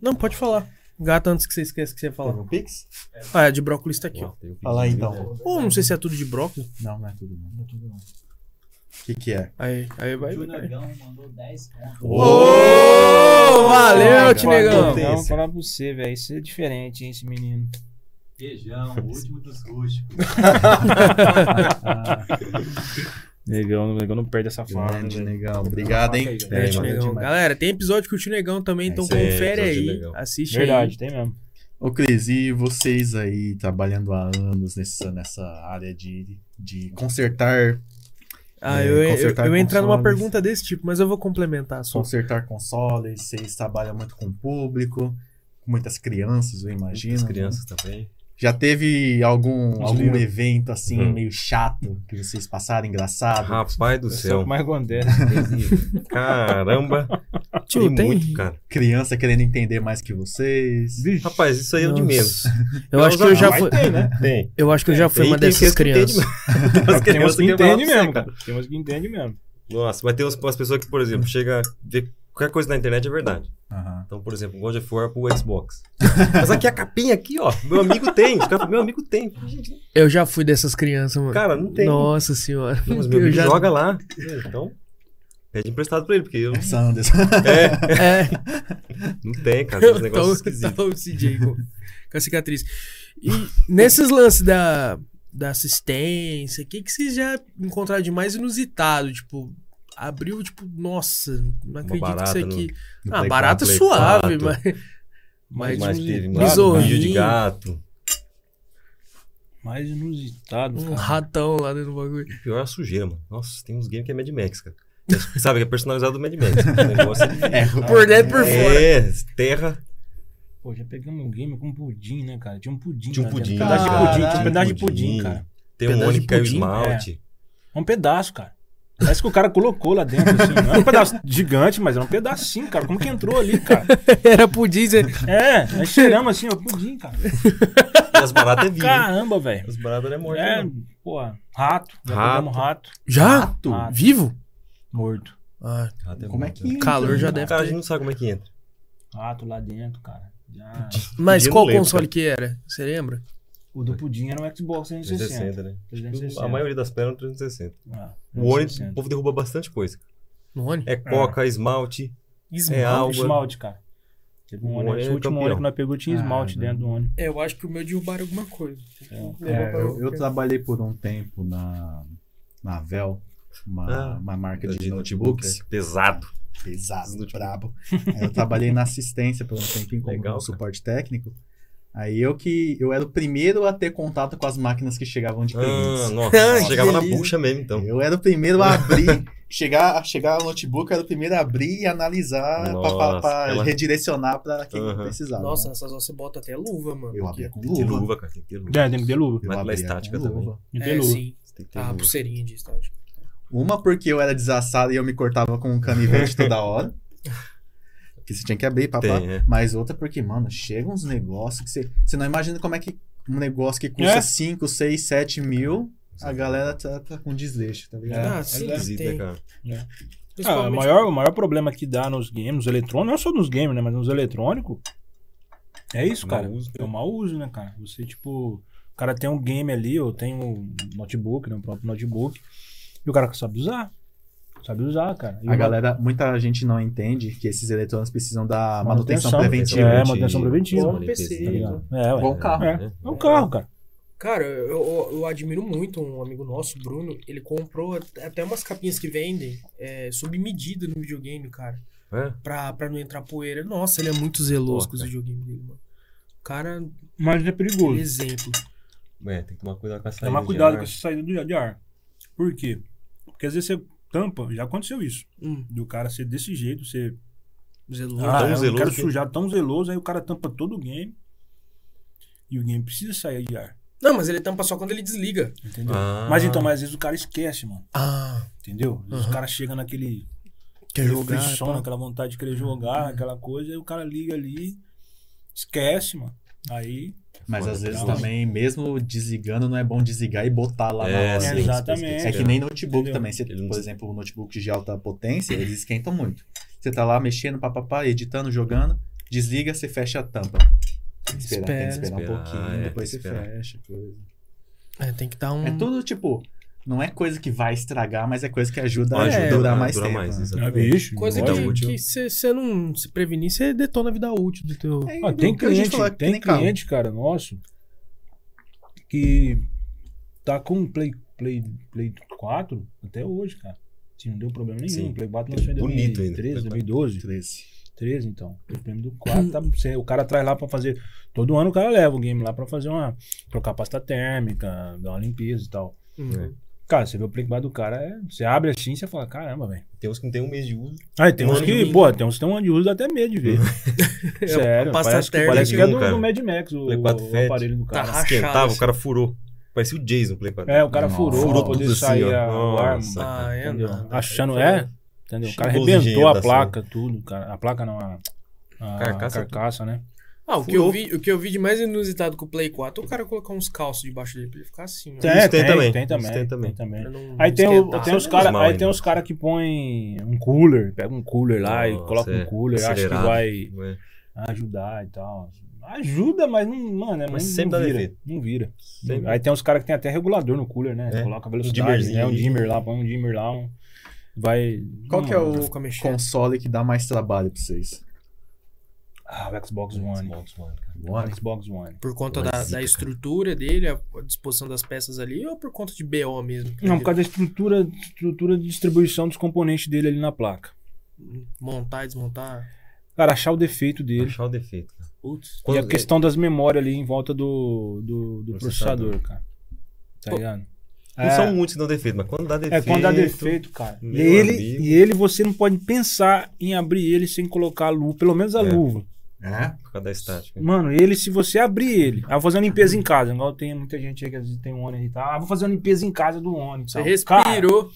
Não, pode falar. Gato, antes que você esqueça que você ia
Teve
falar.
um Pix?
Ah, é de brócolis tá aqui, ó.
Ó, tem um
Fala aí
pedido,
então.
né?
Pô, não sei se é tudo de brócolis.
Não, não é tudo não. Não é tudo não. O que que é?
Aí, aí vai.
O
vai.
Negão mandou 10 conto.
Ô, valeu,
Cara,
Tinegão!
Não, vou falar pra você, velho. Isso é diferente, hein, esse menino.
Feijão, o último dos rústicos.
Ah,
Negão, negão não perde essa
Grande, negão. Obrigado, hein?
Aí,
É,
Tio
valeu
Negão.
demais.
Galera, tem episódio com o Tio Negão também,
É
então
isso aí,
confere
episódio
aí,
legal.
assiste
É Verdade, tem mesmo.
Ô, Cris, e vocês aí trabalhando há anos nessa, nessa área de, de consertar,
aí. Ah,
É,
eu, eu, eu,
consertar
ia entrar numa
consoles.
pergunta desse tipo, mas eu vou complementar só.
consertar consoles, vocês trabalham muito com o público, com muitas crianças, eu imagino. né?
As crianças também.
Já teve algum,
Os
algum
livros.
evento assim,
Hum.
meio chato, que vocês passaram, engraçado?
Rapaz do
Isso é o
céu.
que mais acontece. [laughs]
[laughs] Caramba.
Tio, tem?
muito, cara.
Criança querendo entender mais que vocês.
Rapaz, isso aí é o de
Nossa.
menos.
Eu acho que eu
Mas
já
vai
fui.
ter, né?
[laughs]
Tem.
Eu acho que eu já fui
Tem-
uma
[laughs] tem
dessas crianças.
criança que
As
Tem umas
crianças
que
assim,
que falam
entende
pra você,
mesmo,
cara.
cara. Tem umas que entende mesmo.
Nossa, mas tem umas, umas pessoas que, por exemplo, chega, vê Qualquer coisa na internet é verdade.
Aham.
Então, por exemplo, God of War pro Xbox. Mas aqui a capinha aqui, ó. Meu amigo tem. Os caras falam, meu amigo tem. Gente,
Eu já fui dessas crianças, mano.
Cara, não tem.
Nossa senhora.
Não, mas meu
Eu
amigo
já-
joga lá. Então, pede emprestado pra ele, porque eu
Essa [laughs] Anderson.
Ah,
é,
[laughs] É.
não tem, cara.
[laughs]
Esse
Eu tô,
negócio esquisito.
tô o CJ com, com a cicatriz. E nesses lances da, da assistência, o que, que vocês já encontraram de mais inusitado? Tipo, abriu, tipo, nossa, não acredito que
barata
isso
no-
aqui.
no
ah,
Play
barata
Play
suave,
4.
mas.
Mas,
Mas,
mas
um
teve um
bizorrinho,
vídeo de gato.
Mais inusitado.
um
cara.
ratão lá dentro do bagulho.
O pior é a sujeira, mano. Nossa, tem uns games que é Mad Max, cara. É, Sabe, que é personalizado do Mad Max. O negócio é,
É,
Por dentro e por fora. [laughs]
é terra.
Pô, já pegamos um game com pudim, né, cara? Tinha um pudim.
Tinha um
lá dentro.
pudim,
pedaço de
cara.
pudim, tinha um
Tinha
pedaço de
pudim.
pudim, cara.
Tem um
Pedaço
Oni
de
que caiu
pudim,
esmalte.
É um pedaço, cara. Parece que o cara colocou lá dentro, assim. Não era um pedaço [laughs] gigante, mas era um pedacinho, cara. Como que entrou ali, cara?
Era pudim, você-
É, nós cheiramos assim, ó, pudim, cara.
E as baratas é vivo. hein?
Caramba, velho.
As baratas não é morta,
É,
não.
pô, rato. Já
Rato.
pegamos rato.
Já?
Rato?
Rato.
Vivo?
Morto.
Ah,
Rato
Como é
morta.
que entra?
calor já deve
Cara, a gente
ter.
não sabe como é que entra.
Rato lá dentro, cara. Já-
Mas
Eu não
qual
lembro,
console
cara.
que era? Você lembra?
O do pudim era um Xbox 360.
360, né?
360.
A maioria das pernas é 360.
Ah,
O Oni,
360.
o povo derruba bastante coisa.
No Oni?
É coca, esmalte.
Esmalte.
É
Não,
água.
esmalte, cara. Teve
O
um ônibus.
ônibus
O
é
último
campeão.
ônibus que nós pegou tinha esmalte
Ah,
dentro do ônibus.
É, Eu acho que o meu derrubaram alguma coisa.
É, eu, eu trabalhei por um tempo na, na Vel, uma,
Ah,
uma marca de, notebooks.
né? [laughs] Pesado.
Pesado,
Notebook.
brabo. Aí eu trabalhei na assistência por um tempinho como
Legal, cara.
suporte técnico. Aí eu que eu era o primeiro a ter contato com as máquinas que chegavam de
Ah,
clientes.
nossa.
Ah,
chegava na
delícia.
bucha mesmo, então.
Eu era o primeiro
[laughs]
a abrir, chegar, chegar ao notebook, eu era o primeiro a abrir e analisar pra- pra-
Nossa,
pra
ela-
redirecionar pra quem
Aham.
precisava.
Nossa,
né?
nessas horas você bota até luva, mano.
eu abria com
Tem que ter
luva.
luva, cara. Tem que ter luva.
É, tem que ter luva.
Eu
Mas
abria
na estática
com
também.
luva.
Tem que ter
É,
luva.
sim.
Você Tem que ter
Ah,
luva.
pulseirinha de estágio.
Uma porque eu era desassado e eu me cortava com um canivete toda hora. Porque você tinha que abrir, papá.
Tem, é.
Mas outra porque, mano, chega uns negócios que você, você não imagina como é que um negócio que
É.
custa 5, 6, 7 mil, a galera tá, tá com desleixo, tá ligado?
Ah,
é
sim,
Esquisito, né,
tem.
cara?
Ah, o,
Principalmente-
maior, o maior problema que dá nos games, nos eletrônicos, não só nos games, né? Mas nos eletrônicos, é isso,
Mau
cara.
uso, né?
É o mau uso, né, cara? Você, tipo, o cara tem um game ali, ou tem um notebook, né? O próprio notebook, e o cara sabe usar. Sabe usar, cara. E
A
o-
galera, muita gente não entende que esses eletrônicos precisam da manutenção,
Manutenção.
preventiva.
É, manutenção preventiva.
Bom PC,
Tá ligado? É, ué.
Bom carro.
É, é um carro, cara.
Cara, eu, eu- eu admiro muito um amigo nosso, Bruno. Ele comprou at- até umas capinhas que vendem é, sob medida no videogame, cara.
É.
Pra, pra não entrar poeira. Nossa, ele é muito zeloso
Pô,
com os
cara.
videogames dele, mano. Cara,
Mas é perigoso.
exemplo.
É, tem que tomar cuidado com essa
Tomar cuidado com essa saída do- de ar. Por quê? Porque às vezes você tampa, já aconteceu isso.
Hum,
Do cara ser desse jeito, ser.
zeloso.
Ah,
tão
eu não
zeloso
quero
que-
sujar tão zeloso, aí o cara tampa todo o game. E o game precisa sair de ar.
Não, mas ele tampa só quando ele desliga.
Entendeu?
Ah.
Mas então, mas às vezes o cara esquece, mano.
Ah,
Entendeu? Às vezes
Aham.
O cara chega naquele
quer jogar.
sono,
pá.
naquela vontade de querer
Uhum.
jogar, aquela coisa, aí o cara liga ali, esquece, mano. Aí.
Mas às
Foda,
vezes
calma.
também, mesmo desligando, não é bom desligar e botar lá na
É,
hora.
sim,
né?
Exatamente.
É que nem notebook
Entendeu?
também. Você,
Ele não
por
des-
exemplo, o notebook de alta potência, eles esquentam muito. Você tá lá mexendo, papapá, editando, jogando, desliga, você fecha a tampa. Tem que esperar, tem que
Espera.
esperar um
Esperar,
pouquinho,
é,
depois você
tem que esperar. Hum.
fecha. coisa.
É, tem que dar um.
É tudo tipo, não é coisa que vai estragar, mas é coisa que ajuda a
Ajuda,
durar
né?
mais
Dura
tempo.
mais,
né?
Ah,
exatamente.
bicho,
Coisa
Vida
lógico.
que-
útil.
que se você não se prevenir, você detona a vida útil do teu.
É,
Ah,
do
tem
que a gente
cliente,
falou, né, que
tem
nem carro.
cliente, cara, nosso, que tá com um Play, Play, Play 4 até hoje, cara. Assim, não deu problema nenhum.
Sim. É
Play 4 lançou em
Bonito ainda.
2013,
Play
2012,
13.
13 então. O prêmio do 4, tá, você- o cara traz lá pra fazer... Todo ano o cara leva o game lá pra fazer uma... Trocar pasta térmica, dar uma limpeza e tal.
Uhum.
Cara, você vê o Play 4 do cara, é- você abre assim e você fala, caramba, velho.
Tem uns que não tem um mês de uso.
Ah, e tem
Um
uns
ano
que,
de É, uso.
pô, tem uns que tem um ano de uso, dá até medo
[laughs]
de ver. [laughs] Sério,
Passa
parece, que,
térmica.
parece que é do,
Cara.
do Mad Max o,
um Play 4
o
Fat.
aparelho do cara.
Tá
Esquentava,
Rachado,
o cara furou. Parecia o Jason Play 4.
É, o cara furou,
Furou
pra poder
tudo assim,
sair
ó.
a- o ar,
Nossa, um
mano.
Ah, é,
entendeu?
não.
Achando, é, entendeu? O cara
Xingou os engenheiros
arrebentou a
da
placa, tudo, cara. A placa não, a, a carcaça.
Carcaça,
né?
Ah, o que, eu
Furou.
vi, o que eu vi de mais inusitado com o Play 4, o cara colocar uns calços debaixo dele pra ele ficar assim, ó.
Tem,
É,
tem também,
Tem também.
isso tem também.
tem também.
pra não
Aí tem, o,
esquentar.
tem os
Menos
cara,
mal
aí
ainda.
tem os caras que põem um cooler, pega um cooler lá e
Nossa,
coloca um
é.
cooler, acha que
Acelerado.
vai
Ué,
ajudar e tal. Ajuda, mas não, mano, é- mas
sempre dá
não vira.
defeito.
Não vira.
sempre-
Aí tem uns caras que tem até regulador no cooler, né?
É.
Coloca
Um
velocidade,
dimmerzinho
né? Um
ali.
dimmer lá, põe um dimmer lá, um- vai.
Qual que é
Hum,
o
ficar mexendo.
console que dá mais trabalho pra vocês?
Ah, o Xbox One.
Xbox One, cara.
One.
Xbox One.
Por conta
Uma
da,
zica,
da
cara.
estrutura dele, a a disposição das peças ali, ou por conta de BO mesmo?
Não, por causa da estrutura, estrutura de distribuição dos componentes dele ali na placa.
Montar, desmontar.
Cara, achar o defeito dele.
Achar o defeito, cara.
Putz.
E
Quando-
a questão das memórias ali em volta do, do, do processador.
Processador.
cara. Tá
Pô,
ligado?
Não são muitos que dão defeito, mas quando dá um defeito.
é quando dá defeito, cara. E
meu
ele,
amigo.
e ele, você não pode pensar em abrir ele sem colocar a luva, pelo menos a
É.
luva.
É?
Por causa da estática.
Mano, ele, se você abrir ele, ah, vou fazer uma limpeza em casa, igual tem muita gente aí que às vezes tem um ônibus e tal. Ah, vou fazer uma limpeza em casa do ônibus. e
Você
tal. Cara,
respirou.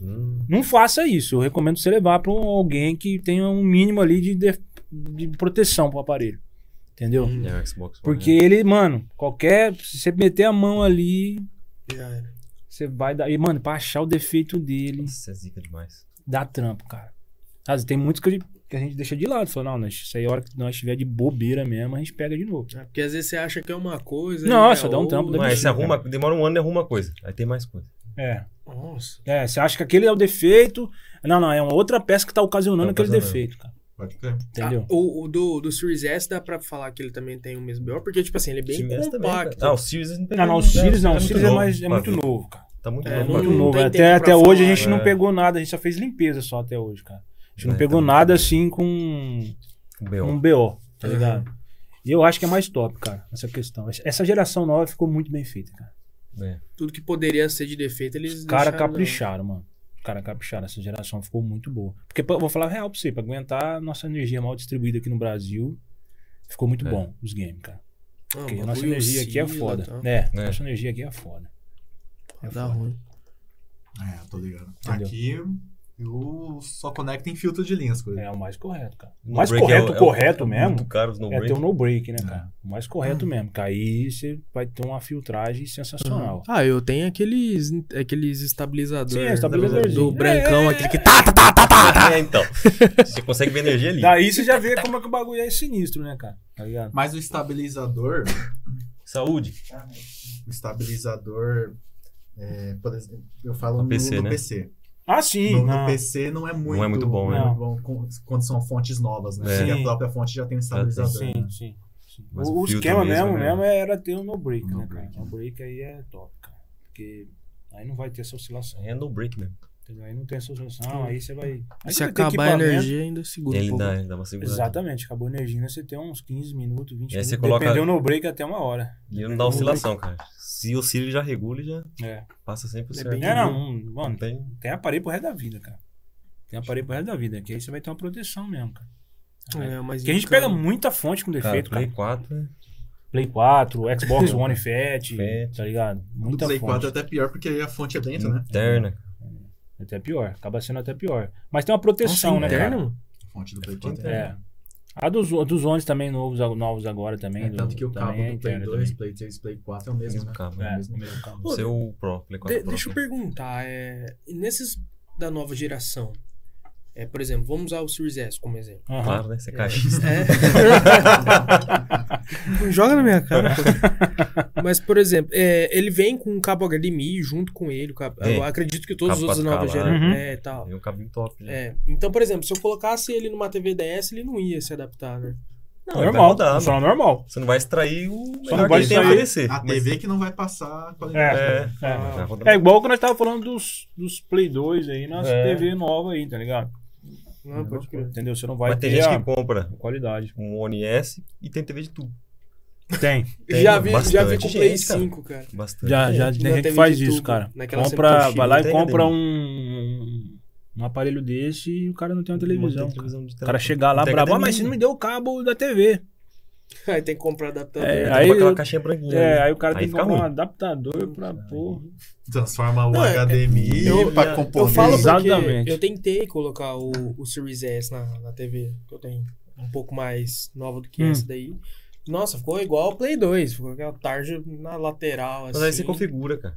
Hum,
não faça isso. Eu recomendo você levar para alguém que tenha um mínimo ali de, de, de proteção pro aparelho. Entendeu?
Hum.
é o Xbox One.
Porque ele, mano, qualquer. Se você meter a mão ali,
Já era.
Você vai dar. E, mano, pra achar o defeito
né?
dele,
Isso é zica demais.
dá trampo, cara. Às vezes tem muitos que, a gente- que a gente deixa de lado. Fala, não, nós- isso aí a hora que nós tiver de bobeira mesmo, a gente pega de novo.
É, Porque às vezes você acha que é uma coisa.
Nossa,
é
dá um
outra.
trampo da
Mas
bichinha,
você arruma, demora um ano e arruma uma coisa. Aí tem mais coisa.
É.
Nossa.
É, você acha que aquele é o defeito. Não, não, é uma outra peça que tá ocasionando
Tá
aquele
ocasionando.
defeito, cara.
Pode crer.
Entendeu?
Ah, o o do, do Series S dá pra falar que ele também tem o mesmo BO, porque, tipo assim, ele é bem
Time S também, cara.
compacto.
Ah, o Sirius não pegou.
não, não, o Sirius não.
tá
o
muito
Sirius é,
novo
mais, é
pra
muito
ver.
novo, cara.
Tá muito
É,
novo.
não-
pra
Muito
ver.
não
novo.
tem
Até,
tempo pra
até hoje a
falar,
gente
né?
não pegou nada, a gente só fez limpeza só até hoje, cara. A gente não
É,
pegou
tá muito
nada
novo.
assim com.
O B.O.
um BO, tá
Uhum.
ligado? E eu acho que é mais top, cara, essa questão. Essa geração nova ficou muito bem feita, cara.
É.
Tudo que poderia ser de defeito, eles.
Os
deixaram,
caras
né?
capricharam, mano. Os caras capricharam. Essa geração ficou muito boa. Porque, pra- vou falar a real pra você, pra aguentar a nossa energia mal distribuída aqui no Brasil, ficou muito
É.
bom os games, cara.
não. Ah,
Porque a
bagulho
nossa energia aqui é
oscila,
foda.
tá?
É,
É.
nossa energia aqui é foda. É
Dá
foda.
ruim.
É, eu tô ligado.
Entendeu?
Aqui eu só conecto em filtro de linha as coisas.
É o mais correto, cara. O
No
mais
break é
correto,
o- é o-
correto mesmo,
Muito caro os no
é
break.
ter o no break, né,
É.
cara? O mais
Hum.
correto mesmo. Que aí você vai ter uma filtragem sensacional.
Ah, eu tenho aqueles, aqueles estabilizadores.
Sim, é, estabilizadorzinho.
Do brancão, aquele que
[laughs]
tá,
É, então. Você consegue ver energia ali.
Daí você já vê como é que o bagulho é sinistro, né, cara? Tá ligado?
Mas o estabilizador,
Saúde.
o estabilizador, é, por exemplo, eu falo
No
no,
PC,
no
né?
PC.
Ah, sim.
No, no
não.
PC não é muito,
é muito bom,
não
né?
é muito bom quando são fontes novas, né?
É.
Porque
Sim.
a própria fonte já tem estabilizador. né?
Sim, sim. sim.
Mas
o
o
o
filtro
esquema mesmo,
mesmo,
mesmo, é
né?
era ter o no break,
No
né, cara?
break,
No break aí é top, cara. Porque aí não vai ter essa oscilação.
É no break mesmo.
Entendeu? Aí não tem essa
Hum.
oscilação, aí você vai. Aí
Se
você vai
acabar
ter
a
é, equipamento.
energia, ainda segura um
Ele
pouco.
dá, ele dá uma segurança.
Exatamente, acabou a energia, né? Você tem uns 15 minutos, 20
E aí
minutos.
você coloca-
Dependeu no break até uma hora.
E ele não dá oscilação, cara. Se oscila, ele já regula e já
É.
passa sempre o
É
certo.
bem-
É, não, mano,
Não tem.
tem aparelho pro resto da vida, cara. Tem aparelho pro resto da vida, que aí você vai ter uma proteção mesmo, cara.
É, mas
Porque a gente
cara,
pega muita fonte com
Cara,
defeito, cara.
Play 4, né?
Play 4, [laughs] Xbox One Fat,
Fat.
tá ligado?
Do
Muita
Play 4 é
fonte.
até pior porque aí a fonte é dentro, né?
interna. cara.
Até pior, acaba sendo até pior. Mas tem uma
Nossa,
proteção, né,
interno,
cara?
mano?
A fonte do Play
fonte
4 é.
É. A dos, dos Ones também novos, novos agora também.
É,
do-
tanto que o cabo
também é
do Play
interno
2,
também.
Play 3 Play 4 é o mesmo,
Mesmo
né?
cabo.
É,
né?
o mesmo cabo.
O seu Pro, Play 4
De-
Pro.
deixa eu perguntar, é, e nesses da nova geração, é, por exemplo, vamos usar o Series S como exemplo.
Aham.
Claro, né? Você
É.
cai.
[laughs]
Não [laughs] joga na minha cara. pô. [laughs] Mas, por exemplo, é, ele vem com um cabo HDMI junto com ele. o cabo-
É.
eu acredito que todos os
Cabo
outros da nova
4K lá,
geração.
né?
É, tal.
Tem um cabinho top. né?
É, Então, por exemplo, se eu colocasse ele numa TV DS, ele não ia se adaptar, né?
Não, ele vai
Normal,
rodar,
funciona normal.
Você não vai extrair o melhor
Só não
que
vai
ele tem a
extrair
oferecer.
A
É, mas-
TV que não vai passar a qualidade.
É.
né?
Ah,
É.
Vai rodar.
É igual quando nós tava falando dos, dos Play 2 aí, nas
É.
TV nova aí, tá ligado?
Não, pode crer.
Entendeu? Você não vai
Mas tem
ter
gente
a
que compra
qualidade.
um One S e tem TV de tubo.
Tem.
Tem
já, vi, já vi
bastante
com o Play
gente, cara.
5, cara. [laughs]
Bastante. É.
Já, já
que
tem
na
gente que
TV
faz
de
isso,
tubo,
cara.
naquela
compra,
sempre
vai lá e
tem
compra
HDMI.
um, um aparelho desse e o cara não tem uma
Não tem
televisão. cara.
televisão de
O cara chegar lá
Tem
brabo, ah,
HDMI,
mas você não
né?
me deu o cabo da TV.
Aí tem que comprar adaptador.
É,
Tem
aí
aquela
eu-
caixinha branquinha.
É,
né?
aí o cara tem que
fica
comprar um
ruim.
adaptador pra pôr.
Transforma o
Não, é-
HDMI
eu-
pra
eu
compor.
Eu falo
Exatamente.
porque eu tentei colocar o, o Series S na, na TV, que eu tenho um pouco mais nova do que
Hum.
essa daí. Nossa, ficou igual ao Play 2. Ficou aquela tarja na lateral, assim.
Mas aí você configura, cara.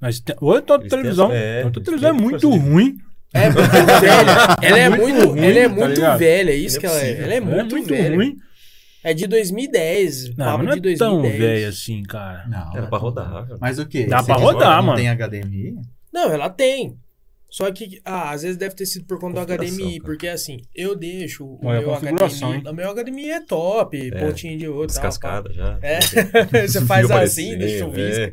Mas tem... Ou então
Eles
televisão.
têm essa- é,
então
eles
televisão é
têm essa
muito
facilidade.
ruim.
É, porque é velha. Ela é muito,
ruim,
ela é
tá
muito
ligado?
velha, é isso que ela é.
Impossível.
Ela é muito,
é muito
velha.
ruim.
É de 2010.
Não,
papo
mas não é
de 2010.
tão velha assim, cara.
Não. é
Era pra rodar, cara.
Mas o quê?
Dá
Você
pra
diz,
rodar,
olha,
mano.
Não tem HDMI?
Não, ela tem. Só que, ah, às vezes deve ter sido por conta do
Configuração,
HDMI,
cara.
porque assim, eu deixo o
Olha a
meu
configuração,
HDMI. O meu HDMI é top,
É,
pontinho de outro. tal, pá.
tá,
Descascada já.
É. [laughs] Você
Viu
faz assim,
aparecer,
deixa eu ver.
é.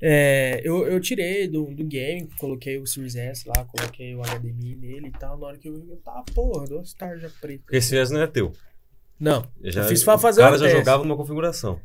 É, eu, eu tirei do, do game, coloquei o Series S lá, coloquei o HDMI nele e tal. Na hora que eu vi, eu tava, porra, duas tarjas pretas.
Porque esse jazz não é teu.
Não,
Já,
Eu fiz pra fazer
o
um
cara já
teste.
jogava uma configuração.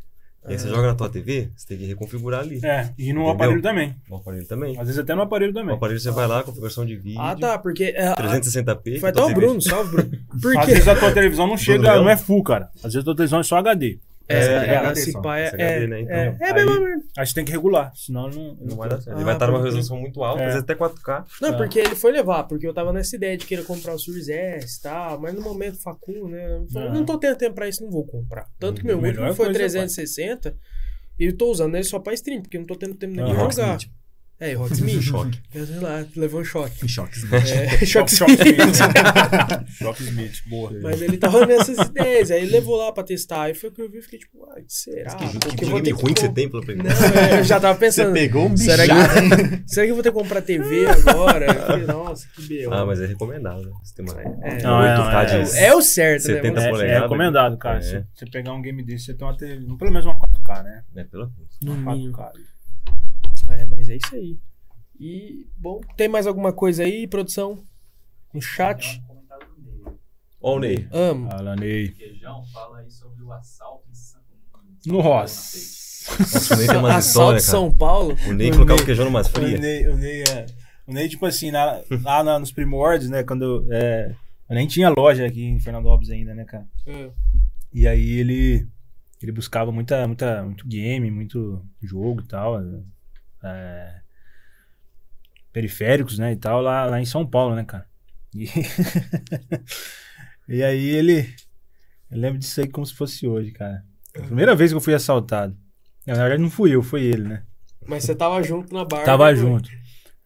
E aí você
Ah.
joga na tua TV, você tem que reconfigurar ali.
É, e no
Entendeu?
aparelho também.
É.
O aparelho também.
Às vezes até no aparelho
O
também.
aparelho você vai lá, configuração de vídeo.
Ah, tá, porque. é, a-
360p.
foi até
que
o
tua TV
Bruno, salve, Bruno. Por
Às
quê?
vezes a tua televisão não chega,
Leão?
não é full, cara. Às vezes a tua televisão é só HD.
É,
Essa é a
ela
HD,
se
só.
pá, é.
Essa é
É,
HD, né? Então,
é, é
aí-
mesmo, mesmo.
A gente tem que regular, senão não.
Não vai dar certo.
Ah,
Ele vai estar numa
pode crer.
resolução muito alta,
É.
às vezes até 4K.
Não,
Tá.
porque ele foi levar, porque eu tava nessa ideia de querer comprar o Series S e tal, mas no momento facu, né? Eu falei,
Não.
não tô tendo tempo pra isso, não vou comprar. Tanto que meu
Melhor
último foi
coisa, é
360 e eu tô usando ele só pra stream, porque eu não tô tendo tempo nem
Ah,
de
Rock
jogar.
Smith.
É, e
[laughs]
Rocksmith.
Choque.
Sei lá, levou um choque.
Choques.
É, choque
Drop Smith, boa.
Mas ele tava nessas ideias, aí ele levou lá pra testar, e foi o que eu vi, fiquei tipo, ai, será?
Que jogo-
Porque
que
eu vou
videogame
ter
ruim que você
comp-
tem pela Play
Não, é, eu já tava
Você
pensando,
pegou um bichado,
será que-
hein?
será que eu vou [laughs] ter que comprar TV agora? Eu falei, nossa, que B.O.
Ah, mas é recomendado. Né? Você tem uma
É.
Não, é, não,
8K
é.
de...
É o certo, né?
70
mano?
É, é
polegadas.
recomendado, cara.
É.
Você você pegar um game desse, você tem uma TV, pelo menos uma 4K, né?
É, pelo...
No
Uma
mínimo.
4K.
É, mas é isso aí. E, bom, tem mais alguma coisa aí, produção? No chat?
um comentário no meio.
Ó o Ney.
Amo.
Alanei.
Feijão fala aí sobre o assalto em São Paulo.
Nossa.
Nossa, o Ney tem umas
Assalto
histórias, cara.
São Paulo?
O Ney
O
colocava
Ney-
o queijão numa
O
fria.
Ney, o Ney, é- o Ney, tipo assim, na- lá na- nos primórdios, né? Quando é, eu nem tinha loja aqui em Fernando Alves ainda, né, cara?
É.
E aí ele, ele buscava muita, muita, muito game, muito jogo e tal. eh, é, periféricos, né? E tal, lá, lá em São Paulo, né, cara? E, [laughs] e aí ele. Eu lembro disso aí como se fosse hoje, cara. A primeira vez que eu fui assaltado. Na verdade, não fui eu, foi ele, né?
Mas você tava junto na barra.
Tava
né,
junto.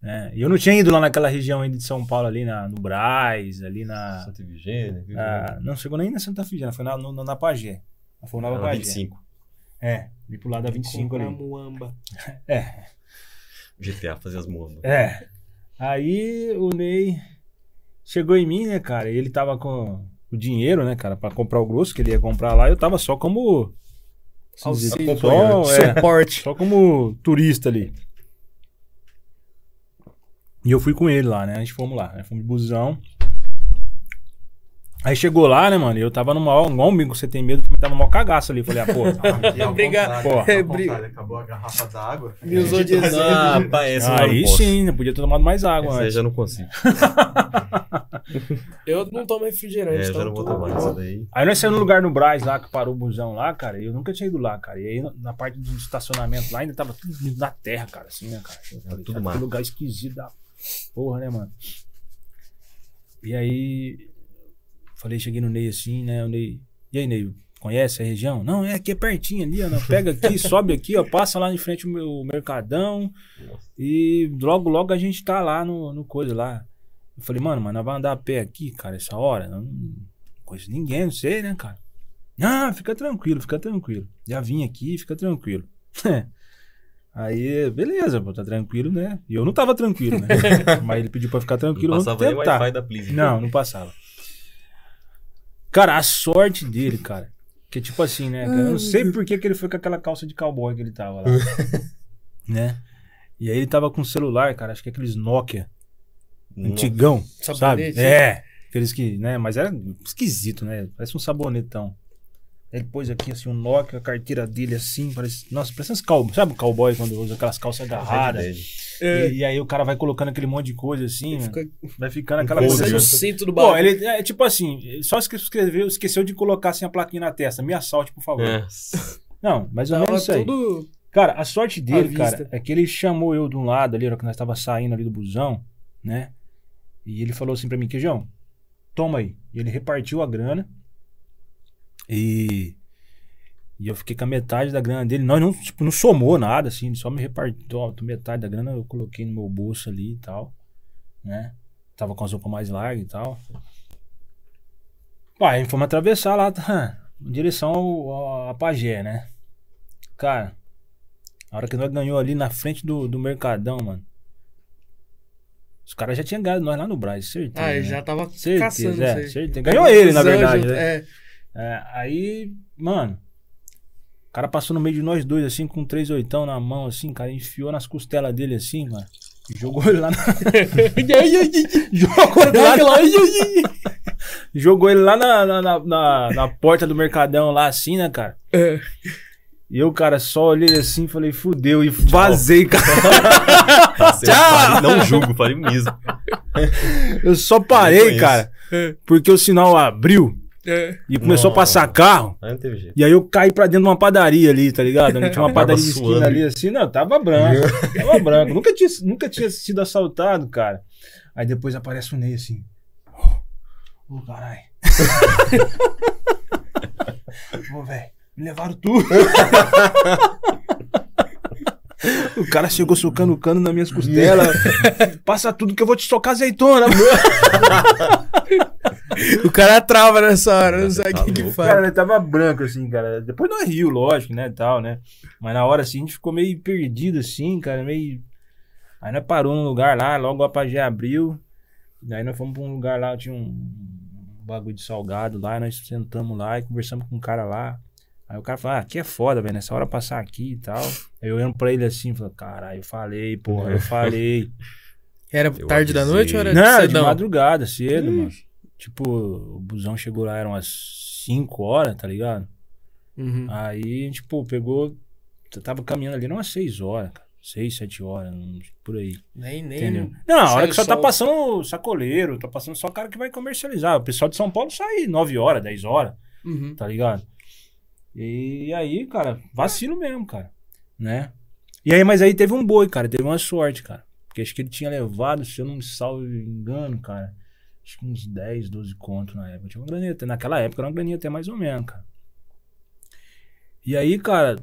É, e eu não tinha ido lá naquela região ainda de São Paulo, ali na, no Braz, ali na,
Santa Virgínia.
Ah,
na- Não, chegou nem na Santa Figena, foi na, no, no- na Pagé. Foi na
Ela
Pagé.
25.
É, ali pro lado da 25
Comprar
ali.
muamba.
É,
GTA fazer as moambas.
é. Aí o Ney chegou em mim, né, cara? E ele tava com o dinheiro, né, cara, pra comprar o grosso que ele ia comprar lá. Eu tava só como. se dizer,
Auxílio.
só, é, [laughs]
Suporte.
Só como turista ali. E eu fui com ele lá, né? A gente fomos lá, né? Fomos de busão. Aí chegou lá, né, mano? E Eu tava no maior, igual o amigo, você tem medo, também tava no maior cagaço ali. Falei,
[laughs]
ah, pô.
Aqui é ao
Obrigado.
contrário,
É,
ao
bri-
contrário, Acabou a garrafa d'água. é
Me usou de
Ah,
exemplo.
rapaz, essa eu já não
aí
posso.
sim, né? podia ter tomado mais água.
Essa aí
antes.
já não consigo.
Eu não tomo refrigerante,
É, eu
então
já não vou
tô-
tomar essa daí.
Aí nós saímos num lugar no Brás lá, que parou o busão lá, cara, e eu nunca tinha ido lá, cara. E aí na parte do estacionamento lá ainda tava tudo na terra, cara, assim, né, cara? Eu falei,
Tudo
cara,
mato.
que lugar esquisito da porra, né, mano? E aí, falei, cheguei no Ney assim, né, o Ney... E aí, Ney, conhece a região? Não, é aqui é pertinho ali, ó, não, pega
[laughs]
aqui, sobe aqui, ó, passa lá em frente o meu mercadão e logo, logo a gente tá lá no, no coisa lá. Eu falei, mano, mas nós vamos andar a pé aqui, cara, essa hora? Eu não conheço ninguém, não sei, né, cara? Ah, fica tranquilo, fica tranquilo. Já vim aqui, fica tranquilo. [laughs] Aí, beleza, pô, tá tranquilo, né? E eu não tava tranquilo,
[laughs]
né? mas ele pediu pra ficar tranquilo,
Não
vamos
passava nem
tentar.
Wi-Fi da Please.
Não, não passava. Cara, a sorte dele, cara. Que tipo assim, né? cara, eu não sei por que, que ele foi com aquela calça de cowboy que ele tava lá. né? E aí ele tava com um celular, cara, acho que aqueles Nokia,
Nossa.
antigão, sabe?
Sabonete.
É, aqueles que, né? Mas era esquisito, né? Parece um sabonetão. Ele pôs aqui assim um Nokia, a carteira dele assim, parece. Nossa, parece uns cowboy. Sabe o cowboy quando usa aquelas calças agarradas?
É,
E, e aí o cara vai colocando aquele monte de coisa assim, né?
Fica
vai ficando
Um
aquela
couro,
coisa.
usando
Deus.
o cinto do
Bom,
balão.
ele é tipo assim, ele só esque- escreveu, esqueceu de colocar assim a plaquinha na testa. Me assalte, por favor.
É.
Não, mais ou
Tava
menos é isso aí.
é tudo...
Cara, a sorte dele,
vista.
cara, é que ele chamou eu de um lado ali, na hora que nós tava saindo ali do busão, né? E ele falou assim pra mim, Queijão, toma aí. E ele repartiu a grana. E. E eu fiquei com a metade da grana dele. Nós não, tipo, não somou nada, assim, só me repartiu. ó, Metade da grana eu coloquei no meu bolso ali e tal. Né? Tava com as roupas mais largas e tal. Pá, aí fomos atravessar lá, tá, [laughs] em direção ao, ao- a Pagé, né? Cara, a hora que nós ganhou ali na frente do, do Mercadão, mano. Os caras já tinham ganhado nós lá no Braz, certeza.
Ah, eu
né?
já tava
Certeza,
caçando
é,
isso aí.
certeza. Ganhou ele, na
Zé
verdade,
junto-
né?
É,
É, aí, mano, o cara passou no meio de nós dois, assim, com três oitão na mão, assim, cara, enfiou nas costelas dele, assim, mano. e Jogou [laughs] ele lá na. Jogou ele lá, Jogou ele lá na, na, na- na- na porta do mercadão, lá, assim, né, cara?
É.
E eu, cara, só olhei assim e falei, fudeu, e vazei, cara. [laughs]
Tá certo, falei, [laughs] não julgo, falei mesmo.
Eu só
Eu
parei,
conheço.
cara,
É.
porque o sinal abriu
é.
e começou a passar
Nossa.
carro.
Aí não teve jeito.
E aí eu caí pra dentro de uma padaria ali, tá ligado? Onde tinha
Tava
uma padaria de esquina
suando.
ali, assim, não, tava branco, tava branco. Nunca tinha, nunca tinha sido assaltado, cara. Aí depois aparece o Ney assim. Ô, oh, caralho. [laughs] Ô, velho, me levaram tudo. O cara chegou socando o cano nas minhas [laughs] costelas. Passa tudo que eu vou te socar azeitona.
O cara trava nessa hora, não sabe o
Tá
que, que
louco.
Cara,
faz.
ele tava branco, assim, cara. Depois nós riu, lógico, né, tal, né? Mas na hora, assim, a gente ficou meio perdido, assim, cara, meio... Aí nós parou num lugar lá, logo a Pagé abriu. Aí nós fomos pra um lugar lá, tinha um um bagulho de salgado lá, nós sentamos lá e conversamos com um cara lá. Aí o cara falou, ah, aqui é foda, velho, nessa hora passar aqui e tal. Aí eu olhando pra ele assim, falei, caralho, eu falei, porra, eu falei.
Era
Eu
tarde da
avisei.
noite ou era
Não, de
cedão?
madrugada, cedo, mano. Tipo, o busão chegou lá, eram umas 5 horas, tá ligado?
Uhum.
Aí, tipo, pegou. Você tava caminhando ali, não umas 6 horas, cara. 6, 7 horas, não- por aí.
Nem, nem.
Entendeu? Não, a
Sai
hora que só
o
tá
sol.
passando sacoleiro, tá passando só cara que vai comercializar. O pessoal de São Paulo sai 9 horas, 10 horas,
Uhum.
tá ligado? E aí, cara, vacilo mesmo, cara. Né? E aí, mas aí teve um boi, cara. Teve uma sorte, cara. Porque acho que ele tinha levado, se eu não me salvo e engano, cara. Acho que uns 10, 12 conto na época. Tinha uma graninha até. Naquela época era uma graninha até mais ou menos, cara. E aí, cara,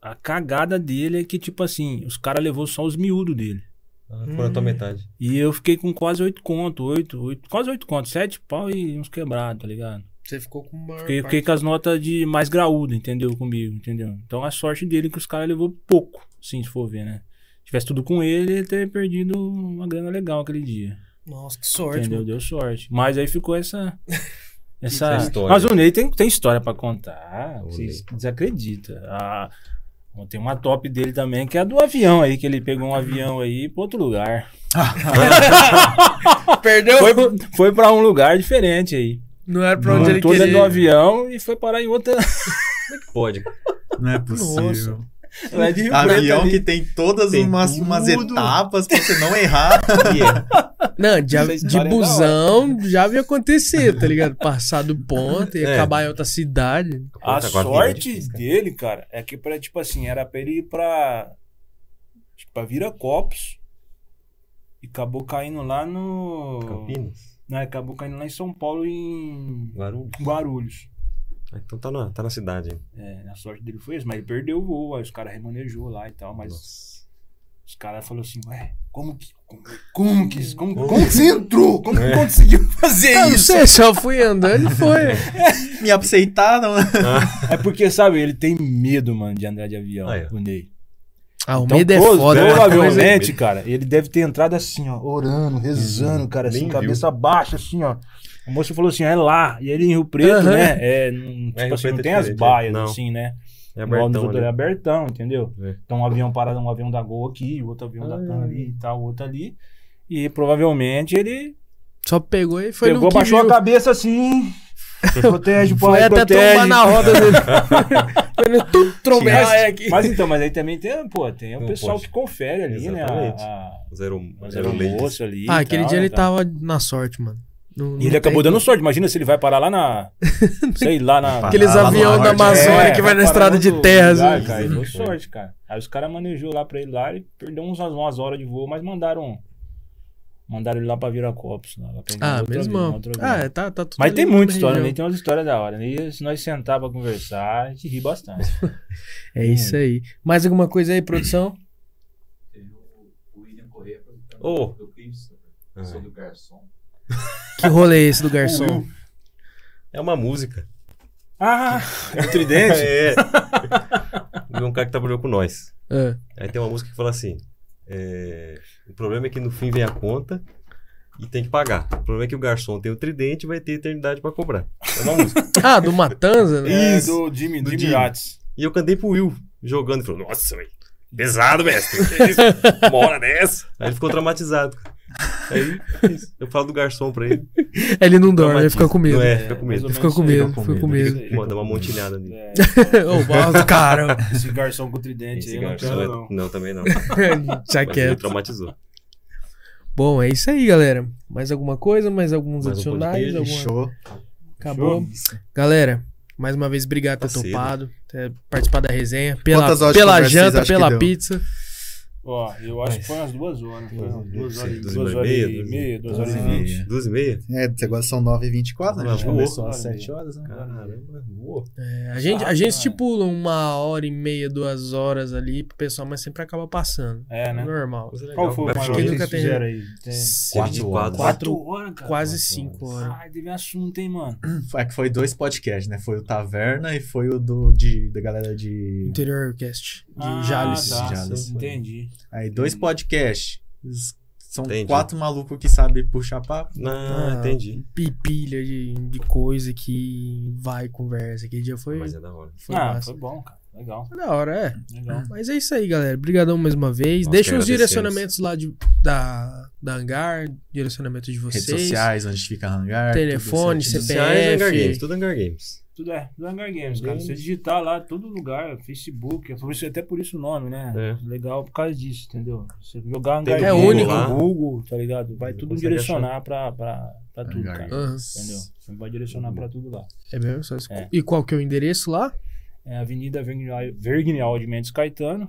a cagada dele é que, tipo assim, os caras levou só os miúdos dele.
Ah, foi na tua
Hum.
metade.
E eu fiquei com quase oito conto, oito, oito, quase oito conto, sete pau e uns quebrados, tá ligado?
Você ficou com uma.
Fiquei, fiquei com as notas de mais graúdo, entendeu? Comigo, entendeu? Então a sorte dele é que os caras levou pouco, sim, se for ver, né? Se tivesse tudo com ele, ele teria perdido uma grana legal aquele dia.
Nossa, que sorte,
Entendeu?
mano.
Deu sorte. Mas aí ficou essa. Essa
Essa história.
Mas o Ney tem, tem história pra contar.
O
Vocês desacreditam. Ah, tem uma top dele também, que é a do avião aí, que ele pegou um avião aí pra outro lugar.
Perdeu?
Foi, foi pra um lugar diferente aí.
Não era pra onde ele
Montou
queria.
dentro do avião e foi parar em outra. [laughs]
Pode.
Não é possível.
lá de Rio Preto
Avião
um ali.
que tem todas
Tem
umas,
tudo.
umas etapas pra você não errar.
Não, de,
Essa
de
história é da
busão já havia acontecido, tá ligado? Passar do ponto e
É.
acabar em outra cidade.
A
Puta, agora
sorte
é difícil, cara.
dele, cara, é que pra, tipo assim, era pra ele ir pra. Acho que pra Viracopos. E acabou caindo lá no.
Campinas?
Não, é, acabou caindo lá em São Paulo em
Guarulhos?
Guarulhos.
Ah, Então tá na, tá na cidade. hein?
É, a sorte dele foi isso, mas ele perdeu o voo, aí os caras remanejou lá e tal, mas
Nossa.
os caras falaram assim, ué, como que. Como, como que isso- Como, como que você entrou? Como
É.
que conseguiu [laughs] fazer
Eu não
isso?
sei, só fui andando e foi.
Me aceitaram.
É porque, sabe, ele tem medo, mano, de andar de avião,
Aí, ó.
o Ney.
Ah, o
Então,
medo é
pro-
foda,
né?
é uma coisa-
Provavelmente, cara, ele deve ter entrado assim, ó, orando, rezando, cara, assim,
Uhum. Nem
cabeça baixa, assim, ó. O moço falou assim, é lá. E ele em Rio Preto,
Aham.
né? É, não, tipo
É, Rio
assim,
Preto
não
é
tem as
diferente,
baias,
não.
assim, né?
É
O ônibus
abertão
outro é
ali.
abertão, entendeu?
É.
Então um avião parado, um avião da Gol aqui, o outro avião da
Ah.
TAM ali e tal, o outro ali. E provavelmente ele
Só pegou e foi
pegou,
no que
baixou
viu.
a cabeça assim.
[laughs]
protege, pai,
Foi até
protege.
trombar na roda
[laughs]
dele. foi no tudo trombar.
Mas-
é aqui.
Mas então, mas aí também tem, pô, tem o
Não,
pessoal
pode.
que confere ali,
Exatamente.
né? a- a-
Zero,
Mas é
zero
era um
leite.
moço ali.
Ah,
e
aquele
tal,
dia ele
e tal.
tava na sorte, mano. Não-
E
não
tá. ele acabou
tem-
dando sorte. Imagina se ele vai parar lá na.
[laughs]
sei lá, na.
Aqueles
Ah, lá no
aviões da
norte, né?
Amazônia
É,
que vai na
parar
estrada
no
de
outro
terra.
lugar,
assim.
cara, ele deu sorte, cara. Aí os caras manejou lá pra ele lá e perdeu uns, umas horas de voo, mas mandaram. Mandaram ele lá pra Viracopos. Lá, lá pra ele,
Ah,
outra vida,
mesmo.
outra vida.
Ah, é, tá, tá tudo.
Mas
ali
tem
na
muita
região.
história, né? Tem umas histórias da hora. E se nós sentar pra conversar, a gente ri bastante.
É isso aí. Mais alguma coisa aí, produção?
Teve o o William Corrêa perguntando
Oh.
do Christopher
É.
sobre o garçom.
[laughs] Que rolê é esse do garçom?
É uma música.
[laughs] Ah, é o tridente?
É.
É.
[laughs] De um cara que trabalhou com nós.
Ah,
Aí tem uma música que fala assim: é, o problema é que no fim vem a conta e tem que pagar. O problema é que o garçom tem o tridente e vai ter eternidade pra cobrar. É uma música.
[laughs] Ah, do Matanza? Né?
É, do Jimmy,
Do
Jimmy
Jimmy.
Yates.
E eu cantei pro Will jogando e falou: Nossa, velho, pesado, mestre. Que
[laughs]
isso? Uma hora dessa. Aí ele ficou traumatizado. cara. Aí isso. eu falo do garçom pra ele.
Ele não dorme, ele fica
Traumatismo.
com medo.
Não é, fica com
mais ou
medo.
menos
Ficou com
isso aí.
medo, ficou com medo. né?
Pô, dá uma montilhada nele.
É,
Ô, [laughs] Baldo, cara.
esse garçom com tridente
Esse
aí, eu não
garçom
quero
é-
não.
não, também não.
Já
Mas ele
Tá quieto.
traumatizou.
Bom, é isso aí, galera. Mais alguma coisa? Mais alguns
Mais um
adicionais?
podcast,
Alguma-
Fechou.
Acabou. Galera, mais uma vez, obrigado por
Tá
ter
cedo.
topado, ter participado da resenha, pela,
Quantas horas de
pela
conversa vocês
janta,
acham que
pela
deu?
pizza.
Ó, eu acho que foi umas duas horas. foi umas Duas horas e-
Duas
duas
e
horas
meia,
e
duas e-
meia, duas horas e
duas e
vinte.
meia.
Duas e meia?
É, agora são 9h24, né? A gente
Voou.
começou às
Olha aí.
7 horas, né?
Caramba, boa.
É, a gente, a
Rápido,
gente
né?
estipula uma hora e meia, duas horas ali pro pessoal, mas sempre acaba passando.
É, né?
Normal.
Qual foi o maior
que
que
nunca
vocês
tem-
fizeram aí? Tem-
Quatro horas.
Quatro horas, cara.
Quase
Quatro
cinco
horas.
horas.
Ai, teve assunto, hein, mano.
É que foi dois podcasts, né? Foi o Taverna e foi o do, de, da galera de.
Interior Cast. De
Ah,
Jales.
tá.
Jales.
Entendi.
Aí, dois podcasts. Eles São
Entendi.
quatro malucos que sabem puxar papo.
Ah, entendi.
Pipilha de, de coisa que vai e conversa. Que dia foi?
Mas é da hora.
Foi
ah,
massa.
foi bom, cara. Legal,
Da hora, é.
legal.
Mas é isso aí, galera. Obrigadão mais uma vez.
Nós
Deixa
que
os
agradecemos.
direcionamentos lá de, da, da Hangar, direcionamento de vocês.
Redes sociais, onde fica hangar.
Telefone,
tudo certinho.
CPF.
Sociais, Hangar Games, tudo Hangar Games.
Tudo é, tudo é Hangar Games, cara.
Games.
Você digitar lá, todo lugar, Facebook, é por isso- até por isso o nome, né?
É.
Legal por causa disso, entendeu? Você jogar
Tem
Hangar
o
Games
Google
lá.
no Google, tá ligado? Vai
Você
tudo
consegue
direcionar pra, pra, pra tudo,
Hangar
cara.
Games. Uhum.
Aham.
Entendeu? Você vai direcionar pra tudo lá.
É mesmo? Só isso.
É.
E qual que é o endereço lá?
É Avenida Vergnal Vergnal de Mendes Caetano,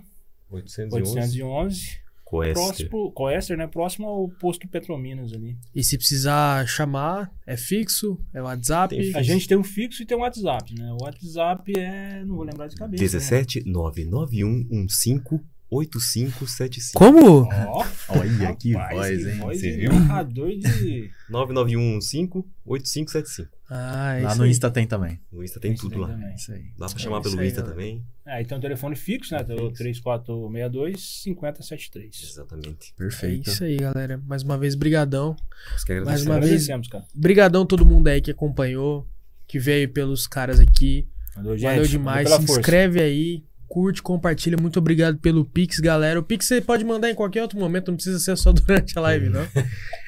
811.
811.
Coester.
Próximo, Coester, né? Próximo ao posto Petrominas ali.
E se precisar chamar, é fixo? É WhatsApp?
Tem fixo.
A gente tem um fixo e tem um WhatsApp, né? O WhatsApp é. Não vou lembrar de
né?
cabeça.
17 991 15 8575.
Como?
Né? Ó,
[laughs] Olha que
rapaz,
voz, hein?
voz
Você
de
viu?
narrador de.
991 15 8575.
Ah, é
Lá
isso
no
aí.
Insta tem também.
No Insta tem
Isso
tudo
aí
lá.
também.
Isso aí.
Dá pra
É
chamar
isso
pelo
aí,
Insta
galera.
também.
É, e tem um telefone fixo, né? O 3462-5073.
Exatamente.
É
Perfeito.
isso aí, galera. Mais uma vez, brigadão.
Nós que
Mais
agradecemos.
uma vez.
Agradecemos, cara.
Brigadão todo mundo aí que acompanhou, que veio pelos caras aqui.
Valeu,
Valeu demais. Se
Pela força.
inscreve aí, curte, compartilha. Muito obrigado pelo Pix, galera. O Pix você pode mandar em qualquer outro momento, não precisa ser só [laughs] durante a live, não.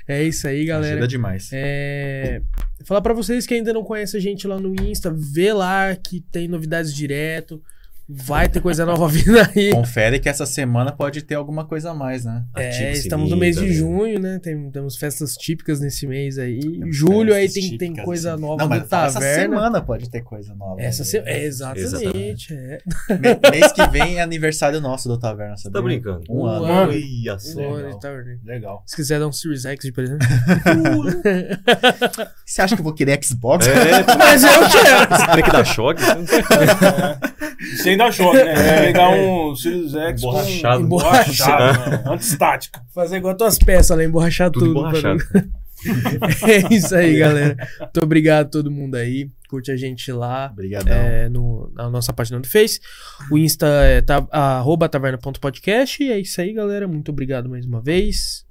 É isso aí, galera.
Ajuda demais.
É, Falar pra vocês que ainda não conhece a gente lá no Insta, vê lá que tem novidades direto. Vai ter coisa nova [laughs] vindo aí.
Confere que essa semana pode ter alguma coisa a mais, né?
É,
Ativa o
estamos no
sininho
mês de
também.
junho, né? Tem- temos festas típicas nesse mês aí. Julho aí
festas
tem, tem
assim.
típicas,
coisa
né?
nova
Não, mas
do
fala, essa
Taverna.
semana pode ter coisa nova.
Essa é.
né?
semana. exatamente. é.
Me- Mês que vem é aniversário nosso do Taverna,
Você
sabia?
tá brincando?
Um ano. é
ano.
Ia só.
Boa,
legal.
Taverna.
Legal.
Se quiser dar um Series X
[laughs]
de presente.
Você acha que eu vou querer Xbox?
É,
Mas eu quero.
esse trem que
[laughs]
dá choque.
[laughs] E Sem dar choque, né?
É,
Sem dar um Sirius X. com-
Tá Emborrachado.
Emborrachado, né? Antistático.
Fazer igual tuas peças lá, emborrachar
Tudo
tudo.
emborrachado.
pra- [laughs] é isso aí, galera. Muito obrigado a todo mundo aí. Curte a gente lá.
Obrigadão.
é, no- na nossa página do Face. O Insta é ta, arroba taverna.podcast. E é isso aí, galera. Muito obrigado mais uma vez.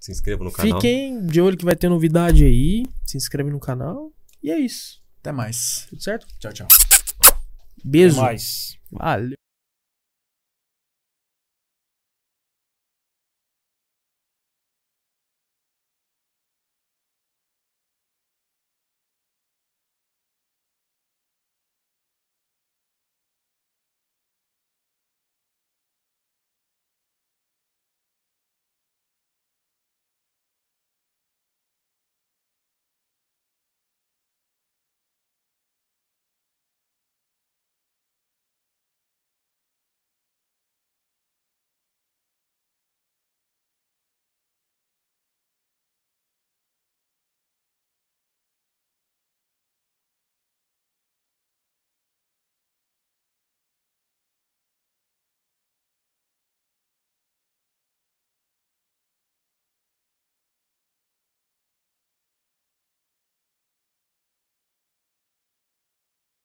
Se inscreva no canal.
Fiquem de olho que vai ter novidade aí. Se inscreve no canal. E é isso.
Até mais.
Tudo certo?
Tchau, tchau.
Até
Beijo.
mais.
Valeu.